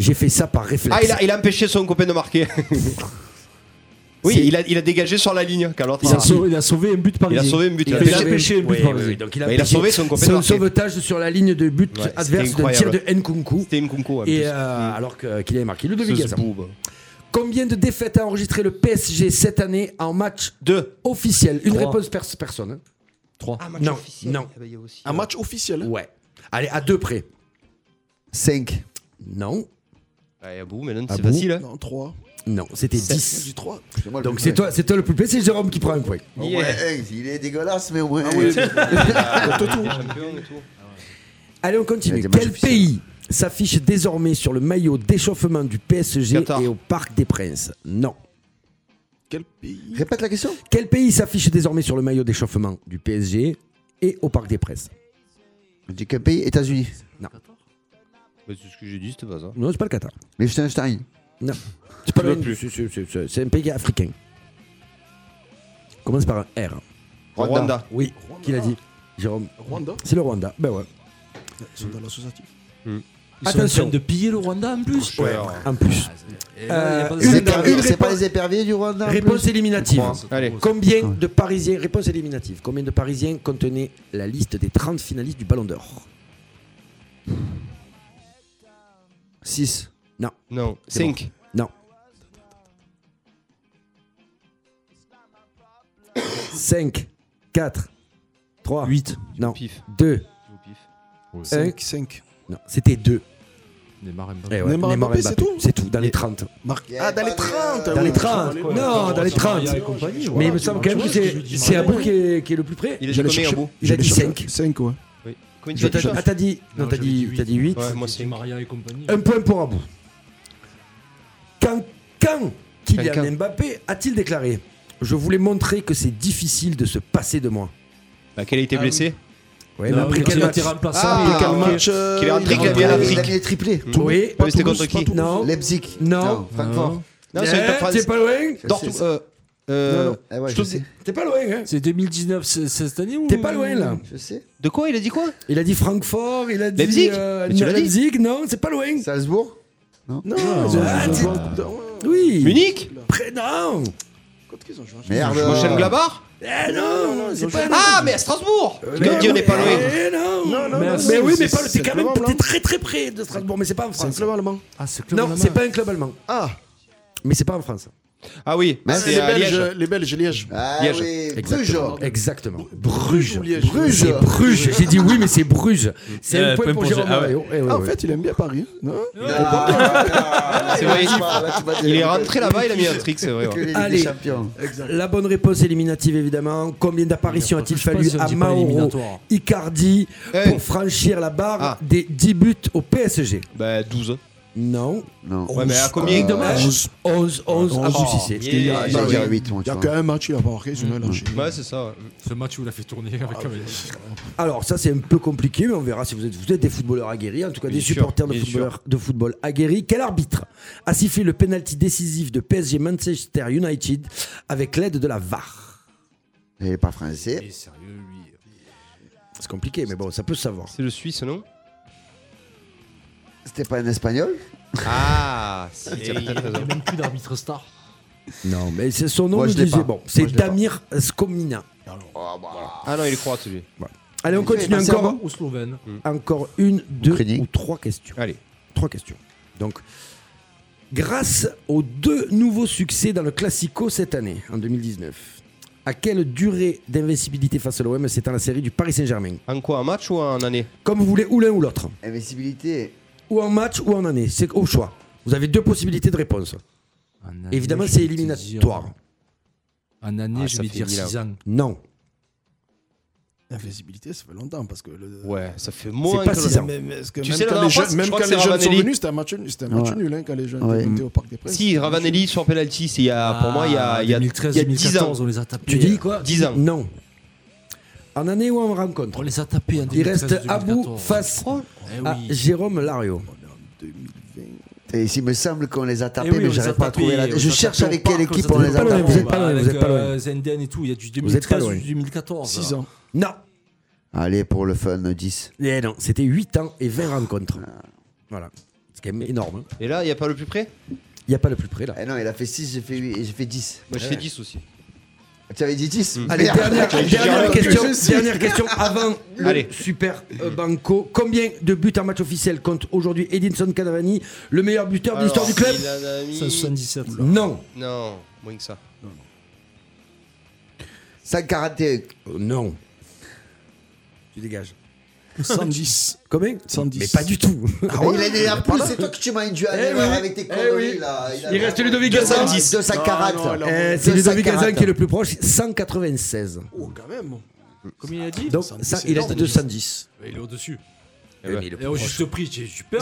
D: J'ai fait ça par réflexe.
E: *laughs* Ah, il a, il a empêché son copain de marquer. Oui, il a, il a dégagé sur la ligne. Quand l'autre
G: Il a, sauvé, il a sauvé un but par
E: Il a sauvé un but.
G: Il a
E: Il a
G: fait
E: sauvé-
G: pêcher un but
E: Oui,
G: par
E: oui,
G: le
E: oui.
G: but.
E: Donc, il a- Bah, il a sauvé son complet
D: Son
E: marqué.
D: sauvetage sur la ligne de but
E: Ouais,
D: adverse
E: c'était
D: d'un tir de
E: incroyable. Ah,
D: Nkunku.
E: C'était Nkunku.
D: Et euh, alors que- qu'il avait marqué Ludovic
E: Mm. Ce
D: Gazan.
E: zboub.
D: Combien de défaites a enregistré le PSG cette année en match
E: Deux.
D: officiel Une
E: Trois.
D: réponse pers- personne. hein.
G: Trois.
D: non, non.
H: Un match officiel
D: Ouais. Allez, à deux près.
F: 5.
D: Non.
E: à bout, mais là,
D: Ah
E: c'est
D: bon
E: facile. hein.
H: Non, 3.
D: Non, c'était
H: Sept.
D: 10.
H: J'ai trois.
F: moi le
D: Donc
F: plus
D: c'est
F: près.
D: toi, c'est toi le plus près, c'est Jérôme qui prend un point.
F: Au moins un, il est dégueulasse, mais au moins.
H: Ah oui.
F: *laughs* un.
E: Champion et tout.
D: Allez, on
F: Il y
D: continue.
F: a des matchs
D: Quel
F: officiels.
D: pays s'affiche désormais sur le maillot d'échauffement du PSG
E: Qatar.
D: et au Parc des Princes Non.
H: Quel pays
F: Répète la question.
D: Quel pays s'affiche désormais sur le maillot d'échauffement du PSG et au Parc des Princes
F: Je dis quel pays États-Unis.
E: Bah, C'est ce que j'ai dit, c'était pas ça.
D: Non, c'est pas le Qatar.
F: Liechtenstein.
D: Non. C'est pas
E: Tu
D: le
E: veux plus.
D: c'est- c'est- c'est- c'est- C'est un pays africain. Commence par un R.
E: Rwanda.
D: Oui, qui l'a dit Jérôme.
H: Rwanda
D: C'est le Rwanda. Ben ouais.
H: Ils sont dans l'associatif.
G: Ils sont
D: Attention.
G: en train de piller le Rwanda en plus.
E: Ouais.
D: En plus.
G: Et là, il y a
D: Euh,
G: pas de-
D: Une
F: Les
D: dernière
F: éperviers, C'est pas
D: réponse.
F: les éperviers du Rwanda en
D: Réponse
F: plus
D: éliminative.
E: Allez.
D: Combien de Parisiens, réponse éliminative, combien de Parisiens contenaient la liste des 30 finalistes du Ballon d'Or 6. Non,
E: Non.
D: C'est bon.
E: 5.
D: non. 5, 4, 3, 8, non,
E: Pif.
D: 2,
E: Au pif.
H: 5. 5.
D: non, c'était 2.
G: Neymar, Mbappé.
D: Eh
H: Neymar, Mbappé, c'est tout
D: C'est tout, dans les 30.
H: Marc.
F: Il y
H: Ah,
F: avait
H: dans
F: pas
H: les
F: de-
H: 30
D: Dans
H: oui.
D: les
G: Ah,
D: 30 Non, dans les 30
G: Et compagnie,
D: Mais
G: voilà.
D: il me semble quand même que c'est- c'est Abou qui est qui est le plus près.
E: Il a dit
H: J'allais
E: combien,
H: chercher-
E: Abou
D: Il a dit 5.
H: 5, ouais.
E: Combien
D: Je
E: tu
D: t'ai-
E: as
D: Ah, t'as dit. Non,
G: Non,
D: t'as
G: j'avais
D: dit,
G: dit huit.
D: t'as dit 8.
E: Ouais, moi,
G: C'était
E: c'est-
G: Maria et compagnie.
D: Un point pour Abou. Quand, quand Kylian
E: Quand- quand.
D: Mbappé a-t-il déclaré Je voulais montrer que c'est difficile de se passer de moi.
E: Bah, quel a été blessé
D: Ouais, mais après
G: Après,
D: quel match
G: remplaçant
F: Ah,
G: il est calmé.
H: Match. euh,
E: Qu'il est rentré,
F: Il
E: qu'il a
F: avait
E: bien
F: il
E: Afrique.
F: avait les triplés.
D: Oui.
E: Non, mais c'était
H: Toulouse,
E: contre qui
H: pas Toulouse.
D: Non.
F: Leipzig.
D: Non.
F: Francfort.
E: Non, c'est
D: Eh,
E: le top
D: T'es
E: France.
D: pas loin
E: Dortmund. euh,
F: Non,
E: euh,
F: non. Eh ouais, je
E: Stutt-
F: sais.
D: T'es pas loin, hein
G: C'est 2019, c'est c'est cette année ou
D: T'es pas loin là.
F: Je sais.
E: De quoi Il a dit quoi
D: Il a dit Francfort, il a dit.
E: Leipzig
D: euh,
E: Mais tu l'as dit.
D: Leipzig, non, c'est pas loin.
F: Salzbourg.
D: Non, ah, t'es- Oui.
E: Munich
D: Près- Non
H: Contre qui ils ont joué
F: Merde.
E: Ah, Mönchengladbach
D: Eh non, c'est pas
E: Ah, mais à Strasbourg
D: Mais
E: Comme dit, on n'est pas loin.
D: Eh non
H: Non, non,
D: Mais,
H: non,
D: mais
H: non,
D: oui,
H: c'est-
D: mais pas
H: c'est
D: t'es quand
H: le
D: même
H: club
D: t'es
H: allemand.
D: très très près de Strasbourg, mais c'est pas en
H: C'est un
D: France.
H: club allemand.
G: Ah, c'est club
D: Non, c'est pas un club allemand,
H: Ah,
D: mais c'est pas en France.
E: Ah oui,
F: Mais
E: c'est
H: les,
E: à
H: Belges,
E: Liège.
H: les Belges, Liège.
F: Ah
E: Liège.
F: oui, Bruges.
D: Exactement. Exactement.
H: Oh. Bruges
D: Bruges.
H: ou Liège
F: Bruges.
D: C'est Bruges. J'ai dit oui, mais c'est Bruges. C'est
C: Euh,
D: un point pour Jérôme.
C: ah ouais.
D: Moreau. Eh ouais,
H: Ah, en
D: ouais.
H: fait, il aime bien Paris. Non
F: Ah,
E: C'est vrai, Il est rentré là-bas, il a mis un trick, c'est vrai. ouais. *laughs*
D: Allez.
F: Allez. champions.
D: La bonne réponse éliminative, évidemment. Combien d'apparitions
G: Je
D: a-t-il
G: sais pas
D: fallu
G: si on
D: à
G: dit pas
D: Mauro
G: éliminatoire.
D: Icardi
E: Eh.
D: pour franchir la barre
E: Ah.
D: des 10 buts au PSG
E: Bah, 12.
D: Non.
F: Non.
E: Ouais, mais à combien
D: 11, 11, 11,
G: Oh,
D: aboutissez.
E: yeah.
D: Je te dis,
E: Il y a-
F: J'allais
H: oui.
F: dire 8, moi.
H: Il n'y
F: tu
H: a
F: vois.
H: qu'un match, il n'a pas marqué, sinon il a lâché.
E: Ouais, Bah, c'est ça. ouais.
G: Ce match où il a fait tourner avec Cavani.
D: Alors ça c'est un peu compliqué, mais on verra si vous êtes, vous êtes des footballeurs aguerris, en tout cas
E: Bien
D: des
E: sûr,
D: supporters de,
E: bien
D: footballeurs, de football aguerris. Quel arbitre a sifflé le penalty décisif de PSG Manchester United avec l'aide de la VAR
F: Il est pas français.
G: Et sérieux, lui.
D: C'est compliqué, mais bon, ça peut se savoir.
E: C'est le Suisse, non
F: C'était pas un espagnol.
E: Ah, si,
G: Et Il n'y a même plus d'arbitre star.
D: Non, mais c'est son nom.
F: Moi,
D: me
F: je l'ai
D: disait-
F: pas.
D: Bon,
F: Moi,
D: c'est
F: je l'ai pas.
D: Damir Skomina.
E: Ah non, il est croate, celui.
D: Allez, on
F: Il fait
D: continue
F: passer
D: encore,
F: avant.
G: Ou slovène.
D: encore une, deux
F: Ukrainien.
D: ou trois questions.
E: Allez.
D: Trois questions. Donc, grâce aux deux nouveaux succès dans le Classico cette année, en 2019, à quelle durée d'invincibilité face à l'OM s'étend la série du Paris Saint-Germain
E: En quoi, un match ou en année
D: Comme vous voulez, ou l'un ou l'autre.
F: Invincibilité.
D: Ou en match ou en année. C'est au choix. Vous avez deux possibilités de réponse. Évidemment, c'est éliminatoire.
G: En année,
E: Ah,
G: je
E: ça
G: vais
E: fait
G: dire
E: mille ans.
G: 6 ans.
D: Non.
H: Invisibilité, ça fait longtemps parce que le.
E: Ouais, ça fait moins
D: C'est pas
E: que
D: six ans.
H: Mais- mais est-ce que
E: Tu
H: même
E: sais, la
H: quand
E: dernière
H: les
E: fois,
H: jeunes,
E: je
H: même
E: crois
H: quand
E: que
H: les
E: c'est
H: jeunes sont
E: Ravanelli.
H: venus, c'était un match, nul, c'était un match
F: Ouais.
H: nul hein, quand les jeunes
F: Ouais.
H: étaient au Parc des Princes.
E: Si, hein. Ravanelli sur penalty, c'est il y a, pour moi, il y a, il y a,
G: 2013,
E: il y a 10 ans.
G: 2014, on les a tapés.
D: Tu dis quoi
E: 10 ans.
D: Non. En année ou en rencontre
G: On les a tapés en 2013.
D: Il reste Abou
G: 2014.
D: face
G: Eh
D: à
G: oui.
D: Jérôme Lario.
F: Et il me semble qu'on les a tapés,
G: Eh oui, on
F: mais
G: les a
F: j'arrive pas à
G: tapés,
F: trouver la.
G: on les
F: Je
G: a
F: cherche
G: tapés au
F: avec
G: parc,
F: quelle équipe
G: les a
F: on les a
G: tapés au
D: loin,
F: tapés.
D: vous êtes
G: parc,
D: pas loin, vous
G: avec,
D: êtes pas loin.
G: euh, Zenden et tout, il y a du
D: Vous êtes pas
G: 2013
D: loin.
G: du 2014.
H: 6 ans.
D: Non.
F: Allez, pour le fun, 10.
D: Eh non, c'était 8 ans et 20 rencontres. Voilà. C'est quand même énorme. hein.
E: Et là, il n'y a pas le plus près
D: Il Il n'y a pas le plus près là.
F: Eh non, il a fait 6, j'ai fait 8 et j'ai fait 10.
E: Moi, Bah, je fais 10 aussi.
F: Tu avais dit 10
D: Allez,
F: Merde.
D: dernière, dernière question, dernière question avant le
F: Allez.
D: Super euh, Banco. Combien de buts en match officiel compte aujourd'hui Edinson Cavani, le meilleur buteur de l'histoire du club
E: Oh, il en a mis-
G: 177.
D: Non.
E: Non, moins que ça.
F: 5,41.
D: Euh, non. Tu dégages.
H: 110.
D: *laughs* Combien
H: 110.
D: Mais pas du *laughs* tout. Euh,
F: Ah ouais, il a déjà plus, c'est toi que tu m'as induit à
D: Eh
F: aller
D: oui.
F: avec tes
D: Eh
F: conneries
D: oui.
F: là. a-
D: Il reste Ludovic Gazan.
F: 210. 240.
D: Euh, C'est Ludovic Gazan qui est le plus proche, 196.
H: Oh, quand même.
G: Comme il a dit
D: Donc, ça, il est 210.
G: Mais Il est au-dessus.
D: Eh ben, il est
G: Et au
D: proche.
G: juste prix,
C: *laughs*
G: j'ai super.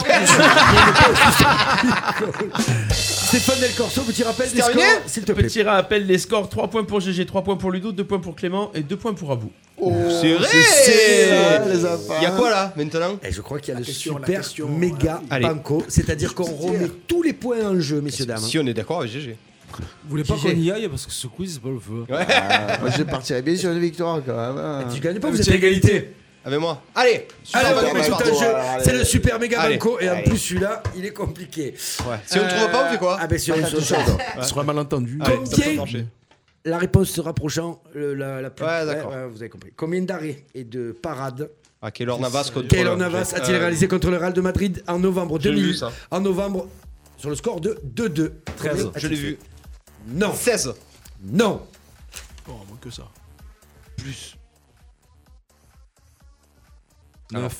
D: Stéphane Del Corso, petit rappel des
C: Terminé
D: scores, s'il te plaît.
C: Petit rappel des scores 3 points pour GG, 3 points pour Ludo, 2 points pour Clément et 2 points pour Abou.
E: C'est vrai Il y a quoi là maintenant
D: Et je crois qu'il y a le
E: question, la
D: super
E: question,
D: méga
E: Allez.
D: banco, c'est-à-dire qu'on remet tous les points en jeu, messieurs dames.
E: Ah, Si on est d'accord avec GG.
G: Vous voulez pas
D: Gégé.
G: qu'on y aille parce que ce quiz, c'est pas le feu.
E: Ouais.
F: Moi, je partirais bien sur une victoire quand même. hein.
D: Tu gagnes pas,
E: Ah,
D: vous
E: mais
D: êtes
E: c'est
D: à égalité.
E: Avec moi. Allez Super
D: Allez, on remet
E: Banco,
D: tout
E: partout.
D: en jeu.
E: Allez.
D: C'est le super méga
E: Allez.
D: banco et en
E: Allez.
D: plus celui-là, il est compliqué.
E: Ouais. Si on
D: Euh,
E: trouve pas, on fait quoi
D: Ah ben si on
E: Patate
D: se
E: au
D: change.
E: charbon.
H: Sur un malentendu.
E: Allez, ça peut
D: Combien
E: marcher.
D: La réponse se rapprochant, le- la, la plus-
E: Ouais, d'accord.
D: vous avez compris. Combien d'arrêts et de parades
E: Ah, Keylor Navas contre.
D: Keylor Navas a-t-il
E: Euh,
D: réalisé contre le Real de Madrid en novembre
E: j'ai
D: 2000
E: lu ça.
D: En novembre, sur le score de 2-2.
E: 13.
D: Combien
E: Je
D: a-t-il
E: l'ai
D: fait
E: vu.
D: Non.
E: 16.
D: Non.
H: Oh, moins que ça.
E: Plus.
G: 9.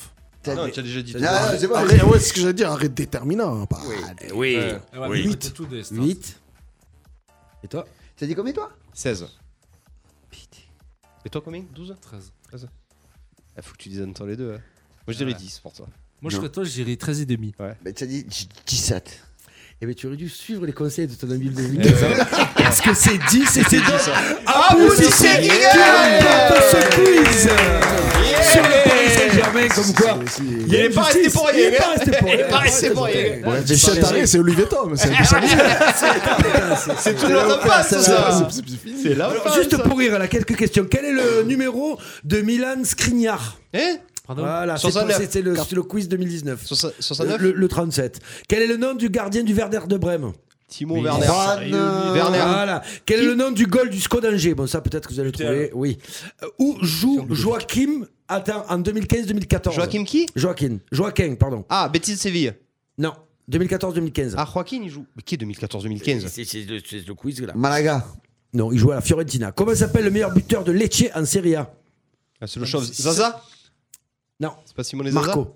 E: Ah Non, tu as déjà dit.
F: Non, non, c'est bon.
H: Arrête, Ah, ouais, c'est ce que j'allais dire, arrête déterminant. hein, Pas...
D: Oui.
G: Oui.
D: Huit.
G: Tout des stats.
D: 8. Et toi
F: T'as dit combien toi
E: 16. Et toi combien 12
G: 13.
E: Il Ah, faut que tu dises en même temps les deux. hein. Moi je dirais 10 pour toi.
G: Moi, je
F: Non.
G: serais toi, je dirais 13 et demi.
F: Mais Ben, t'as dit dix- 17.
D: Eh bien, tu aurais dû suivre les conseils de ton ami Ludovic. Parce que c'est 10 et c'est 10.
E: Ah, vous disiez
D: qui
E: yeah
D: remporte ce quiz sur le Paris Saint-Germain, comme quoi.
E: Il est pas resté pour rien.
D: Il est pas resté pour rien.
E: Il est pas resté pour rien.
H: Ouais, j'ai chat arrêt, c'est Olivier Tom.
E: *laughs*
H: C'est
E: C'est tout le passe ça.
H: hein, c'est- c'est fini.
E: C'est là.
D: Alors, juste pour rire, là, quelques questions. Quel est le numéro de Milan Skriniar
E: Eh
G: Pardon
D: Voilà, c'est
E: 69.
D: c'est- c'est le, c'est le quiz 2019.
E: Soix-
D: Le,
E: 69
D: le- le 37. Quel est le nom du gardien du Werder de Brême
E: Timo
G: Mais
E: Werner.
C: Ah,
F: Van-
E: Werner.
D: Voilà. Quel est le nom du goal du Sco d'Angers Bon, ça peut-être que vous allez le trouver. Oui. Euh, Où joue Joachim Attends, en 2015-2014.
E: Joachim qui
D: Joaquin. Joaquin, pardon.
E: Ah, Betis Séville.
D: Non, 2014-2015.
E: Ah, Joaquin il joue. Mais qui est 2014-2015
D: c'est le, quiz là.
F: Malaga.
D: Non, il joue à la Fiorentina. Comment s'appelle le meilleur buteur de Lecce en Serie A
E: Ah, C'est le chauve. Zaza
D: Non,
E: C'est pas Simone Zaza
D: Marco.
G: Non,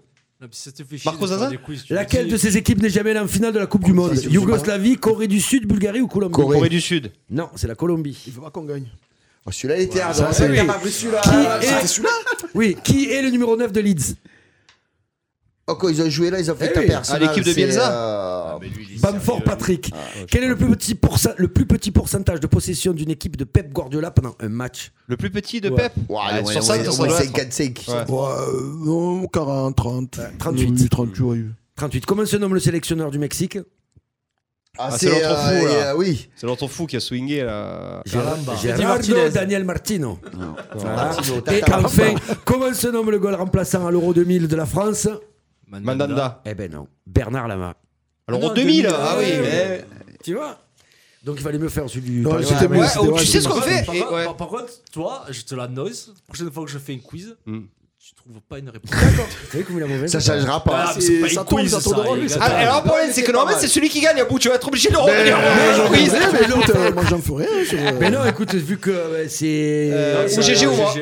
G: Ah, puis ça te fait chier
E: Marco
G: de faire
E: Zaza
G: des quiz, tu
D: Laquelle
G: le
D: de
G: dis.
D: ces équipes n'est jamais allée en finale de la Coupe du Monde
F: c'est-
D: Yougoslavie, Corée du Sud, Bulgarie ou Colombie
F: Corée.
E: Corée du Sud.
D: Non, c'est la Colombie.
H: Il veut pas qu'on gagne.
F: Oh, celui-là, il était ardent.
H: ça, c'est-
F: Eh, t'as pas pris celui-là.
D: Qui est... Oui, qui est le numéro 9 de Leeds
F: Oh, quand ils ont joué là, ils ont fait
D: Eh
F: taper
D: oui.
F: Arsenal,
E: Ah, l'équipe de
F: c'est,
E: Bielsa.
F: euh,
D: Bamford Patrick.
F: Ah,
D: Quel est le plus, petit pourcent- le plus petit pourcentage de possession d'une équipe de Pep Guardiola pendant un match
E: Le plus petit de
D: Ouais.
E: Pep
F: ouah,
E: Ah,
F: ouais,
E: Sur
F: ouais,
E: ça,
F: ouais,
E: ça
F: ouais,
E: doit être.
F: 55.
E: Ouais.
H: Ouais, euh, non, 40, 30.
D: 38.
H: Oui, 38, ouais. oui.
D: 38. Comment se nomme le sélectionneur du Mexique
F: Ah,
E: Ah,
F: c'est
E: c'est l'autre
F: euh,
E: fou, là.
F: euh, Oui.
E: C'est l'autre fou qui a swingé euh, là.
F: Ah,
D: Gerardo
G: Martinez.
D: Daniel Martino. Voilà.
F: Martino,
D: Ah. Et
F: Tata
D: enfin, comment se nomme le goal remplaçant à l'Euro 2000 de la France
E: Mandanda.
D: Eh ben non, Bernard Lama.
E: Alors
G: Non,
E: en 2000,
G: 2000,
E: ah oui.
D: ouais,
E: mais-
D: Tu vois Donc il fallait mieux faire celui du.
H: Non,
D: Paris
H: c'était
D: Saint-Germain.
H: mieux.
E: Ouais,
H: c'était
E: oh,
H: vrai,
E: tu sais
H: c'est
E: ce qu'on fait
G: Par,
E: et-
G: contre-
E: ouais.
G: par- par contre, toi, je te l'annonce. La prochaine fois que je fais un quiz,
E: Hmm.
G: tu trouves pas une réponse.
D: Vous savez comment il a mauvais
F: Ça changera pas.
G: Ah, mais c'est pas
H: ça
G: une
H: tourne,
G: quiz,
H: ça tourne
G: ça,
H: de rôle,
G: les
H: ça
G: gars.
E: Ah, mais alors le problème, c'est que normalement, c'est celui qui gagne à bout. Tu vas être obligé de le revenir. au quiz.
H: Ouais, mais l'autre, euh, moi, j'en ferai rien. sur, euh,
D: Mais non, écoute, vu que euh, c'est.
E: Euh, ou GG ou moi.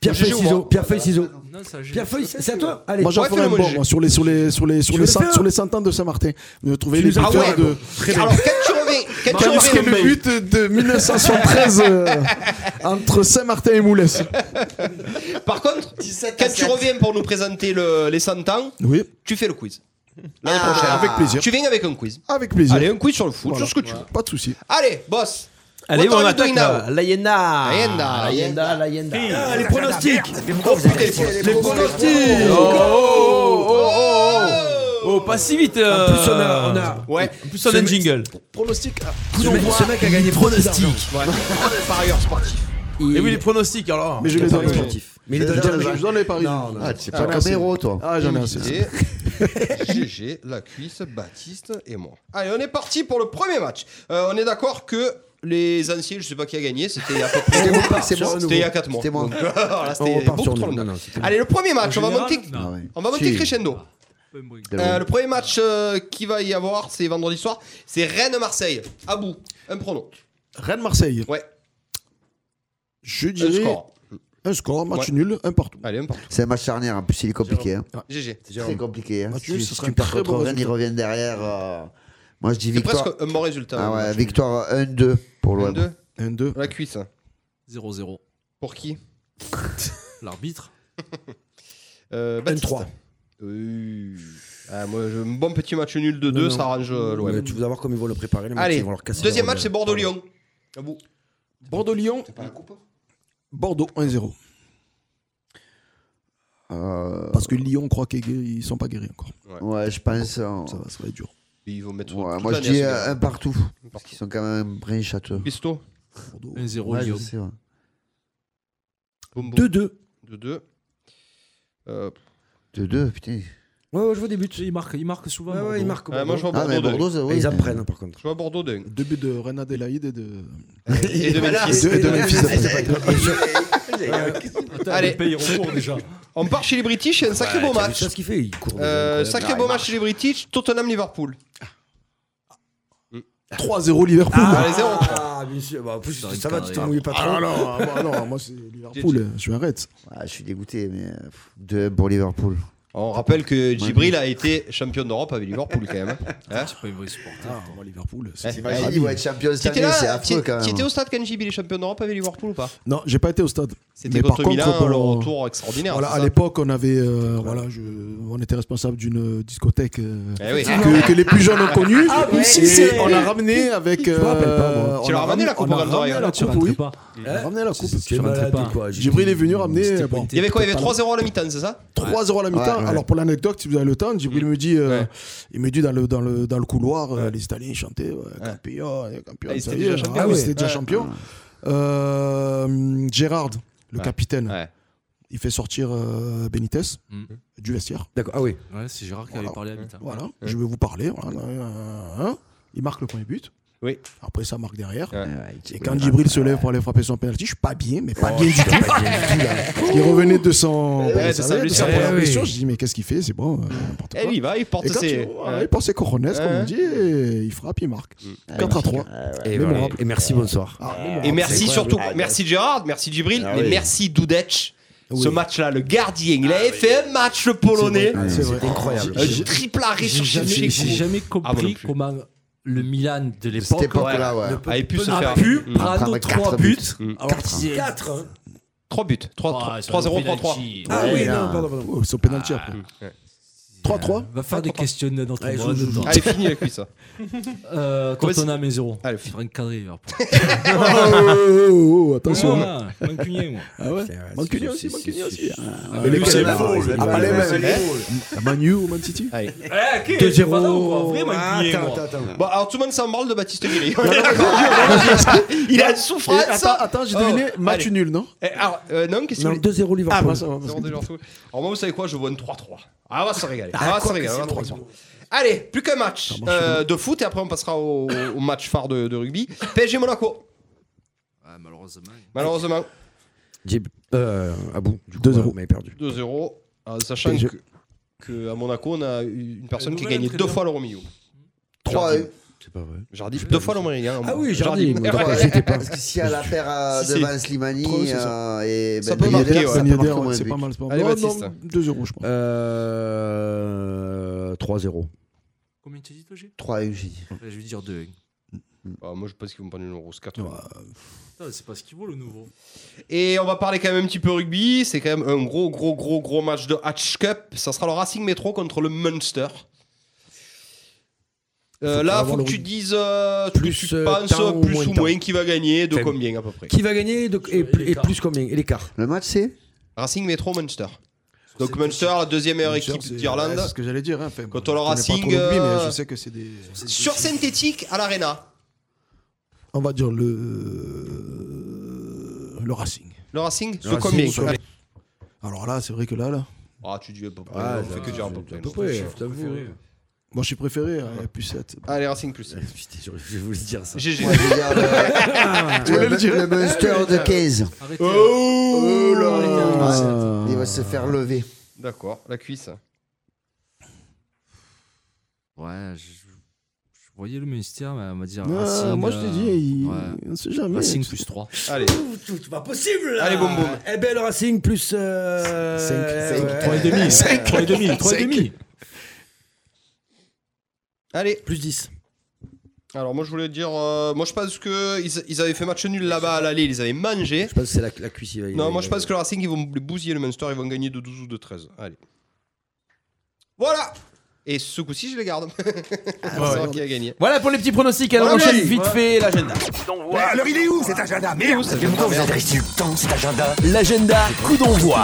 D: Pierre
E: ou GG
D: Feuille
E: ou
D: Ciseaux.
E: moi.
D: Pierre Feuille Ciseaux.
G: Non, ça, j'ai-
D: Pierre Feuille, c'est à toi Allez.
H: Moi, j'en
E: Ouais,
H: ferai un
E: fais-le, moi,
H: bon
E: j'ai-
H: moi, sur les sur les sur les sur
D: veux
H: les
D: le
H: cent-
D: faire
H: sur les cent ans de Saint-Martin. Me trouver les
D: nous as
H: auteurs
D: fait un
H: de
E: Alors quand tu reviens, quand tu
H: Marcus
E: reviens,
H: le but
E: *laughs*
H: de 1973 euh, entre Saint-Martin et Moules.
E: par contre, quand tu reviens pour nous présenter le- les 100 ans,
H: Oui,
E: tu fais le quiz. L'année
F: Ah,
E: prochaine.
H: avec plaisir.
E: Tu viens avec un quiz.
H: Avec plaisir.
E: Allez, un quiz sur le foot,
H: Voilà.
E: sur ce que tu veux.
H: Pas de souci.
E: Allez, boss.
C: Allez,
E: What
C: on
E: are you
C: attaque
E: doing
C: là.
E: now
C: La Yenda.
E: Allenda.
D: L'Ayenda, l'Ayenda. Ah, les pronostics
E: Oh putain, les pronostics.
D: Les pronostics
C: Oh, oh, oh, oh, oh. Oh, pas si vite.
D: En
C: euh.
D: plus, on a. on a-
E: Ouais.
C: En plus, on a un jingle.
H: Pronostic.
D: Ce mec- ce mec a gagné pronostic.
E: Par ailleurs, sportif.
C: Et oui, les pronostics alors.
H: Mais je les donne.
F: Euh,
D: Mais il est dans le
H: Je donne les paris.
F: Ah, tu sais
H: Ah,
F: pas
H: merci.
F: Camero, toi.
H: Ah, j'en ai assez.
E: Et- GG, la cuisse, Baptiste et moi. Allez, on est parti pour le premier match. Euh, on est d'accord que les anciens, je sais pas qui a gagné, c'était il y a peu près-
F: C'était moi, c'est moi.
E: C'était il y a 4 mois.
F: C'était moi.
E: Donc, euh, voilà, c'était
F: On repart
E: beaucoup
F: sur
E: trop
F: nous.
E: long.
F: Non, non, c'était-
E: Allez, le premier match,
F: En
E: on va
F: général,
E: monter,
F: non. Ah ouais.
E: on va monter
F: Si. Ah,
E: crescendo. Euh, le premier match euh, qui va y avoir, c'est vendredi soir, c'est Rennes-Marseille. À bout, un prono.
H: Rennes-Marseille.
E: Ouais.
H: Je dirais. Un score. match
E: Ouais.
H: nul, un partout.
E: Allez, un partout.
F: C'est un match charnière, en plus il est compliqué. Hein.
E: GG.
F: C'est très compliqué. Hein.
H: Match
F: Si
H: nul,
F: si
H: ce
F: tu
H: serait un
F: perds
H: très
F: contre
H: bon
F: Rennes, il
H: résultat.
F: revient derrière. euh, Moi je dis
E: C'est
F: victoire.
E: presque un bon résultat.
F: Ah ouais, victoire 1-2 pour l'OM.
E: 1-2.
H: 1-2.
E: La cuisse.
G: 0-0.
E: Pour qui
G: L'arbitre.
E: Euh, Baptiste.
D: 1-3.
E: Euh, ah, moi, je- un bon petit match nul de 2, ça arrange euh, l'OM.
D: Ouais, Tu vas voir comme ils vont le préparer. le match,
E: Allez,
D: ils vont leur casser
E: deuxième
D: leur
E: match, c'est
D: gueule.
E: Bordeaux-Lyon. À bout.
H: Bordeaux-Lyon.
E: hein
H: Bordeaux 1-0. Parce que Lyon croit qu'ils sont pas guéris encore.
F: Euh, Ouais, je pense. euh,
H: Ça va, ça va être dur.
E: Ils vont mettre.
F: Ouais,
E: toute
F: moi je
E: l'année
F: dis
E: à ce
F: euh,
E: gars.
F: un partout. Parce qu'ils sont quand même bien châteaux.
E: Pisto.
G: 1-0
F: Ouais, je
G: Lyon.
F: sais, ouais.
E: Boum, boum.
D: 2-2.
E: 2-2. Euh,
F: 2-2, putain.
G: Ouais, ouais, je vois des buts. Il marque, il marque souvent.
D: Ouais, ouais,
G: Bordeaux.
D: ils marquent.
E: euh, moi,
H: Oh,
E: je vois
F: Ah, mais
E: Bordeaux.
F: Bordeaux,
E: deux.
F: ça,
D: Et
F: oui.
D: Ils apprennent par contre.
E: Je vois Bordeaux 2.
H: Deux buts de Renan Adélaïde et de.
E: Et de
H: Voilà,
E: Memphis.
H: et de- et de Memphis.
G: Putain,
E: Allez.
G: le pays recourt déjà.
E: On part chez les British, il y a un sacré beau
D: T'as vu
E: match.
D: ça, ce qu'il fait, il court.
E: Euh,
D: déjà, incroyable.
E: sacré beau match chez les British, Tottenham-Liverpool.
H: 3-0 Liverpool.
E: Ah, les zéros.
D: Ah, bien sûr. Bah, en plus, ça va, tu te mouilles pas trop.
H: Ah non, moi, non, moi c'est Liverpool, je m'arrête.
F: Ouais, Ah, je suis dégoûté, mais 2 pour Liverpool.
E: On rappelle que Djibril a été champion d'Europe avec Liverpool quand même. Hein
G: C'est pas un vrai supporter.
H: Ah, moi Liverpool. *laughs* c'est-
E: Eh,
F: Ah,
E: eh,
F: il va être champion cette
E: t'étais là,
F: année, c'est
E: t'y-
F: affreux quand
E: t'y étais
F: même. hein.
E: au stade quand Djibril est champion d'Europe avec Liverpool ou pas
H: Non, j'ai pas été au stade.
E: C'était
H: Mais par
E: contre Milan,
H: bon,
E: le retour extraordinaire.
H: Voilà,
E: c'est
H: à
E: ça
H: l'époque, on avait, euh, voilà, je- on était responsable d'une discothèque euh,
E: Eh oui.
H: que, que les plus jeunes ont connue.
D: Ah oui,
H: Et
D: si, c'est-
H: on a ramené avec. euh,
D: me rappelle pas, moi.
H: on
E: Tu l'as
H: a
E: ramené, la coupe
H: on a
E: au Val
H: ramené
E: d'Or,
H: la
E: là,
G: Tu
H: coupe,
G: rentrais
H: oui.
G: pas.
H: On a ramené la coupe.
D: Tu es
G: Ça rentrait
D: malade
G: hein. pas.
D: ou quoi j'ai-
H: Djibril est venu ramener
G: C'était
H: euh, bon,
E: Il y avait quoi Il y avait 3-0 à la mi-temps, c'est ça
H: 3-0 à la mi-temps.
F: Ouais, ouais.
H: Alors pour l'anecdote, si vous avez le temps, Djibril me dit, euh,
E: Mm. Ouais.
H: il me dit dans le dans le dans le couloir, euh, les Italiens ils chantaient ouais, campion, eh, campion.
E: Ah, ils
H: ça
E: étaient
H: y est,
E: déjà
H: ah
E: champions,
H: oui,
E: ouais.
H: c'était déjà
E: Ouais.
H: champion. Euh, Gérard, le
E: Ouais.
H: capitaine,
E: Ouais.
H: il fait sortir euh, Benitez
G: Mm.
H: du vestiaire.
D: D'accord, ah oui.
G: Ouais, c'est Gérard qui avait
H: Voilà.
G: parlé à Mita.
H: Voilà, je vais vous parler. voilà, euh, hein. il marque le premier but.
E: Oui.
H: Après ça marque derrière.
E: Ouais.
H: Et quand Djibril se lève pour aller frapper son penalty, je suis pas bien, mais pas bien du tout. Parce qu'il revenait de son,
E: Ouais, c'est
H: de sa-
E: ça,
H: de
E: lui,
H: sa
E: c'est-
H: première
D: eh oui.
H: blessure. Je dis mais qu'est-ce qu'il fait C'est bon, euh, n'importe
E: Eh,
H: quoi.
E: lui, il va, il porte
H: Et quand
E: ses.
H: il, voilà,
E: Ouais.
H: il pensait coronès, comme
E: Ouais.
H: on dit, et il frappe, il marque. 4 à 3.
D: Et,
H: Mémorable.
D: voilà. Et merci, bonsoir.
E: Et merci surtout,
H: Ah,
E: merci Gérard, merci Djibril, mais merci Dudec. Ce match-là, le gardien, il avait fait un match le polonais.
H: Ah, C'est vrai.
D: Incroyable.
E: Un triple arrêt
G: J'ai
E: sur
G: jamais,
E: chez
G: j'ai jamais compris comment le Milan de
F: Cette
G: l'époque
F: époque-là, ouais.
E: avait pu se
G: a
E: faire. Hmm.
G: pu
F: Prendre
G: prendre
F: quatre
G: 3
F: buts.
G: buts. Alors qu'ils
D: 4 hein.
E: 3 buts. 3-0, 3-3.
D: Ah oui,
F: Ouais,
D: non,
F: non.
D: pardon, pardon.
H: Ouais, C'est au penalty après. 3-3.
G: Va faire des questions
D: Allez,
G: d'entraînement
D: joue, joue,
G: dedans.
E: Allez, fini la cuisse. ça.
G: Euh,
E: Comment
G: Quand on a mes zéros.
E: Allez,
G: Je ferai une cadrée, Liverpool.
H: Oh, oh, oh, oh, attention.
G: Ah, Mancunien, moi.
H: Ah ouais
D: Putain, ouais,
H: Mancunien
D: c'est-
H: aussi,
D: c'est-
H: Mancunien
D: c'est-
H: aussi.
D: c'est-
H: Ah, mais les
E: c'est
H: connards.
E: faux,
H: Ah, pas les mêmes.
E: Eh
H: Manu ou Man City
E: Allez.
G: Eh,
D: 2-0.
G: Attends,
D: attends, attends.
E: Bon, alors tout le monde s'en branle de Baptiste Guéry. On est d'accord. *laughs* Il a une
H: Et
E: souffrance.
H: Attends, attends, j'ai
E: Oh,
H: deviné match
E: allez.
H: nul, non
E: Eh, alors, euh, non, qu'est-ce que
D: Non,
E: vous voulez
D: 2-0
H: Ah, bah
D: Liverpool.
H: ça va. parce
E: Alors
H: que-
E: moi, vous savez quoi Je vois une 3-3. Ah, on va se régaler. on va se régaler. on va se régaler. Allez, plus qu'un match euh, de foot et après on passera au, au match phare de, de rugby. PSG Monaco,
G: Ah, malheureusement.
E: malheureusement,
D: Jib- Euh, à bout. du coup,
H: 2-0.
D: ouais, on avait perdu.
E: 2-0. euh, Sachant
H: PSG.
E: que, que à Monaco, on a eu une personne
G: Un
E: qui a
G: nouvel
E: gagné deux
G: entraîneur.
E: fois l'Euro Millau.
F: 3 1
D: C'est pas vrai.
E: Jardim, deux fois l'Euro Millau. hein,
D: Ah
E: moi.
D: oui, Jardim.
E: Eh,
D: D'accord,
E: ouais.
D: j'étais pas.
F: Parce que s'il y a la paire euh,
E: Si,
F: devant Slimani
H: Trois, c'est
F: euh, et
E: Ça
F: Ben
E: peut
F: Yedder,
E: marquer,
F: ça
E: ouais.
F: peut
H: Ben
F: marquer
H: Yedder,
F: au moins un
H: c'est
F: but.
H: pas mal. c'est pas mal.
E: Allez,
H: Non,
E: Baptiste.
H: non, 2 euros, je pense.
D: Euh, 3-0.
G: Combien tu as dit, toi, G
F: 3 1 j'ai dit.
G: Je vais dire 2
E: Ah, moi, je pense qu'ils vont prendre une Euro. c'est 80.
G: C'est pas ce qu'il vaut, le nouveau.
E: Et on va parler quand même un petit peu rugby. C'est quand même un gros, gros, gros, gros match de Hatch Cup. Ça sera le Racing Métro contre le Munster. Euh,
D: Faut
E: là,
D: avoir
E: faut
D: le
E: que tu
D: rugby.
E: dises euh, ce que
D: Plus,
E: tu
D: euh,
E: penses,
D: temps ou
E: plus
D: moins
E: ou
D: de temps.
E: moins, qui va gagner, de
D: Faible.
E: combien à peu près.
D: Qui va gagner de- et, et plus combien Et l'écart
F: Le match, c'est
E: Racing Métro Munster. Donc Munster, la deuxième meilleure
H: Manchester,
E: équipe
H: c'est-
E: d'Irlande.
H: ouais, C'est ce que j'allais dire. hein. Enfin,
E: Quand
H: bon,
E: on leur
H: je connais pas
E: assigne,
H: trop le rugby,
E: euh,
H: mais je sais que c'est des.
E: Sur synthétique à l'Arena,
H: On va dire le. Le Racing.
E: le Racing, de
H: Racing,
E: combien
H: sur-
E: Allez.
H: Alors là, c'est vrai que là, là.
E: Ah, tu dis à peu près.
H: Ah,
E: on fait que dire à peu près. non.
H: Moi, je suis préféré hein, à Pucette.
E: Allez, Racing Plus.
H: Putain, je voulais dire ça.
E: GG.
F: Moi, je veux dire, le-
H: Tu voulais le dire
F: le monster de 15.
E: Arrêtez. Oh là
F: Ah, Il va se faire lever.
E: D'accord, la cuisse.
G: Ouais, je, je voyais le ministère, mais on va dire.
H: Ouais,
G: Racing,
H: Ah, moi, je t'ai
G: euh,
H: dit, il- on sait jamais.
G: Racing
H: Tu-
G: plus 3.
E: Allez.
D: C'est pas possible là
G: Allez, boum, boum.
D: Eh ben le Racing plus. Euh...
G: Cinq.
D: ouais.
G: Trois et demi. Cinq. Trois et demi. Trois et Cinq. demi.
E: Allez.
D: Plus 10.
E: Alors moi je voulais dire, euh, moi je pense que ils, ils avaient fait match nul là-bas à l'aller, ils les avaient mangé.
D: Je pense que c'est la, la cuisse. il va- il
E: Non,
D: va-
E: moi
D: il
E: je
D: va-
E: pense que le Racing ils vont le bousiller le Munster, ils vont gagner de 12 ou de 13. Allez. Voilà. Et ce coup-ci je les garde. *laughs*
D: Ah,
E: On va savoir qui a gagné.
C: Voilà pour les petits pronostics. Alors on
E: Voilà,
C: enchaîne
E: oui.
C: vite
E: Voilà.
C: fait l'agenda.
B: alors il est où cet agenda Merde, ça fait longtemps que vous avez resté le temps, cet agenda.
C: L'agenda coup d'envoi.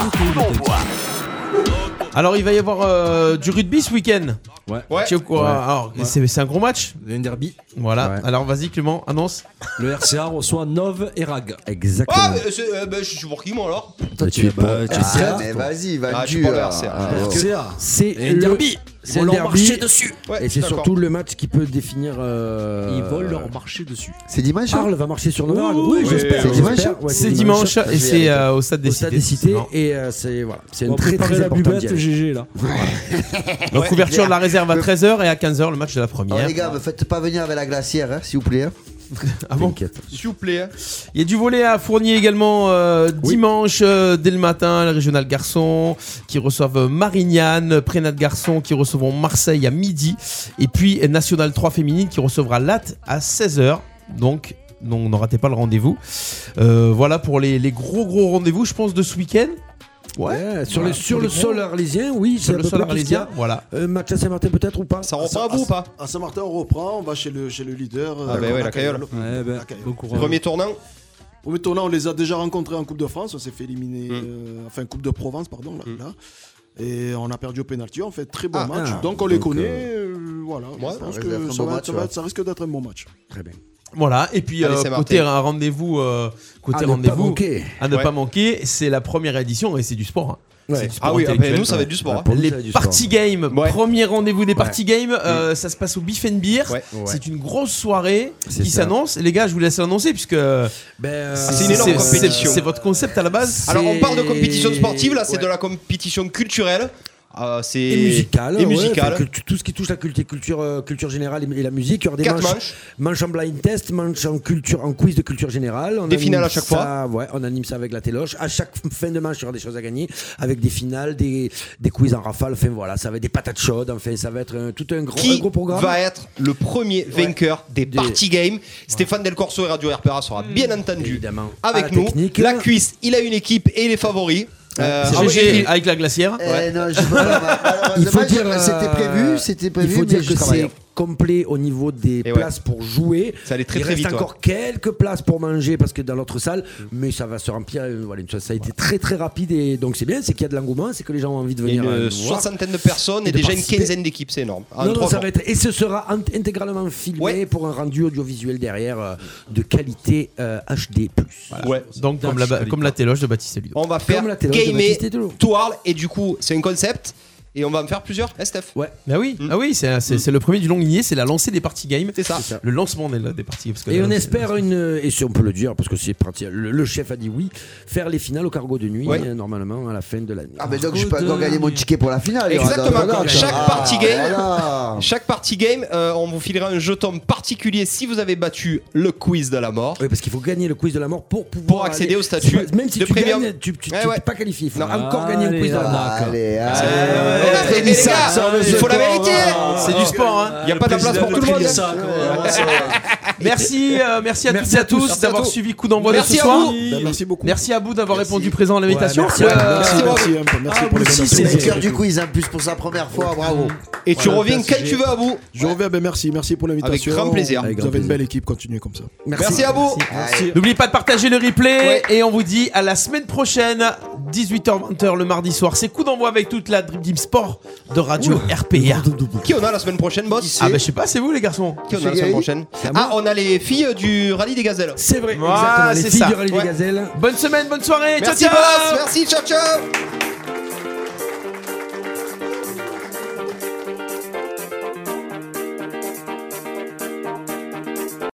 C: Alors il va y avoir euh, du rugby ce week-end.
G: Ouais.
D: Ah,
C: Tu sais quoi
G: Ouais.
C: Alors
G: Ouais.
C: c'est c'est un gros match.
G: Un derby.
C: Voilà. Alors vas-y Clément, annonce.
G: Le RCA reçoit Nov et Rag.
D: Oh. Exactement.
E: Ah, mais c'est- euh, ben, je suis pour qui moi alors
G: Toi, tu es bah, tu es
F: Ah,
G: certes,
F: mais
G: toi.
F: vas-y, va
E: Ah, je suis
F: dur.
E: pour le RCA.
F: Ah,
E: Je suis
F: ouais.
D: Parce que
G: RCA.
D: C'est
G: Et
D: le
G: derby.
D: C'est le
G: Ils vont leur
D: derby.
G: marcher dessus.
E: Ouais,
D: et
E: je suis
D: c'est
E: d'accord.
D: surtout le match qui peut définir. euh,
G: Ils veulent leur marcher dessus.
F: C'est dimanche hein
D: Arles va marcher sur Novare.
C: Oui, oui,
D: j'espère.
F: oui, oui.
D: j'espère.
F: C'est dimanche
D: Ouais,
C: C'est dimanche
D: Je vais
C: et c'est
D: aller.
C: euh, au stade des
D: au stade
C: Cités.
D: des cités
C: Non.
D: et euh, c'est voilà, c'est
G: On
D: une
G: va
D: très
G: préparer
D: très
G: la
D: importante. d'y
G: buvette,
D: aller.
G: GG là.
C: Donc couverture de la réserve à 13h et à 15h le match de la
F: Alors,
C: première.
F: les gars, me faites pas venir avec la glacière, hein, s'il vous plaît. hein.
C: Ah bon
D: T'inquiète.
E: S'il vous plaît. hein.
C: Il y a du volet à Fournier également euh, dimanche euh, dès le matin. Les régionales garçons qui reçoivent euh, Marignane, Prénat garçons qui recevront Marseille à midi. Et puis euh, National 3 féminine qui recevra Latte à 16h. Donc, non, ne ratez pas le rendez-vous. Euh, voilà pour les, les gros gros rendez-vous, je pense, de ce week-end. Ouais.
D: Ouais, sur
C: Voilà.
D: le sur le sol arlésien, oui, c'est
C: Sur
D: à
C: le
D: peu
C: sol
D: près tout ce qu'il y a.
C: arlésien, voilà.
D: Euh, match à Saint-Martin peut-être ou pas
E: Ça reprend à bout
D: ah,
E: ou pas
H: À Saint-Martin, on reprend, on va chez le, chez le leader.
E: Ah,
H: euh,
E: bah ouais, la
H: Cayolle.
G: Ouais, ben,
H: La Cayolle.
G: bon courage.
E: Premier tournant.
H: Premier tournant, on les a déjà rencontrés en Coupe de France, on s'est fait éliminer, euh, enfin Coupe de Provence, pardon, là. là. Et on a perdu au pénalty, on fait très bon
F: Ah,
H: match.
F: ah,
H: donc on les
F: donc,
H: connaît, euh, voilà.
E: ouais,
H: je pense
F: risque
H: que
F: d'être un
H: ça,
F: bon
H: va
F: match,
H: être- ça va
F: ouais.
H: être- ça risque d'être un bon match.
F: Très bien.
C: Voilà, et puis
E: Allez,
C: euh,
E: c'est parti.
C: côté un rendez-vous, euh, côté
D: À ne pas
C: rendez-vous
D: manquer.
C: à ne
E: Ouais.
C: pas manquer, c'est la première édition et c'est du sport. hein.
D: Ouais.
C: C'est du sport
E: Ah oui, ah, ben,
C: intellectuel.
E: nous ça va être du sport. hein.
D: Bah, Pour nous,
C: Les
D: ça va être du
C: party
D: sport.
C: games,
E: Ouais. Mm.
C: premier rendez-vous des party games, euh, ça se passe au Beef and Beer.
E: Ouais.
D: Ouais.
C: C'est une grosse soirée
D: C'est
C: qui
D: ça.
C: s'annonce. Et Les gars, je vous laisse l'annoncer puisque
D: Ben, euh,
E: Ah, c'est une énorme
C: c'est-
E: compétition.
C: C'est votre concept à la base.
E: Alors on parle de compétition sportive, là c'est
D: Ouais.
E: de la compétition culturelle. Euh, c'est
D: et musicale,
E: Et
D: ouais,
E: musicale.
D: enfin, cult- tout ce qui touche la culture, culture, euh, culture générale et, et la musique. Il y aura des
E: Quatre
D: manches,
E: manches.
D: manches en blind test, manches en culture, en quiz de culture générale. On
E: Des
D: anime
E: finales à chaque
D: ça- Ouais, on anime ça avec la téloche. À chaque fin de match, il y aura des choses à gagner, avec des finales, des, des quiz en rafale. Enfin voilà, ça va être des patates chaudes. Enfin, ça va être un- tout un gros, un
E: qui
D: gros programme.
E: va être le premier vainqueur des
D: Des-
E: party games. Stéphane Del Corso et Radio RPA sera bien entendu
D: Évidemment. À
E: avec
D: la
E: nous.
D: technique.
E: La cuisse, il a une équipe et il est favori. Euh,
C: C'est
E: ah ouais,
C: GG
E: il-
C: avec la glacière.
F: Eh, non, je peux pas.
D: Il faut
F: Malheureusement,
D: dire, euh,
F: c'était prévu, c'était prévu.
D: Il faut
F: mais
D: dire
F: je
D: que
F: travaille.
D: c'est complet au niveau des
E: Et ouais.
D: places pour jouer.
E: Ça allait très,
D: Il
E: très
D: reste
E: vite,
D: encore quelques places pour manger parce que dans l'autre salle, mais ça va se remplir. euh, Voilà, une chose, ça a été très très rapide et donc c'est bien, c'est qu'il y a de l'engouement, c'est que les gens ont envie de
E: il y
D: venir.
E: a
D: euh,
E: une
D: nous voir.
E: soixantaine de personnes et,
D: et de
E: déjà une
D: participer.
E: quinzaine d'équipes, c'est énorme. En
D: Non, non,
E: trois
D: ça
E: jours.
D: va être, et ce sera int- intégralement filmé
E: Ouais.
D: pour un rendu audiovisuel derrière euh, de qualité euh, HD+. Voilà.
E: Ouais.
C: Donc comme la, comme la téloche de Baptiste Ludo.
E: On va faire
D: la téloche de
E: gamer
D: Baptiste et Tolo.
E: Tourl et du coup c'est un concept et on va en faire plusieurs. Hein, Steph
D: Ouais.
C: Bah oui, ah oui c'est c'est- c'est le premier du long lignée, c'est la lancée des party games.
E: C'est ça.
C: Le lancement des, des party games. parce que
D: Et
C: la
D: on
C: lancée-
D: espère une et si on peut le dire parce que c'est pratique. Le, le chef a dit oui, faire les finales au cargo de nuit
E: Ouais.
D: euh, normalement à la fin de l'année.
F: Ah, mais donc je peux encore gagner mon ticket pour la finale.
E: Exactement,
F: Regarde, regarde.
E: chaque party game.
F: Ah, voilà.
E: Chaque party game, euh, on vous filera un jeton particulier si vous avez battu le quiz de la mort.
D: Oui, parce qu'il faut gagner le quiz de la mort pour pouvoir
E: Pour accéder
D: aller-
E: au statut
D: C'est pas- Même si
E: de
D: tu
E: premium.
D: gagnes, tu tu- tu
E: Ouais,
D: t'es
E: ouais.
D: pas qualifié. Il faut
E: Non.
D: encore gagner le quiz de la mort.
F: Allez,
E: Euh,
F: allez.
E: non, mais les gars, il faut la vérité.
C: C'est du sport, hein.
E: Il n'y a pas de place pour tout Ah, le monde.
C: *laughs*
E: hein.
C: Merci, euh, merci à toutes et à tous
E: Merci à
C: d'avoir
E: tous.
C: suivi coup d'envoi de
E: Merci
C: ce
E: à
C: soir.
E: vous.
H: Ben, merci beaucoup.
C: Merci à vous d'avoir répondu présent à l'invitation.
D: Ouais, merci
C: Euh,
D: à vous.
H: Merci, merci, hein, merci pour les
C: aussi,
H: commentaires.
C: c'est-
F: Vainqueur du quiz, en plus pour sa première fois, bravo.
E: Et tu reviens quand tu veux à vous.
H: Je reviens, ben merci, merci pour l'invitation.
E: Avec grand plaisir.
H: Vous
E: Avec
H: avez une belle équipe, continuez comme ça.
E: Merci à vous.
F: Allez.
C: N'oubliez pas de partager le replay et on vous dit à la semaine prochaine, 18h-20h le mardi soir. C'est coup d'envoi avec toute la Dream Team Sport de Radio RPA.
E: Qui on a la semaine prochaine, boss
C: Ah bah je sais pas, c'est vous les garçons.
E: Qui on a la semaine prochaine Ah, on a les filles du rallye des gazelles.
D: C'est vrai,
C: Ah,
D: exactement. Les
C: c'est
D: filles
C: ça.
D: du Rallye des
E: Ouais.
D: Gazelles.
C: Bonne semaine, bonne soirée.
E: Merci,
C: ciao ciao.
E: boss. Merci, ciao, ciao.